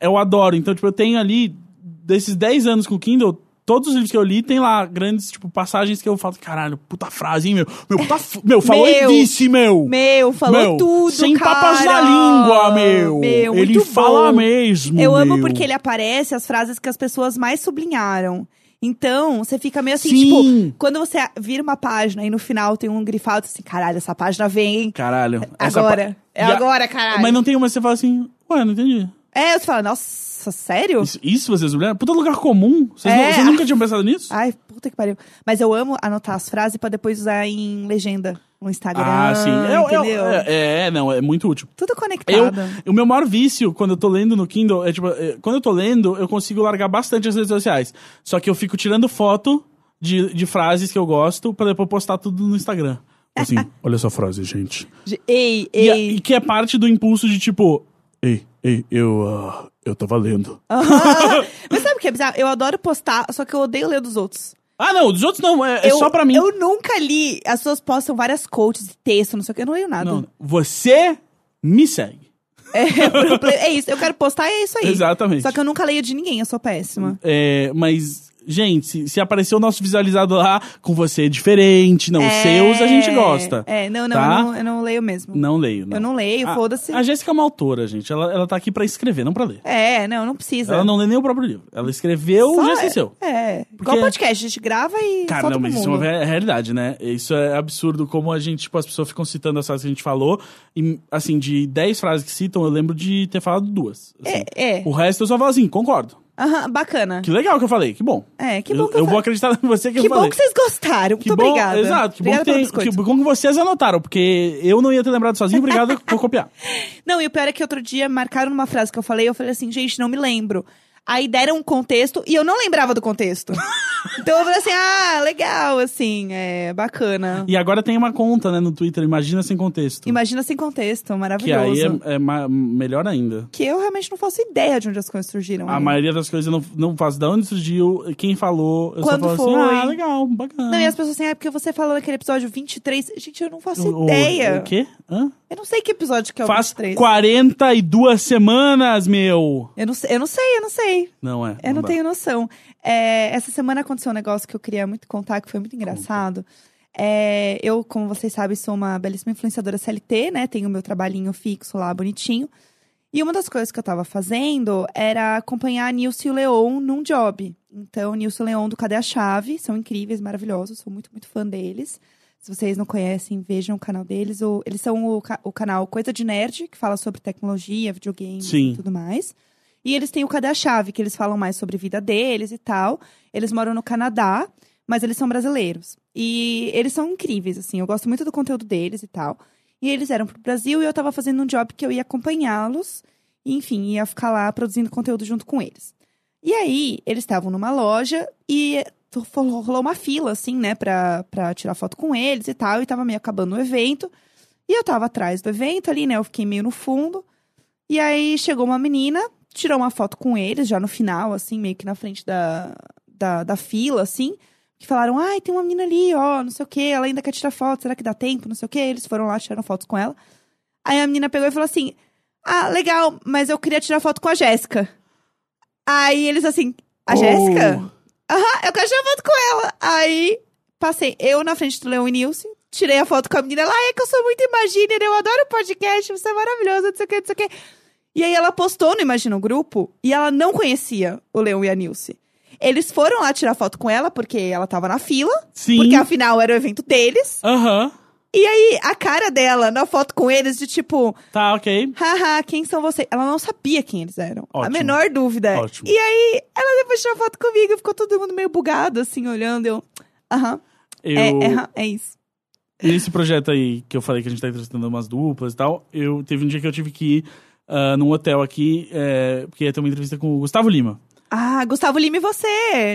Speaker 1: Eu adoro. Então, tipo, eu tenho ali, desses 10 anos com o Kindle, todos os livros que eu li tem lá grandes, tipo, passagens que eu falo, caralho, puta frase, hein, meu? Meu, puta f- meu falou
Speaker 2: Meu.
Speaker 1: e disse, meu!
Speaker 2: Meu, falou
Speaker 1: Meu,
Speaker 2: tudo,
Speaker 1: Sem
Speaker 2: cara.
Speaker 1: papas na língua, meu!
Speaker 2: Meu,
Speaker 1: ele
Speaker 2: muito
Speaker 1: fala
Speaker 2: bom.
Speaker 1: mesmo,
Speaker 2: Eu amo
Speaker 1: meu.
Speaker 2: porque ele aparece as frases que as pessoas mais sublinharam. Então, você fica meio assim,
Speaker 1: Sim.
Speaker 2: tipo, quando você vira uma página e no final tem um grifado assim, caralho, essa página vem
Speaker 1: Caralho. essa pa-
Speaker 2: agora. É
Speaker 1: E a-
Speaker 2: agora, caralho.
Speaker 1: Mas não tem uma que você fala assim, ué, não entendi.
Speaker 2: É, você fala, nossa, sério?
Speaker 1: Isso, isso vocês olharam? Puta lugar comum. Vocês,
Speaker 2: É.
Speaker 1: nu- vocês nunca tinham pensado nisso?
Speaker 2: Ai, puta que pariu. Mas eu amo anotar as frases pra depois usar em legenda. um Instagram.
Speaker 1: Ah, sim. Eu- eu-
Speaker 2: entendeu?
Speaker 1: é, é, não, é muito útil.
Speaker 2: Tudo
Speaker 1: Eu,
Speaker 2: conectado.
Speaker 1: o meu maior vício quando eu tô lendo no Kindle é tipo, é, quando eu tô lendo, eu consigo largar bastante as redes sociais. Só que eu fico tirando foto de, de frases que eu gosto pra depois postar tudo no Instagram. Assim, [laughs] olha essa frase, gente.
Speaker 2: De- Ei,
Speaker 1: E, a-
Speaker 2: ei.
Speaker 1: e que é parte do impulso de tipo, ei, ei, eu, ah, eu tava lendo.
Speaker 2: Aham. [laughs] Mas sabe o que é bizarro? Eu adoro postar, só que eu odeio ler dos outros.
Speaker 1: Ah, não, dos outros não, é, é
Speaker 2: eu,
Speaker 1: só pra mim.
Speaker 2: Eu nunca li. As pessoas postam várias coaches e texto, não sei o que. Eu não leio nada.
Speaker 1: Não, você me segue.
Speaker 2: [laughs] É, o problema- é isso. Eu quero postar e é isso aí.
Speaker 1: Exatamente.
Speaker 2: Só que eu nunca leio de ninguém. Eu sou péssima.
Speaker 1: É, mas, gente, se, se aparecer o nosso visualizado lá, com você é diferente. Não, os
Speaker 2: É,
Speaker 1: seus a gente gosta.
Speaker 2: É, não, não,
Speaker 1: Tá?
Speaker 2: eu não, eu não leio mesmo.
Speaker 1: Não leio, não.
Speaker 2: Eu não leio,
Speaker 1: A-
Speaker 2: foda-se.
Speaker 1: A Jéssica é uma autora, gente. Ela, ela tá aqui pra escrever, não pra ler.
Speaker 2: É, não, não precisa.
Speaker 1: Ela não lê nem o próprio livro. Ela escreveu,
Speaker 2: Só
Speaker 1: já
Speaker 2: é-
Speaker 1: esqueceu.
Speaker 2: É, igual podcast, a gente grava e
Speaker 1: Cara,
Speaker 2: solta
Speaker 1: não,
Speaker 2: pro
Speaker 1: mas isso é
Speaker 2: mundo.
Speaker 1: uma ve- realidade, né? Isso é absurdo como a gente, tipo, as pessoas ficam citando as frases que a gente falou. E, assim, de 10 frases que citam, eu lembro de ter falado duas. assim.
Speaker 2: É, é.
Speaker 1: O resto eu só falo assim, concordo.
Speaker 2: Aham, bacana.
Speaker 1: Que legal que eu falei, que bom.
Speaker 2: É, que bom
Speaker 1: eu,
Speaker 2: que eu
Speaker 1: eu vou
Speaker 2: falei.
Speaker 1: acreditar em você que,
Speaker 2: Que
Speaker 1: eu falei.
Speaker 2: bom que vocês gostaram.
Speaker 1: Que
Speaker 2: Muito
Speaker 1: bom-
Speaker 2: obrigada.
Speaker 1: Exato, que bom, que,
Speaker 2: Obrigada
Speaker 1: tem,
Speaker 2: pelo
Speaker 1: que
Speaker 2: biscoito.
Speaker 1: bom que vocês anotaram, porque eu não ia ter lembrado sozinho, obrigado por
Speaker 2: [laughs]
Speaker 1: copiar.
Speaker 2: Não, e o pior é que outro dia marcaram uma frase que eu falei, eu falei assim, gente, não me lembro. Aí deram um contexto e eu não lembrava
Speaker 1: [laughs]
Speaker 2: do contexto. então eu falei assim, ah, legal, assim, é bacana.
Speaker 1: E agora tem uma conta, né, no Twitter, imagina sem contexto.
Speaker 2: Imagina sem contexto,
Speaker 1: Que aí
Speaker 2: maravilhoso.
Speaker 1: é, é ma- melhor ainda.
Speaker 2: Que eu realmente não faço ideia de onde as coisas surgiram.
Speaker 1: A
Speaker 2: né?
Speaker 1: maioria das coisas eu não, não faço de onde surgiu, quem falou, eu
Speaker 2: Quando
Speaker 1: só falo assim,
Speaker 2: foi?
Speaker 1: ah, legal, bacana.
Speaker 2: Não, e as pessoas assim, ah, porque você falou naquele episódio 23. Gente, eu não faço
Speaker 1: O- o-
Speaker 2: ideia.
Speaker 1: O quê? Hã?
Speaker 2: Eu não sei que episódio que é o
Speaker 1: Faz
Speaker 2: 23.
Speaker 1: 42 semanas, meu!
Speaker 2: Eu não, sei- eu não sei, eu não sei.
Speaker 1: Não é.
Speaker 2: Eu não,
Speaker 1: dá.
Speaker 2: tenho noção. É, essa semana aconteceu um negócio que eu queria muito contar, que foi muito engraçado. É, eu, como vocês sabem, sou uma belíssima influenciadora CLT, né? Tenho meu trabalhinho fixo lá, bonitinho. E uma das coisas que eu tava fazendo era acompanhar a Nilce e o Leon num job. Então, Nilce e o Leon do Cadê a Chave são incríveis, maravilhosos, sou muito, muito fã deles. Se vocês não conhecem, vejam o canal deles. O- eles são o, ca- o canal Coisa de Nerd, que fala sobre tecnologia, videogame
Speaker 1: Sim.
Speaker 2: e tudo mais. E eles têm o Cadê a Chave, que eles falam mais sobre a vida deles e tal. Eles moram no Canadá, mas eles são brasileiros. E eles são incríveis, assim. Eu gosto muito do conteúdo deles e tal. E eles eram pro Brasil e eu tava fazendo um job que eu ia acompanhá-los. E, enfim, ia ficar lá produzindo conteúdo junto com eles. E aí, eles estavam numa loja e to- rolou rolou uma fila, assim, né, pra, pra tirar foto com eles e tal. E tava meio acabando o evento. E eu tava atrás do evento ali, né? Eu fiquei meio no fundo. E aí chegou uma menina, tirou uma foto com eles, já no final, assim, meio que na frente da, da, da fila, assim. Que falaram, ai, tem uma menina ali, ó, não sei o quê, ela ainda quer tirar foto, será que dá tempo, não sei o quê. Eles foram lá, tiraram fotos com ela. Aí a menina pegou e falou assim, ah, legal, mas eu queria tirar foto com a Jéssica. Aí eles assim, a
Speaker 1: Oh.
Speaker 2: Jéssica? Aham, eu quero tirar foto com ela. Aí passei eu na frente do Leon e Nilce, tirei a foto com a menina, ela, ai, é que eu sou muito imaginer, eu adoro podcast, você é maravilhosa, não sei o quê, não sei o quê. E aí ela postou no Imagina o Grupo e ela não conhecia o Leon e a Nilce. Eles foram lá tirar foto com ela porque ela tava na fila,
Speaker 1: Sim.
Speaker 2: porque afinal era o evento deles.
Speaker 1: Aham.
Speaker 2: E aí a cara dela na foto com eles de tipo,
Speaker 1: Tá, ok.
Speaker 2: haha, quem são vocês? Ela não sabia quem eles eram. A
Speaker 1: Ótimo.
Speaker 2: menor dúvida.
Speaker 1: Ótimo.
Speaker 2: E aí ela depois tirou foto comigo e ficou todo mundo meio bugado assim, olhando. Eu, aham,
Speaker 1: Eu...
Speaker 2: é, é, aham, é isso.
Speaker 1: Esse projeto aí que eu falei que a gente tá entrevistando umas duplas e tal, eu teve um dia que eu tive que ir ah, num hotel aqui, eh, porque ia ter uma entrevista com o Gustavo Lima.
Speaker 2: Ah, Gustavo Lima e você.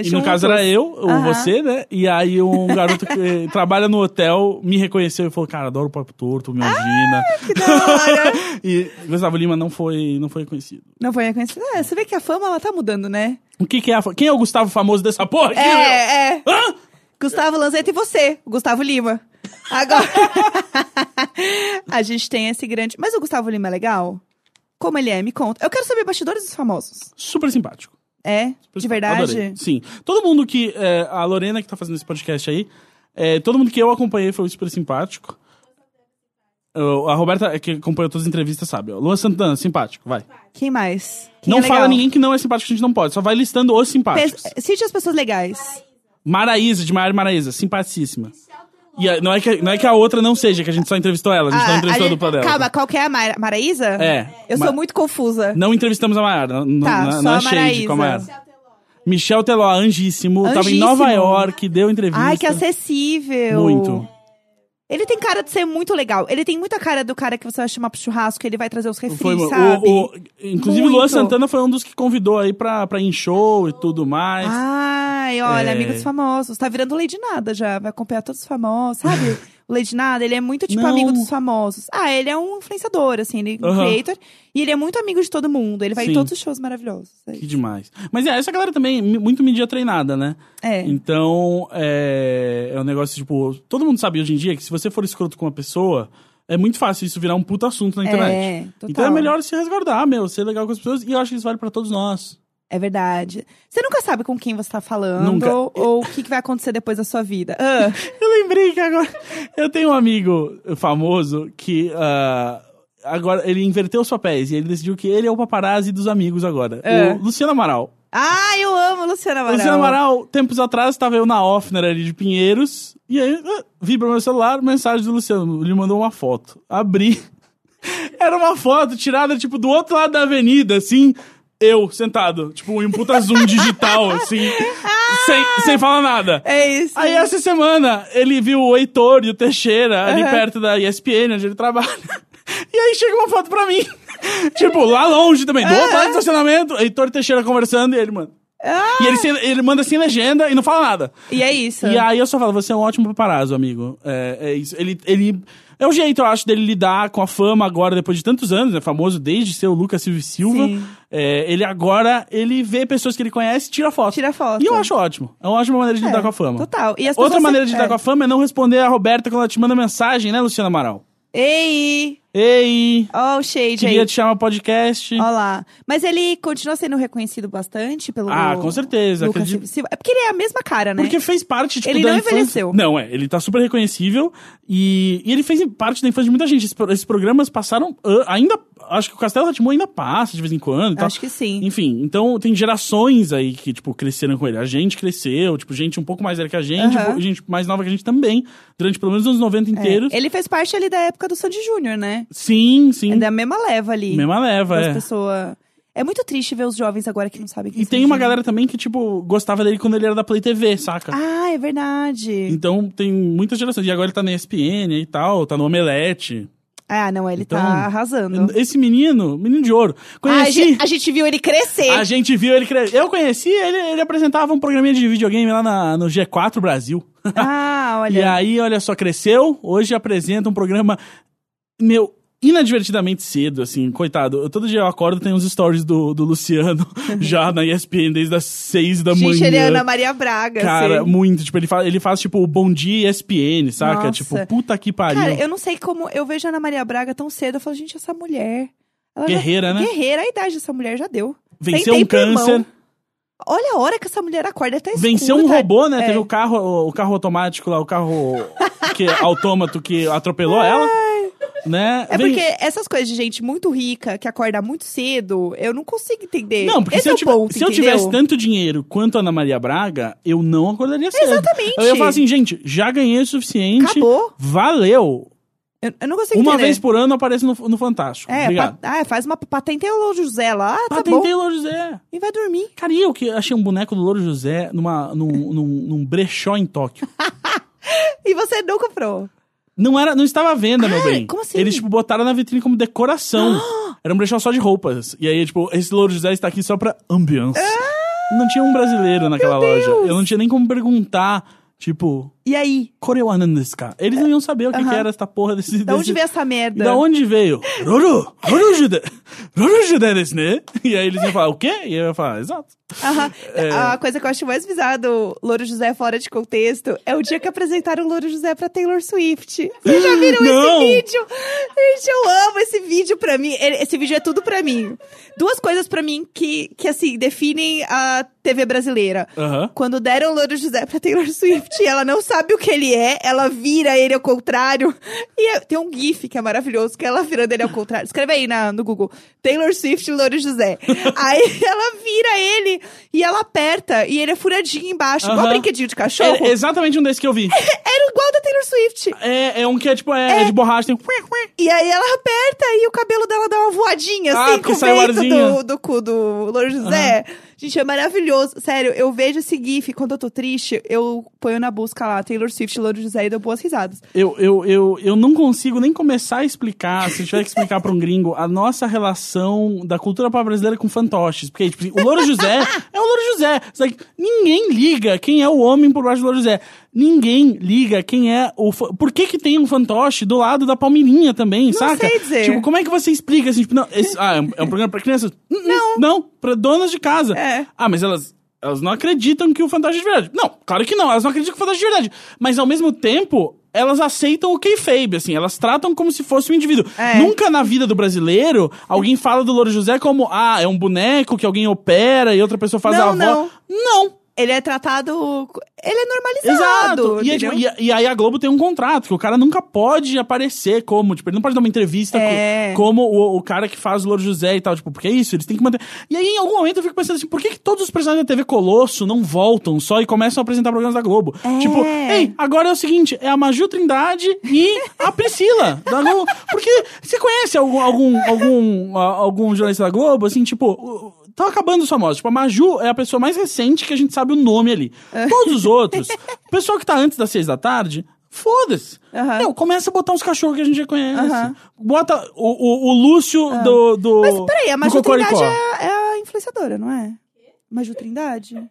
Speaker 1: E no caso
Speaker 2: juntos.
Speaker 1: era eu, ou
Speaker 2: é um Aham.
Speaker 1: você, né? E aí um garoto que [laughs] trabalha no hotel me reconheceu e falou: Cara, adoro o Papo Torto, me imagina.
Speaker 2: Que da hora.
Speaker 1: E Gustavo Lima não foi, não foi conhecido.
Speaker 2: Não foi reconhecido. Ah, você vê que a fama ela tá mudando, né?
Speaker 1: O que, que é a, fa- Quem é o Gustavo famoso dessa porra? aqui, meu?
Speaker 2: É, é.
Speaker 1: Hã?
Speaker 2: Gustavo Lanzetta e você, Gustavo Lima. Agora. [laughs] a gente tem esse grande. Mas o Gustavo Lima é legal? Como ele é? Me conta. Eu quero saber bastidores dos famosos.
Speaker 1: Super simpático.
Speaker 2: É?
Speaker 1: Super
Speaker 2: De
Speaker 1: simpático.
Speaker 2: verdade?
Speaker 1: tá, Adorei. Sim. Todo mundo que. eh, a Lorena que tá fazendo esse podcast aí, eh, todo mundo que eu acompanhei foi super simpático. Eu- a Roberta, eh, que acompanhou todas as entrevistas, sabe. ó. Luan Santana, simpático, vai.
Speaker 2: Quem mais? Quem
Speaker 1: não
Speaker 2: é
Speaker 1: fala
Speaker 2: legal?
Speaker 1: ninguém que não é simpático, a gente não pode. Só vai listando os simpáticos.
Speaker 2: Pe- Cite as pessoas legais.
Speaker 1: Maraísa, de Maiara e Maraísa, simpaticíssima. E a- não, é que, não é que a outra não seja, que a gente só entrevistou ela, a gente não entrevistou a
Speaker 2: gente-
Speaker 1: dupla dela.
Speaker 2: Ah, Calma, qual que é a Mara... Maraísa?
Speaker 1: É.
Speaker 2: Eu
Speaker 1: Ma-
Speaker 2: sou muito confusa.
Speaker 1: Não entrevistamos a Maiara, não,
Speaker 2: Tá,
Speaker 1: não,
Speaker 2: só
Speaker 1: não é
Speaker 2: a
Speaker 1: shade com a
Speaker 2: Maraísa.
Speaker 1: Maiara. Michel Teló, anjíssimo, tava em
Speaker 2: Angíssimo. é
Speaker 1: Nova York, deu entrevista.
Speaker 2: Ai, que acessível.
Speaker 1: Muito.
Speaker 2: Ele tem cara de ser muito legal. Ele tem muita cara do cara que você vai chamar pro churrasco, ele vai trazer os refris,
Speaker 1: Foi, mano.
Speaker 2: sabe?
Speaker 1: O, o- inclusive,
Speaker 2: Muito.
Speaker 1: Luan Santana foi um dos que convidou aí pra, pra ir em show e tudo mais.
Speaker 2: Ai, olha,
Speaker 1: É.
Speaker 2: amigos famosos. Tá virando Lady Nada já. Vai acompanhar todos os famosos,
Speaker 1: [laughs]
Speaker 2: sabe? o Lady Nada, ele é muito tipo
Speaker 1: Não.
Speaker 2: amigo dos famosos. Ah, ele é um influenciador, assim, ele é um
Speaker 1: Aham.
Speaker 2: creator. E ele é muito amigo de todo mundo. Ele vai em
Speaker 1: Sim.
Speaker 2: todos os shows maravilhosos.
Speaker 1: Que demais. Mas é, essa galera também, mi- muito mídia treinada, né?
Speaker 2: É.
Speaker 1: Então, é, é um negócio, tipo, todo mundo sabe hoje em dia que se você for escroto com uma pessoa, é muito fácil isso virar um puta assunto na internet.
Speaker 2: É, total.
Speaker 1: Então é melhor se resguardar, meu, ser legal com as pessoas, e eu acho que isso vale pra todos nós.
Speaker 2: É verdade. Você nunca sabe com quem você tá falando
Speaker 1: Nunca.
Speaker 2: ou- ou o que, que vai acontecer depois da sua vida. Ah,
Speaker 1: Eu lembrei que agora. [laughs] Eu tenho um amigo famoso que. ah, agora, ele inverteu os papéis e ele decidiu que ele é o paparazzi dos amigos agora.
Speaker 2: É.
Speaker 1: O Luciano Amaral.
Speaker 2: [laughs] Ah, eu amo Luciana Amaral.
Speaker 1: Luciano Amaral, tempos atrás, tava eu na Offner ali de Pinheiros. E aí, ah, vibra meu celular, mensagem do Luciano. Ele mandou uma foto. Abri. [laughs] Era uma foto tirada, tipo, do outro lado da avenida, assim. Eu, sentado. Tipo, em um puta zoom digital, assim. sem, sem falar nada.
Speaker 2: É isso.
Speaker 1: Aí essa semana ele viu o Heitor e o Teixeira ali perto da ESPN, onde ele trabalha. [laughs] E aí chega uma foto pra mim. [laughs] tipo, lá longe também,
Speaker 2: É,
Speaker 1: do outro lado do estacionamento, Heitor e Teixeira conversando e ele, mano.
Speaker 2: Ah.
Speaker 1: E ele, sem- ele manda sem legenda e não fala nada.
Speaker 2: E é isso.
Speaker 1: E aí eu só falo, você é um ótimo paparazzo, amigo. É, é isso. Ele, ele. É o jeito, eu acho, dele lidar com a fama agora, depois de tantos anos, né? Famoso desde ser o Lucas Silva e Silva.
Speaker 2: Sim.
Speaker 1: É, ele agora, ele vê pessoas que ele conhece e tira foto.
Speaker 2: Tira foto.
Speaker 1: E eu acho ótimo. É uma ótima maneira de
Speaker 2: É,
Speaker 1: lidar com a fama.
Speaker 2: Total. E as
Speaker 1: Outra
Speaker 2: pessoas-
Speaker 1: maneira de lidar
Speaker 2: é.
Speaker 1: com a fama é não responder a Roberta quando ela te manda mensagem, né, Luciana Amaral?
Speaker 2: Ei!
Speaker 1: Ei,
Speaker 2: Ó, o shade
Speaker 1: queria
Speaker 2: aí.
Speaker 1: te chamar podcast.
Speaker 2: Ó lá. Mas ele continua sendo reconhecido bastante pelo.
Speaker 1: Ah, com certeza,
Speaker 2: Lucas
Speaker 1: acredito.
Speaker 2: Silva. É porque ele é a mesma cara, né?
Speaker 1: Porque fez parte, tipo,
Speaker 2: Ele
Speaker 1: da
Speaker 2: não
Speaker 1: infância.
Speaker 2: envelheceu.
Speaker 1: Não, é, ele tá super reconhecível e, e ele fez parte da infância de muita gente. Esses, pro- esses programas passaram ah, ainda. Acho que o Castelo Ratimão ainda passa de vez em quando. e tal.
Speaker 2: Acho que sim.
Speaker 1: Enfim, então tem gerações aí que, tipo, cresceram com ele. A gente cresceu, tipo, gente um pouco mais velha que a gente,
Speaker 2: Aham.
Speaker 1: pô- gente mais nova que a gente também, durante pelo menos os anos 90
Speaker 2: É.
Speaker 1: inteiros.
Speaker 2: Ele fez parte ali da época do Sandy Júnior, né?
Speaker 1: Sim, sim.
Speaker 2: É da mesma leva ali.
Speaker 1: Mesma leva,
Speaker 2: das
Speaker 1: é.
Speaker 2: pessoas. É muito triste ver os jovens agora que não sabem quem
Speaker 1: E
Speaker 2: são
Speaker 1: tem uma
Speaker 2: Júnior.
Speaker 1: galera também que, tipo, gostava dele quando ele era da Play TV, saca?
Speaker 2: Ah, é verdade.
Speaker 1: Então tem muitas gerações. E agora ele tá na ESPN e tal, tá no Omelete.
Speaker 2: Ah, não, ele
Speaker 1: Então,
Speaker 2: tá arrasando.
Speaker 1: Esse menino, menino de ouro.
Speaker 2: Ah, a,
Speaker 1: Conheci.
Speaker 2: gente, é. a gente viu ele crescer.
Speaker 1: a gente viu ele crescer. Eu conheci ele, ele apresentava um programinha de videogame lá na- no G4 Brasil.
Speaker 2: Ah,
Speaker 1: E
Speaker 2: olha.
Speaker 1: aí, olha só, cresceu. Hoje apresenta um programa, meu, inadvertidamente cedo, assim, coitado. Eu- todo dia eu acordo tem uns stories do, do Luciano [laughs] já na ESPN desde as seis da manhã.
Speaker 2: gente, ele é Ana Maria Braga.
Speaker 1: Cara,
Speaker 2: assim.
Speaker 1: muito. Tipo, ele faz, ele faz, tipo, o Bom Dia ESPN, saca?
Speaker 2: Nossa.
Speaker 1: Tipo, puta que pariu.
Speaker 2: Cara, eu não sei como. Eu vejo a Ana Maria Braga tão cedo. Eu falo, gente, essa mulher. Ela já-
Speaker 1: Guerreira, né?
Speaker 2: Guerreira, a idade dessa mulher já deu.
Speaker 1: Venceu
Speaker 2: tem
Speaker 1: um
Speaker 2: tempo,
Speaker 1: câncer,
Speaker 2: irmão. Olha a hora que essa mulher acorda até escuro,
Speaker 1: venceu um
Speaker 2: tá?
Speaker 1: robô, né?
Speaker 2: É.
Speaker 1: Teve o carro, o carro automático lá, o
Speaker 2: [laughs]
Speaker 1: carro que, autômato que atropelou ela, né?
Speaker 2: É
Speaker 1: Ven-
Speaker 2: porque essas coisas de gente muito rica que acorda muito cedo, eu não consigo entender.
Speaker 1: Não, porque
Speaker 2: Esse
Speaker 1: se,
Speaker 2: é
Speaker 1: eu
Speaker 2: o
Speaker 1: tive-
Speaker 2: ponto,
Speaker 1: se eu
Speaker 2: entendeu?
Speaker 1: tivesse tanto dinheiro quanto a Ana Maria Braga, eu não acordaria cedo.
Speaker 2: Exatamente.
Speaker 1: Eu ia falar assim, gente, já ganhei o suficiente.
Speaker 2: Acabou.
Speaker 1: Valeu.
Speaker 2: Eu, eu não consigo
Speaker 1: Uma
Speaker 2: entender.
Speaker 1: vez por ano aparece no, no Fantástico.
Speaker 2: É,
Speaker 1: Obrigado.
Speaker 2: pa- ah, faz uma patente o José lá, ah, tá
Speaker 1: Patentei
Speaker 2: bom.
Speaker 1: o Louro José.
Speaker 2: E vai dormir.
Speaker 1: Cara, e eu que achei um boneco do Louro José numa, num, num, num brechó em Tóquio.
Speaker 2: E você não comprou.
Speaker 1: Não era, não estava à venda, meu
Speaker 2: Cara,
Speaker 1: bem.
Speaker 2: como assim?
Speaker 1: Eles, tipo, botaram na vitrine como
Speaker 2: [gasps]
Speaker 1: decoração. era um brechó só de roupas. E aí, tipo, esse Louro José está aqui só pra ambiance.
Speaker 2: Ah!
Speaker 1: Não tinha um brasileiro naquela loja. Eu não tinha nem como perguntar, tipo,
Speaker 2: E aí?
Speaker 1: Koreuanandesca. Eles não iam saber o que, que era essa porra desse...
Speaker 2: Da onde
Speaker 1: desse-
Speaker 2: veio essa merda?
Speaker 1: Da onde veio? Roro! Roro Judé! Roro Judé desse, né? E aí eles iam falar, o quê? E eu ia falar, exato.
Speaker 2: Aham.
Speaker 1: É.
Speaker 2: A coisa que eu acho mais bizarra do Louro José fora de contexto é o dia que apresentaram o Louro José pra Taylor Swift. Vocês já viram
Speaker 1: Hum, Não!
Speaker 2: esse vídeo? Gente, eu amo esse vídeo pra mim. Ele- Esse vídeo é tudo pra mim. Duas coisas pra mim que, que assim, definem a TV brasileira.
Speaker 1: Aham.
Speaker 2: Quando deram o Louro José pra Taylor Swift, e ela não sabe o que ele é, ela vira ele ao contrário. E é- tem um GIF que é maravilhoso, que é ela virando ele ao contrário. Escreve aí na, no Google: Taylor Swift e Louro José. aí [laughs] ela vira ele e ela aperta, e ele é furadinho embaixo, igual
Speaker 1: Aham.
Speaker 2: brinquedinho de cachorro.
Speaker 1: É exatamente um desse que eu
Speaker 2: [laughs]
Speaker 1: vi.
Speaker 2: Era igual da Taylor Swift.
Speaker 1: É, é um que é, tipo, é, é de borracha. Tem... um-
Speaker 2: E aí ela aperta e o cabelo dela dá uma voadinha,
Speaker 1: Ah,
Speaker 2: assim,
Speaker 1: porque
Speaker 2: com o
Speaker 1: sai o
Speaker 2: vento
Speaker 1: arzinho.
Speaker 2: do, do cu do Louro José. Gente, é maravilhoso. Sério, eu vejo esse GIF quando eu tô triste, eu ponho na busca lá Taylor Swift, Louro José e dou boas risadas.
Speaker 1: Eu, eu, eu, eu não consigo nem começar a explicar, se eu tiver que explicar pra um gringo, a nossa relação da cultura pop brasileira com fantoches. Porque, tipo, assim, o Louro José é o Louro José. Só que Ninguém liga quem é o homem por baixo do Louro José. Ninguém liga quem é o. fa- Por que, que tem um fantoche do lado da Palmeirinha também, saca?
Speaker 2: sei dizer.
Speaker 1: Tipo, como é que você explica assim? Tipo, não, esse- ah, é um, é um programa pra crianças? Não. Não, pra donas de casa.
Speaker 2: É.
Speaker 1: Ah, mas elas, elas não acreditam que o fantoche é de verdade. Não, claro que não, elas não acreditam que o fantoche é de verdade. Mas ao mesmo tempo, elas aceitam o kayfabe, assim, elas tratam como se fosse um indivíduo.
Speaker 2: É.
Speaker 1: Nunca na vida do brasileiro, alguém fala do Louro José como, ah, é um boneco que alguém opera e outra pessoa faz
Speaker 2: Não,
Speaker 1: a avó.
Speaker 2: não.
Speaker 1: Não.
Speaker 2: Ele é tratado. Ele é normalizado.
Speaker 1: Exato. E, é,
Speaker 2: entendeu?
Speaker 1: tipo, e- e aí a Globo tem um contrato, que o cara nunca pode aparecer como, tipo, ele não pode dar uma entrevista co-
Speaker 2: É.
Speaker 1: como o, o cara que faz o Louro José e tal, tipo, porque é isso, eles têm que manter. E aí em algum momento eu fico pensando assim, por que, que todos os personagens da TV Colosso não voltam só e começam a apresentar programas da Globo?
Speaker 2: É.
Speaker 1: Tipo, ei, agora é o seguinte, é a Maju Trindade e a Priscila da Globo. Porque você conhece algum, algum, algum, a- algum jornalista da Globo, assim, tipo... o- o- Tá acabando os famosos. Tipo, a Maju é a pessoa mais recente que a gente sabe o nome ali. Todos os outros, o pessoal que tá antes das seis da tarde, foda-se.
Speaker 2: Aham.
Speaker 1: Meu, começa a botar uns cachorros que a gente já conhece.
Speaker 2: Aham. Ah.
Speaker 1: Bota o, o, o Lúcio do, do.
Speaker 2: Mas peraí, a Maju
Speaker 1: do Cocoricó.
Speaker 2: Trindade é, é a influenciadora, não é? Maju Trindade?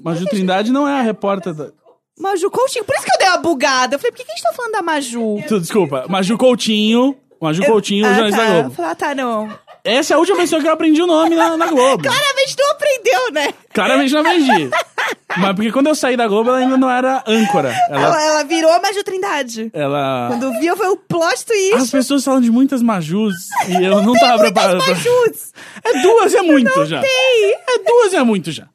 Speaker 1: Maju Trindade não é a repórter da.
Speaker 2: Maju Coutinho. Por isso que eu dei uma bugada. Eu falei, por que, que a gente tá falando da Maju?
Speaker 1: Tu, Desculpa, Maju Coutinho. Maju Coutinho,
Speaker 2: ah,
Speaker 1: jornalista
Speaker 2: tá.
Speaker 1: da
Speaker 2: Eu
Speaker 1: Globo.
Speaker 2: falei, ah, tá, não.
Speaker 1: Essa é a última pessoa que eu aprendi o nome na, na Globo.
Speaker 2: Claramente não aprendeu, né?
Speaker 1: Claramente não aprendi. Mas porque quando eu saí da Globo, ela ainda não era âncora. Ela.
Speaker 2: Ela, ela virou Maju Trindade.
Speaker 1: ela...
Speaker 2: Quando viu, foi o plot twist.
Speaker 1: As pessoas falam de muitas Majus e eu não tava preparado pra.
Speaker 2: Majus.
Speaker 1: É duas é muito já. Tem. É duas é muito já.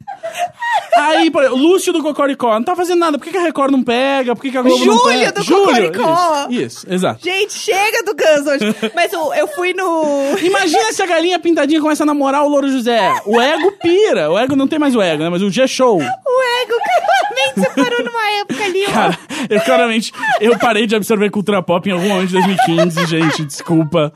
Speaker 1: Aí, por exemplo, Lúcio do Cocoricó não tá fazendo nada. Por que, que a Record não pega? Por que, que a Globo não
Speaker 2: Júlio
Speaker 1: pega?
Speaker 2: do
Speaker 1: Júlio,
Speaker 2: Cocoricó.
Speaker 1: Isso, isso, exato.
Speaker 2: Gente, chega do Guns hoje. Mas eu, eu fui no...
Speaker 1: Imagina se a galinha pintadinha começa a namorar o Louro José. O ego pira. O ego não tem mais o ego, né? Mas o G-Show.
Speaker 2: O ego claramente você parou numa época ali. ó.
Speaker 1: Cara, eu claramente... Eu parei de absorver cultura pop em algum momento de 2015, gente. Desculpa.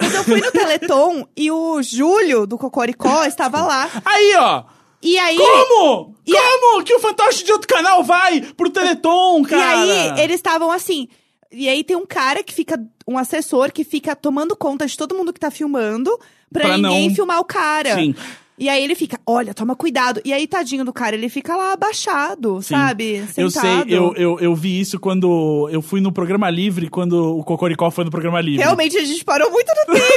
Speaker 2: Mas eu fui no Teleton e o Júlio do Cocoricó estava lá.
Speaker 1: Aí, ó.
Speaker 2: E aí...
Speaker 1: Como?
Speaker 2: E a-
Speaker 1: Como que o fantoche de outro canal vai pro Teleton, cara?
Speaker 2: E aí, eles estavam assim. E aí tem um cara que fica. Um assessor que fica tomando conta de todo mundo que tá filmando pra,
Speaker 1: Pra
Speaker 2: ninguém
Speaker 1: não-
Speaker 2: filmar o cara.
Speaker 1: Sim.
Speaker 2: E aí ele fica, olha, toma cuidado. E aí, tadinho do cara, ele fica lá abaixado,
Speaker 1: Sim.
Speaker 2: sabe?
Speaker 1: Eu sei,
Speaker 2: Sentado.
Speaker 1: eu, eu, eu vi isso quando eu fui no programa livre, quando o Cocoricó foi no programa livre.
Speaker 2: Realmente a gente parou muito no tempo.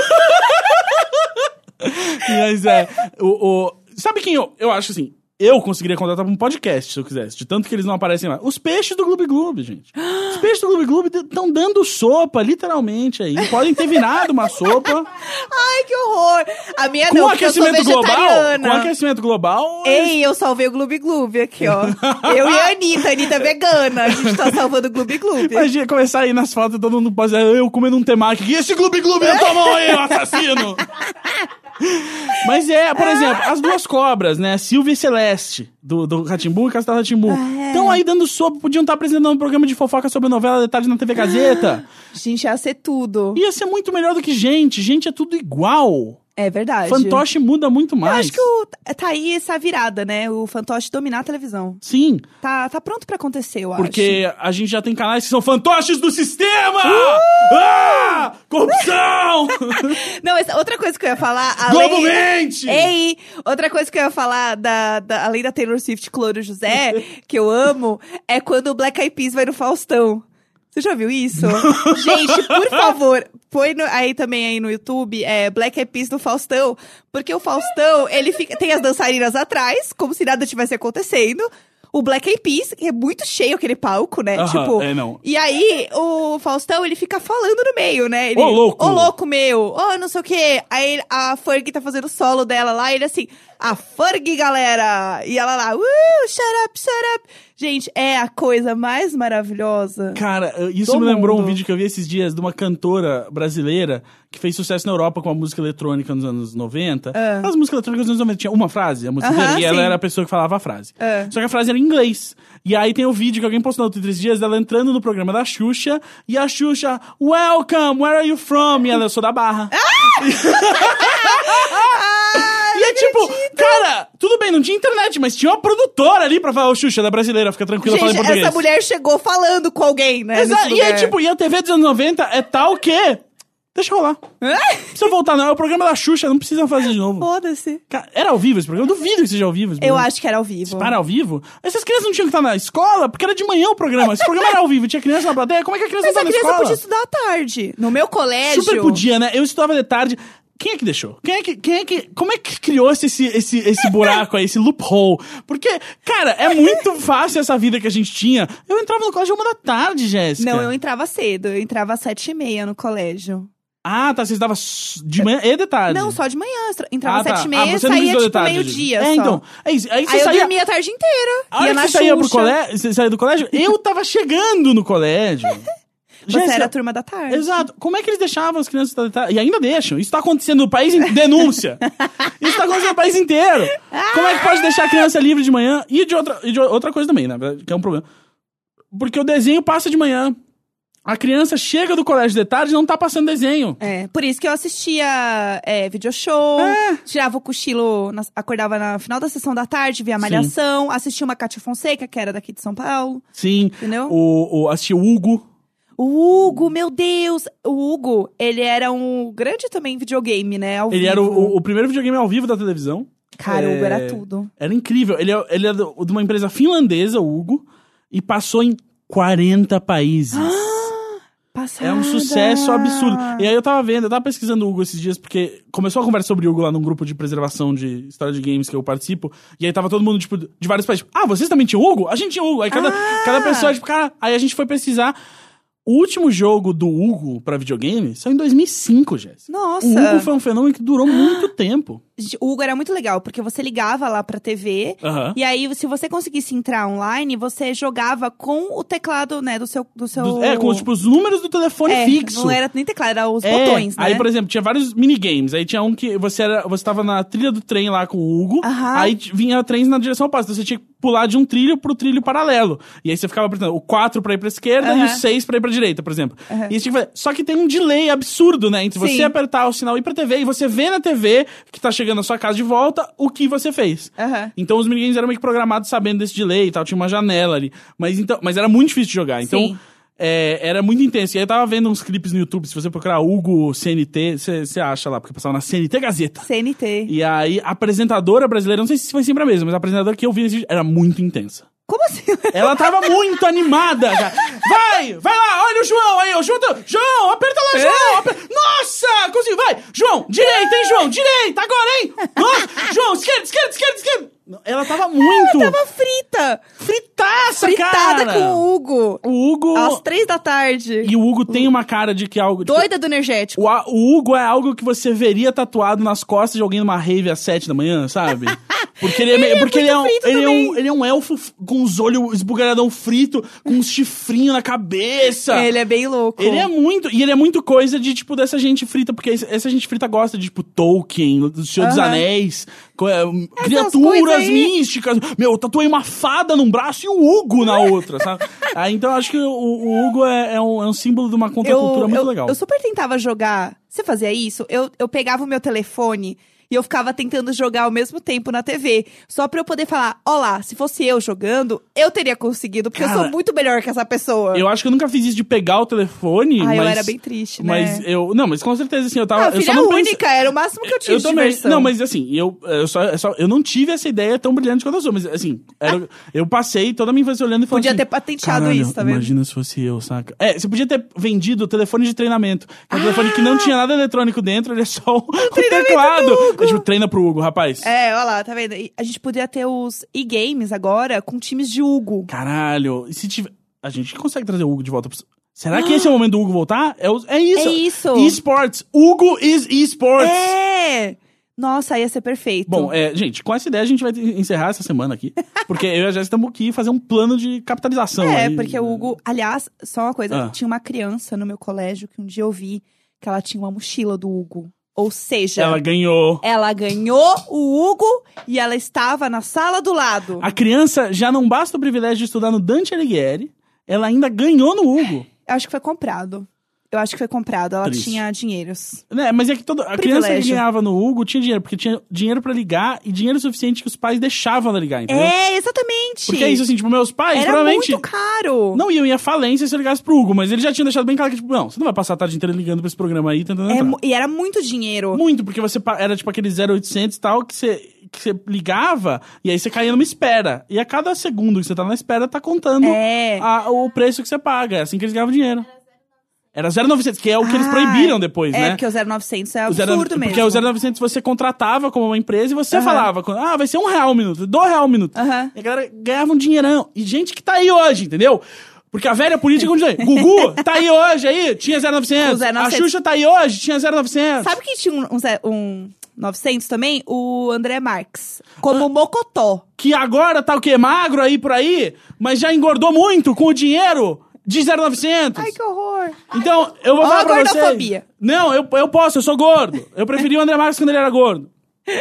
Speaker 1: Mas é. O, o- sabe quem eu, eu acho assim? Eu conseguiria contratar pra um podcast se eu quisesse, de tanto que eles não aparecem lá. Os peixes do Gloob Gloob, gente. Os peixes do Gloob Gloob estão dando sopa, literalmente, aí. Podem ter virado uma
Speaker 2: [laughs]
Speaker 1: sopa.
Speaker 2: Ai, que horror. A minha
Speaker 1: com
Speaker 2: não,
Speaker 1: o
Speaker 2: porque eu sou
Speaker 1: aquecimento global. Com
Speaker 2: vegetariana.
Speaker 1: o aquecimento global.
Speaker 2: Ei, eu salvei o Gloob Gloob aqui,
Speaker 1: [laughs]
Speaker 2: ó. eu e a Anitta, a Anitta é vegana. A gente tá salvando o Gloob Gloob.
Speaker 1: Imagina começar aí nas fotos, todo mundo pode dizer, eu comendo um temaki. E esse Gloob Gloob na tua mão aí, ô assassino! [laughs] Mas é, por exemplo, as duas cobras, né? Silvia e Celeste, do, do Ratimbu e Castelo Ratimbu. Estão aí dando sopa, podiam estar apresentando um programa de fofoca sobre novela de tarde na TV Gazeta.
Speaker 2: Gente, ia ser tudo.
Speaker 1: Ia ser muito melhor do que gente. Gente é tudo igual.
Speaker 2: É verdade.
Speaker 1: Fantoche muda muito
Speaker 2: Eu
Speaker 1: mais.
Speaker 2: acho que o, tá aí essa virada, né? O fantoche dominar a televisão.
Speaker 1: Sim,
Speaker 2: Tá, tá pronto pra acontecer, eu acho.
Speaker 1: porque a gente já tem canais que são fantoches do sistema! Ah! [laughs] Corrupção!
Speaker 2: Não, essa- outra coisa que eu ia falar. A
Speaker 1: Globo
Speaker 2: lei...
Speaker 1: mente!
Speaker 2: Ei! Outra coisa que eu ia falar, da, da, além da Taylor Swift
Speaker 1: [laughs]
Speaker 2: Cloro José, que eu amo, é quando o Black Eyed Peas vai no Faustão. Você já viu isso? [laughs] Gente, por favor, põe no- aí também aí no YouTube, é Black Eyed Peas no Faustão, porque o Faustão, ele fica, tem as dançarinas atrás, como se nada tivesse acontecendo. O Black Eyed Peas, que é muito cheio aquele palco, né?
Speaker 1: Aham,
Speaker 2: tipo,
Speaker 1: é, não.
Speaker 2: e aí, o Faustão, ele fica falando no meio, né? Ele,
Speaker 1: Ô, louco!
Speaker 2: Ô, louco, meu! Ô, não sei o quê! Aí ele- a Ferg tá fazendo o solo dela lá, e ele assim, a Ferg, galera! E ela lá, uh, shut up, shut up! Gente, é a coisa mais maravilhosa.
Speaker 1: Cara, eu- isso
Speaker 2: Do
Speaker 1: me lembrou um
Speaker 2: mundo.
Speaker 1: vídeo que eu vi esses dias de uma cantora brasileira que fez sucesso na Europa com a música eletrônica nos anos 90.
Speaker 2: Ah.
Speaker 1: As músicas eletrônicas nos anos 90 tinha uma frase, a música
Speaker 2: Aham,
Speaker 1: inteira, e ela
Speaker 2: sim.
Speaker 1: era a pessoa que falava a frase.
Speaker 2: Ah.
Speaker 1: Só que a frase era em inglês. E aí tem o vídeo que alguém postou no Twitter esses dias dela entrando no programa da Xuxa e a Xuxa, [laughs] Welcome, where are you from? E ela, eu sou da Barra.
Speaker 2: Ah! Ai,
Speaker 1: E é tipo, cara, tudo bem, não tinha internet, mas tinha uma produtora ali pra falar, ô Xuxa, ela é brasileira, fica tranquila, fala em
Speaker 2: Gente,
Speaker 1: português.
Speaker 2: essa mulher chegou falando com alguém, né?
Speaker 1: Exa-
Speaker 2: nesse
Speaker 1: e é
Speaker 2: lugar.
Speaker 1: tipo, e a TV dos anos 90 é tal que. Deixa rolar. Não precisa voltar, não. É o programa da Xuxa, não precisa fazer de novo.
Speaker 2: Foda-se.
Speaker 1: Cara, era ao vivo esse programa? Eu duvido que seja ao vivo. Esse
Speaker 2: Eu
Speaker 1: programa.
Speaker 2: acho que era ao vivo.
Speaker 1: Para ao vivo? Essas crianças não tinham que estar na escola, porque era de manhã o programa. Esse programa era ao vivo, tinha criança na plateia. Como é que a criança
Speaker 2: Mas
Speaker 1: não
Speaker 2: a
Speaker 1: tá na
Speaker 2: criança
Speaker 1: escola?
Speaker 2: podia estudar à tarde. No meu colégio.
Speaker 1: Super podia, né? Eu estudava de tarde. Quem é que deixou? Quem é que, quem é que, como é que criou esse, esse, esse, esse buraco aí, esse loophole? Porque, cara, é muito fácil essa vida que a gente tinha. Eu entrava no colégio uma da tarde, Jéssica.
Speaker 2: Não, eu entrava cedo. Eu entrava às sete e meia no colégio.
Speaker 1: Ah, tá. Você estudava s- de manhã e de tarde.
Speaker 2: Não, só de manhã. eu Entrava
Speaker 1: ah,
Speaker 2: às
Speaker 1: tá.
Speaker 2: sete e meia
Speaker 1: ah,
Speaker 2: e
Speaker 1: você não
Speaker 2: saía
Speaker 1: estudou de
Speaker 2: tipo
Speaker 1: tarde,
Speaker 2: meio-dia
Speaker 1: É,
Speaker 2: só.
Speaker 1: então. É isso. Aí você
Speaker 2: Aí eu
Speaker 1: saía...
Speaker 2: dormia a tarde inteira.
Speaker 1: A hora
Speaker 2: ia
Speaker 1: que
Speaker 2: na
Speaker 1: você saía, pro
Speaker 2: Xuxa.
Speaker 1: colégio, você saía do colégio,
Speaker 2: [laughs]
Speaker 1: eu tava chegando no colégio.
Speaker 2: Você
Speaker 1: Jéssica,
Speaker 2: era a turma da tarde.
Speaker 1: Exato. Como é que eles deixavam as crianças estar deitadas? E ainda deixam. Isso tá acontecendo no país inteiro.
Speaker 2: [laughs]
Speaker 1: Denúncia. Isso tá acontecendo no país inteiro. Como é que pode deixar a criança livre de manhã? E de outra, e de outra coisa também, né? Que é um problema. Porque o desenho passa de manhã. A criança chega do colégio de tarde e não tá passando desenho.
Speaker 2: É, por isso que eu assistia é, video show,
Speaker 1: É.
Speaker 2: tirava o cochilo, na- acordava no final da sessão da tarde, via Malhação, assistia uma Cátia Fonseca, que era daqui de São Paulo,
Speaker 1: Sim.
Speaker 2: entendeu?
Speaker 1: O, o, assistiu o Hugo.
Speaker 2: O Hugo, meu Deus! O Hugo, ele era um grande também videogame, né? Ao
Speaker 1: Ele
Speaker 2: vivo.
Speaker 1: era o, o- o primeiro videogame ao vivo da televisão.
Speaker 2: Cara, o Hugo
Speaker 1: É.
Speaker 2: era tudo.
Speaker 1: Era incrível. Ele é, ele é do- de uma empresa finlandesa, o Hugo, e passou em 40 países.
Speaker 2: Ah, Passada.
Speaker 1: É um
Speaker 2: tá.
Speaker 1: sucesso absurdo. E aí eu tava vendo, eu tava pesquisando o Hugo esses dias, porque começou a conversa sobre o Hugo lá num grupo de preservação de história de games que eu participo. E aí tava todo mundo, tipo, de vários países. Tipo, ah, vocês também tinham Hugo? A gente tinha Hugo. Aí cada,
Speaker 2: Ah!
Speaker 1: cada pessoa, tipo, cara. Aí a gente foi pesquisar. O último jogo do Hugo pra videogame saiu em 2005, Jéssica.
Speaker 2: Nossa.
Speaker 1: O Hugo foi um fenômeno que durou muito tempo.
Speaker 2: O Hugo era muito legal, porque você ligava lá pra TV.
Speaker 1: Aham.
Speaker 2: E aí, se você conseguisse entrar online, você jogava com o teclado, né, do seu. Do seu...
Speaker 1: Do- É, com tipo, os números do telefone
Speaker 2: É,
Speaker 1: fixo.
Speaker 2: Não era nem teclado, era os
Speaker 1: É,
Speaker 2: botões, né?
Speaker 1: Aí, por exemplo, tinha vários minigames. Aí tinha um que você era, você tava na trilha do trem lá com o Hugo.
Speaker 2: Aham.
Speaker 1: Aí t- vinha trens na direção oposta. Então, você tinha que pular de um trilho pro trilho paralelo. E aí você ficava apertando o 4 pra ir pra esquerda e
Speaker 2: Aham.
Speaker 1: o 6 pra ir pra direita, por exemplo. E você tinha que fazer. Só que tem um delay absurdo, né? Entre
Speaker 2: Sim.
Speaker 1: você apertar o sinal e ir pra TV e você vê na TV que tá chegando na sua casa de volta o que você fez.
Speaker 2: Aham.
Speaker 1: Então os minigames eram meio que programados sabendo desse delay e tal, tinha uma janela ali. Mas, então, mas era muito difícil de jogar. Então,
Speaker 2: Sim.
Speaker 1: é, era muito intenso. E aí eu tava vendo uns clipes no YouTube, se você procurar Hugo CNT, você acha lá, porque passava na CNT Gazeta.
Speaker 2: CNT.
Speaker 1: E aí, a apresentadora brasileira, não sei se foi sempre a mesma, mas a apresentadora que eu vi nesse vídeo era muito intensa.
Speaker 2: Como assim? [laughs]
Speaker 1: Ela tava muito animada, cara. Vai, vai lá, olha o João aí, o João. tá- João, aperta lá, João. aper- Nossa, conseguiu, vai. João, direita, hein, João, direita, agora, hein. Nossa, João, esquerda, esquerda, esquerda, esquerda. Ela tava muito
Speaker 2: Tava frita!
Speaker 1: fritaça,
Speaker 2: Fritada
Speaker 1: cara.
Speaker 2: com o Hugo.
Speaker 1: O Hugo.
Speaker 2: Às três da tarde.
Speaker 1: E o Hugo tem uma cara de que algo. tipo,
Speaker 2: Doida do energético.
Speaker 1: o, a- o Hugo é algo que você veria tatuado nas costas de alguém numa rave às sete da manhã, sabe? Porque ele é, meio- porque ele é um,
Speaker 2: frito
Speaker 1: ele é um,
Speaker 2: também.
Speaker 1: ele é um elfo f- com os olhos esbugalhadão frito, com um chifrinho na cabeça.
Speaker 2: Ele é bem louco.
Speaker 1: Ele é muito. E ele é muito coisa de, tipo, dessa gente frita, porque esse- essa gente frita gosta de, tipo, Tolkien, do Senhor dos
Speaker 2: Aham.
Speaker 1: Anéis, co- é, um,
Speaker 2: coisas
Speaker 1: criaturas
Speaker 2: aí.
Speaker 1: místicas. Meu, eu tatuei uma fada num braço e o Hugo na outra,
Speaker 2: [laughs]
Speaker 1: sabe? Ah, então eu acho que o, o Hugo é, é um, é um símbolo de uma contracultura muito
Speaker 2: eu,
Speaker 1: legal.
Speaker 2: eu super tentava jogar. Você fazia isso? Eu, eu pegava o meu telefone e eu ficava tentando jogar ao mesmo tempo na TV. Só pra eu poder falar, ó lá, se fosse eu jogando, eu teria conseguido, porque eu
Speaker 1: Cara,
Speaker 2: sou muito melhor que essa pessoa.
Speaker 1: Eu acho que eu nunca fiz isso de pegar o telefone,
Speaker 2: Ah,
Speaker 1: mas...
Speaker 2: eu era bem triste, né?
Speaker 1: Mas eu... Não, mas com certeza, assim, eu tava...
Speaker 2: Ah,
Speaker 1: eu só
Speaker 2: filha
Speaker 1: não
Speaker 2: única,
Speaker 1: pense-
Speaker 2: era o máximo que eu tinha
Speaker 1: eu
Speaker 2: de
Speaker 1: também.
Speaker 2: diversão.
Speaker 1: Não, mas assim, eu, eu, só, eu, só- eu não tive essa ideia tão brilhante quanto a sua, mas assim, era- eu passei toda a minha infância olhando e falando
Speaker 2: É. Podia
Speaker 1: assim,
Speaker 2: ter patenteado
Speaker 1: "Caralho,
Speaker 2: isso, tá vendo?"
Speaker 1: Imagina se fosse eu, saca? É, você podia ter vendido o telefone de treinamento. Que é um telefone
Speaker 2: Ah!
Speaker 1: que não tinha nada eletrônico dentro, ele é só um teclado. É tipo, treina pro Hugo, rapaz.
Speaker 2: É, olha lá, tá vendo? E A gente podia ter os e-games agora com times de Hugo.
Speaker 1: Caralho, e se tiver. A gente consegue trazer o Hugo de volta pra. Será que esse é o momento do Hugo voltar? É, o- é isso.
Speaker 2: Ah! É isso.
Speaker 1: Esports. Hugo is esports.
Speaker 2: É! Nossa, ia ser perfeito.
Speaker 1: Bom, é, gente, com essa ideia a gente vai encerrar essa semana aqui. Porque eu e a Jéssica estamos aqui fazer um plano de capitalização.
Speaker 2: É,
Speaker 1: aí.
Speaker 2: porque o Hugo. Aliás, só uma coisa:
Speaker 1: Ah.
Speaker 2: tinha uma criança no meu colégio que um dia eu vi que ela tinha uma mochila do Hugo. Ou seja,
Speaker 1: Ela
Speaker 2: ela,
Speaker 1: ganhou.
Speaker 2: ganhou o Hugo e ela estava na sala do lado.
Speaker 1: A criança já não basta o privilégio de estudar no Dante Alighieri, ela ainda ganhou no Hugo.
Speaker 2: Acho que foi comprado. Eu acho que foi comprado. Ela
Speaker 1: Triste.
Speaker 2: tinha dinheiros.
Speaker 1: Né, mas é que toda, a
Speaker 2: Privilégio.
Speaker 1: criança que ganhava no Hugo tinha dinheiro, porque tinha dinheiro pra ligar e dinheiro suficiente que os pais deixavam ela ligar, entendeu?
Speaker 2: É, exatamente.
Speaker 1: Porque é isso, assim, tipo, meus pais
Speaker 2: Era
Speaker 1: provavelmente
Speaker 2: muito caro.
Speaker 1: não iam ir à falência se eu ligasse pro Hugo, mas eles já tinham deixado bem claro que, tipo, não, você não vai passar a tarde inteira ligando pra esse programa aí tá, tentando
Speaker 2: É
Speaker 1: entrar.
Speaker 2: mu- e era muito dinheiro.
Speaker 1: Muito, porque você pa- era tipo aquele 0800 e tal que você, que você ligava e aí você caía numa espera. E a cada segundo que você tá na espera, tá contando
Speaker 2: É.
Speaker 1: a- o preço que você paga. É assim que eles ganhavam dinheiro. Era 0900, que é o que eles
Speaker 2: Ah,
Speaker 1: proibiram depois,
Speaker 2: é,
Speaker 1: né?
Speaker 2: porque o 0900 é
Speaker 1: O
Speaker 2: absurdo
Speaker 1: 09
Speaker 2: mesmo.
Speaker 1: Porque o 0900 você contratava como uma empresa e você
Speaker 2: Aham.
Speaker 1: falava, ah, vai ser um real o minuto, dois real o minuto.
Speaker 2: Aham.
Speaker 1: E a galera ganhava um dinheirão. E gente que tá aí hoje, entendeu? Porque a velha política continua. aí. Gugu tá aí hoje aí, tinha 0900.
Speaker 2: O 0900.
Speaker 1: A Xuxa tá aí hoje, tinha 0900.
Speaker 2: Sabe que tinha um, um, ze- um 900 também? O André Marques.
Speaker 1: Ah.
Speaker 2: Como Mocotó.
Speaker 1: Que agora tá o quê? Magro aí por aí, mas já engordou muito com o dinheiro de 0900.
Speaker 2: Ai, que horror.
Speaker 1: Então, eu vou
Speaker 2: Ó
Speaker 1: falar
Speaker 2: a
Speaker 1: pra vocês.
Speaker 2: gordofobia.
Speaker 1: Não, eu, eu posso, eu sou gordo. Eu preferi o André Marques quando ele era gordo.
Speaker 2: [laughs]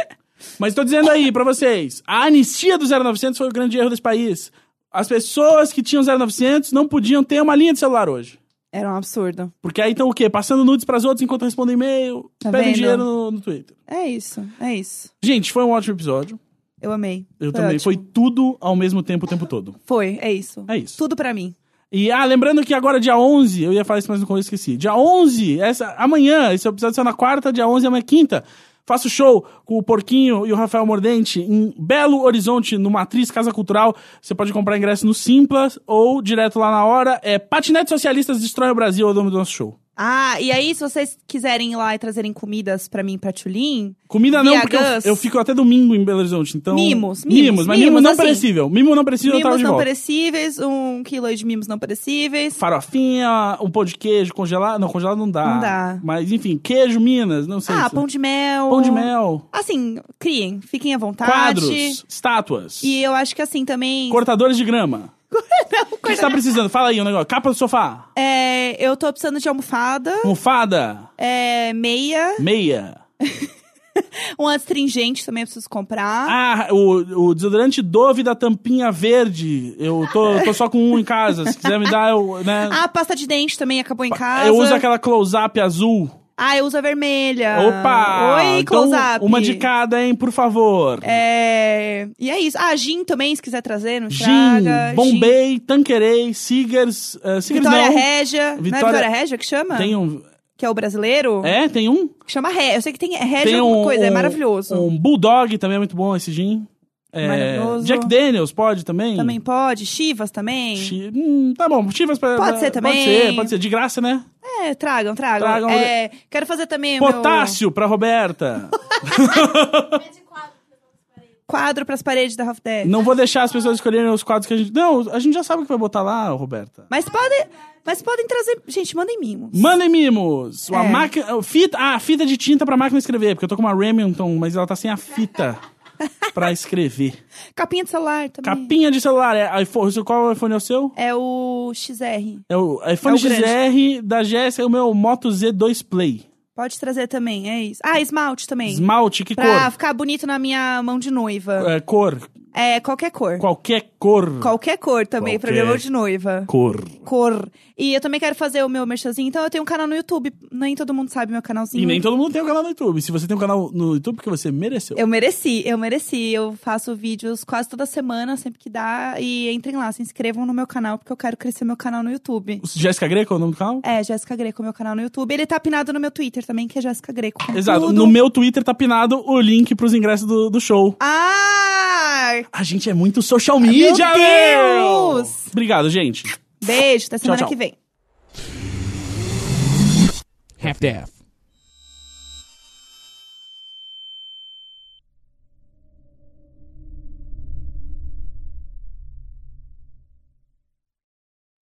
Speaker 1: Mas tô dizendo aí pra vocês, a anistia do 0900 foi o grande erro desse país. As pessoas que tinham 0900 não podiam ter uma linha de celular hoje.
Speaker 2: Era um absurdo.
Speaker 1: Porque aí estão o quê? Passando nudes pras outras enquanto respondem e-mail,
Speaker 2: Tá
Speaker 1: pedem
Speaker 2: vendo?
Speaker 1: dinheiro no, no Twitter.
Speaker 2: É isso, é isso.
Speaker 1: Gente, foi um ótimo episódio.
Speaker 2: Eu amei.
Speaker 1: Eu também.
Speaker 2: ótimo.
Speaker 1: Foi tudo ao mesmo tempo, o tempo todo.
Speaker 2: Foi, é isso.
Speaker 1: É isso.
Speaker 2: Tudo pra mim.
Speaker 1: E, ah, lembrando que agora, dia 11, eu ia falar isso, mas no começo esqueci. Dia 11, essa, amanhã, esse é episódio sai na quarta, dia 11, amanhã é quinta. Faço show com o Porquinho e o Rafael Mordente em Belo Horizonte, no Matriz Casa Cultural. Você pode comprar ingresso no Simpla ou direto lá na hora. É Patinetes Socialistas Destroem o Brasil, é o nome do nosso show.
Speaker 2: Ah, e aí, se vocês quiserem ir lá e trazerem comidas pra mim, pra Tulin,
Speaker 1: Comida não,
Speaker 2: Via
Speaker 1: porque eu,
Speaker 2: Gus.
Speaker 1: eu fico até domingo em Belo Horizonte, então...
Speaker 2: Mimos, mimos,
Speaker 1: Mimos, mas mimo
Speaker 2: mimos,
Speaker 1: não
Speaker 2: assim.
Speaker 1: perecível. Mimo não perecível, eu tava
Speaker 2: mimos
Speaker 1: de
Speaker 2: não
Speaker 1: volta.
Speaker 2: perecíveis, um quilo aí de mimos não perecíveis.
Speaker 1: Farofinha, um pão de queijo congelado. Não, congelado não dá.
Speaker 2: Não dá.
Speaker 1: Mas, enfim, queijo, Minas, não sei.
Speaker 2: ah,
Speaker 1: se-
Speaker 2: pão de mel.
Speaker 1: Pão de mel.
Speaker 2: Assim, criem, fiquem à vontade.
Speaker 1: Quadros, estátuas,
Speaker 2: E eu acho que assim também.
Speaker 1: cortadores de
Speaker 2: [laughs]
Speaker 1: grama. O que você tá precisando? Fala aí um negócio. Capa do sofá,
Speaker 2: É, eu tô precisando de almofada,
Speaker 1: almofada,
Speaker 2: é, meia,
Speaker 1: meia.
Speaker 2: um astringente também eu preciso comprar.
Speaker 1: Ah, o, o desodorante Dove da tampinha verde. Eu tô, eu tô só com um em casa. Se quiser me dar, eu, né?
Speaker 2: Ah, pasta de dente também acabou em Ah, casa.
Speaker 1: Eu uso aquela close-up azul.
Speaker 2: Ah, eu uso a vermelha.
Speaker 1: Opa!
Speaker 2: Oi,
Speaker 1: então,
Speaker 2: close-up.
Speaker 1: Uma de cada, hein, por favor.
Speaker 2: É... E é isso. Ah, gin também, se quiser trazer, não
Speaker 1: Gin,
Speaker 2: traga.
Speaker 1: Bombay, Tanquerei, Sigars. eh, Sigars
Speaker 2: Vitória
Speaker 1: não.
Speaker 2: Régia. Não é
Speaker 1: Vitória-
Speaker 2: Vitória Régia que chama?
Speaker 1: Tem um.
Speaker 2: Que é o brasileiro?
Speaker 1: É, tem um?
Speaker 2: Que chama Régia. Eu sei que tem Régia
Speaker 1: tem
Speaker 2: alguma
Speaker 1: um,
Speaker 2: coisa, é
Speaker 1: um-
Speaker 2: maravilhoso.
Speaker 1: Um Bulldog também é muito bom esse gin. É,
Speaker 2: Maravilhoso.
Speaker 1: Jack Daniels pode também?
Speaker 2: Também pode. Chivas também.
Speaker 1: Chi- hum, tá bom, Chivas pra,
Speaker 2: Pode
Speaker 1: pra-
Speaker 2: ser também.
Speaker 1: Pode ser, pode ser. De graça, né?
Speaker 2: É, tragam, tragam.
Speaker 1: Tragam.
Speaker 2: É, quero fazer também o meu
Speaker 1: Potássio pra Roberta.
Speaker 2: [laughs] quadro pras paredes da Half Death.
Speaker 1: Não vou deixar as pessoas escolherem os quadros que a gente. Não, a gente já sabe o que vai botar lá, Roberta.
Speaker 2: Mas podem, mas podem trazer... Gente, mandem mimos.
Speaker 1: Mandem mimos! A
Speaker 2: É.
Speaker 1: máquina. Fita, ah, fita de tinta pra máquina escrever, porque eu tô com uma Remington, mas ela tá sem a
Speaker 2: [laughs]
Speaker 1: fita pra escrever.
Speaker 2: Capinha de celular também.
Speaker 1: Capinha de celular, é iPhone. Qual iPhone é o seu?
Speaker 2: É o XR.
Speaker 1: É o iPhone
Speaker 2: É o
Speaker 1: XR da Jéssica, o meu Moto Z2 Play.
Speaker 2: Pode trazer também, é isso. Ah, esmalte também.
Speaker 1: Esmalte, que
Speaker 2: Pra ficar bonito na minha mão de noiva.
Speaker 1: cor? É, cor.
Speaker 2: É, qualquer cor.
Speaker 1: Qualquer cor.
Speaker 2: Qualquer cor também, pra minha
Speaker 1: Qualquer.
Speaker 2: mão de noiva.
Speaker 1: Cor.
Speaker 2: Cor. E eu também quero fazer o meu merchanzinho, então eu tenho um canal no YouTube. Nem todo mundo sabe meu canalzinho.
Speaker 1: E nem todo mundo tem um canal no YouTube. Se você tem um canal no YouTube, porque você mereceu.
Speaker 2: Eu mereci, eu mereci. Eu faço vídeos quase toda semana, sempre que dá. E entrem lá, se inscrevam no meu canal, porque eu quero crescer meu canal no YouTube.
Speaker 1: Jéssica Greco é o nome do canal?
Speaker 2: É, Jéssica Greco, meu canal no YouTube. Ele tá apinado no meu Twitter também, que é Jéssica Greco. com
Speaker 1: Exato.
Speaker 2: tudo.
Speaker 1: No meu Twitter tá pinado o link pros ingressos do, do show.
Speaker 2: Ah!
Speaker 1: A gente é muito social media,
Speaker 2: Meu
Speaker 1: meu!
Speaker 2: Deus!
Speaker 1: Obrigado, gente.
Speaker 2: Beijo, até semana
Speaker 1: tchau.
Speaker 2: que vem.
Speaker 4: half-daff.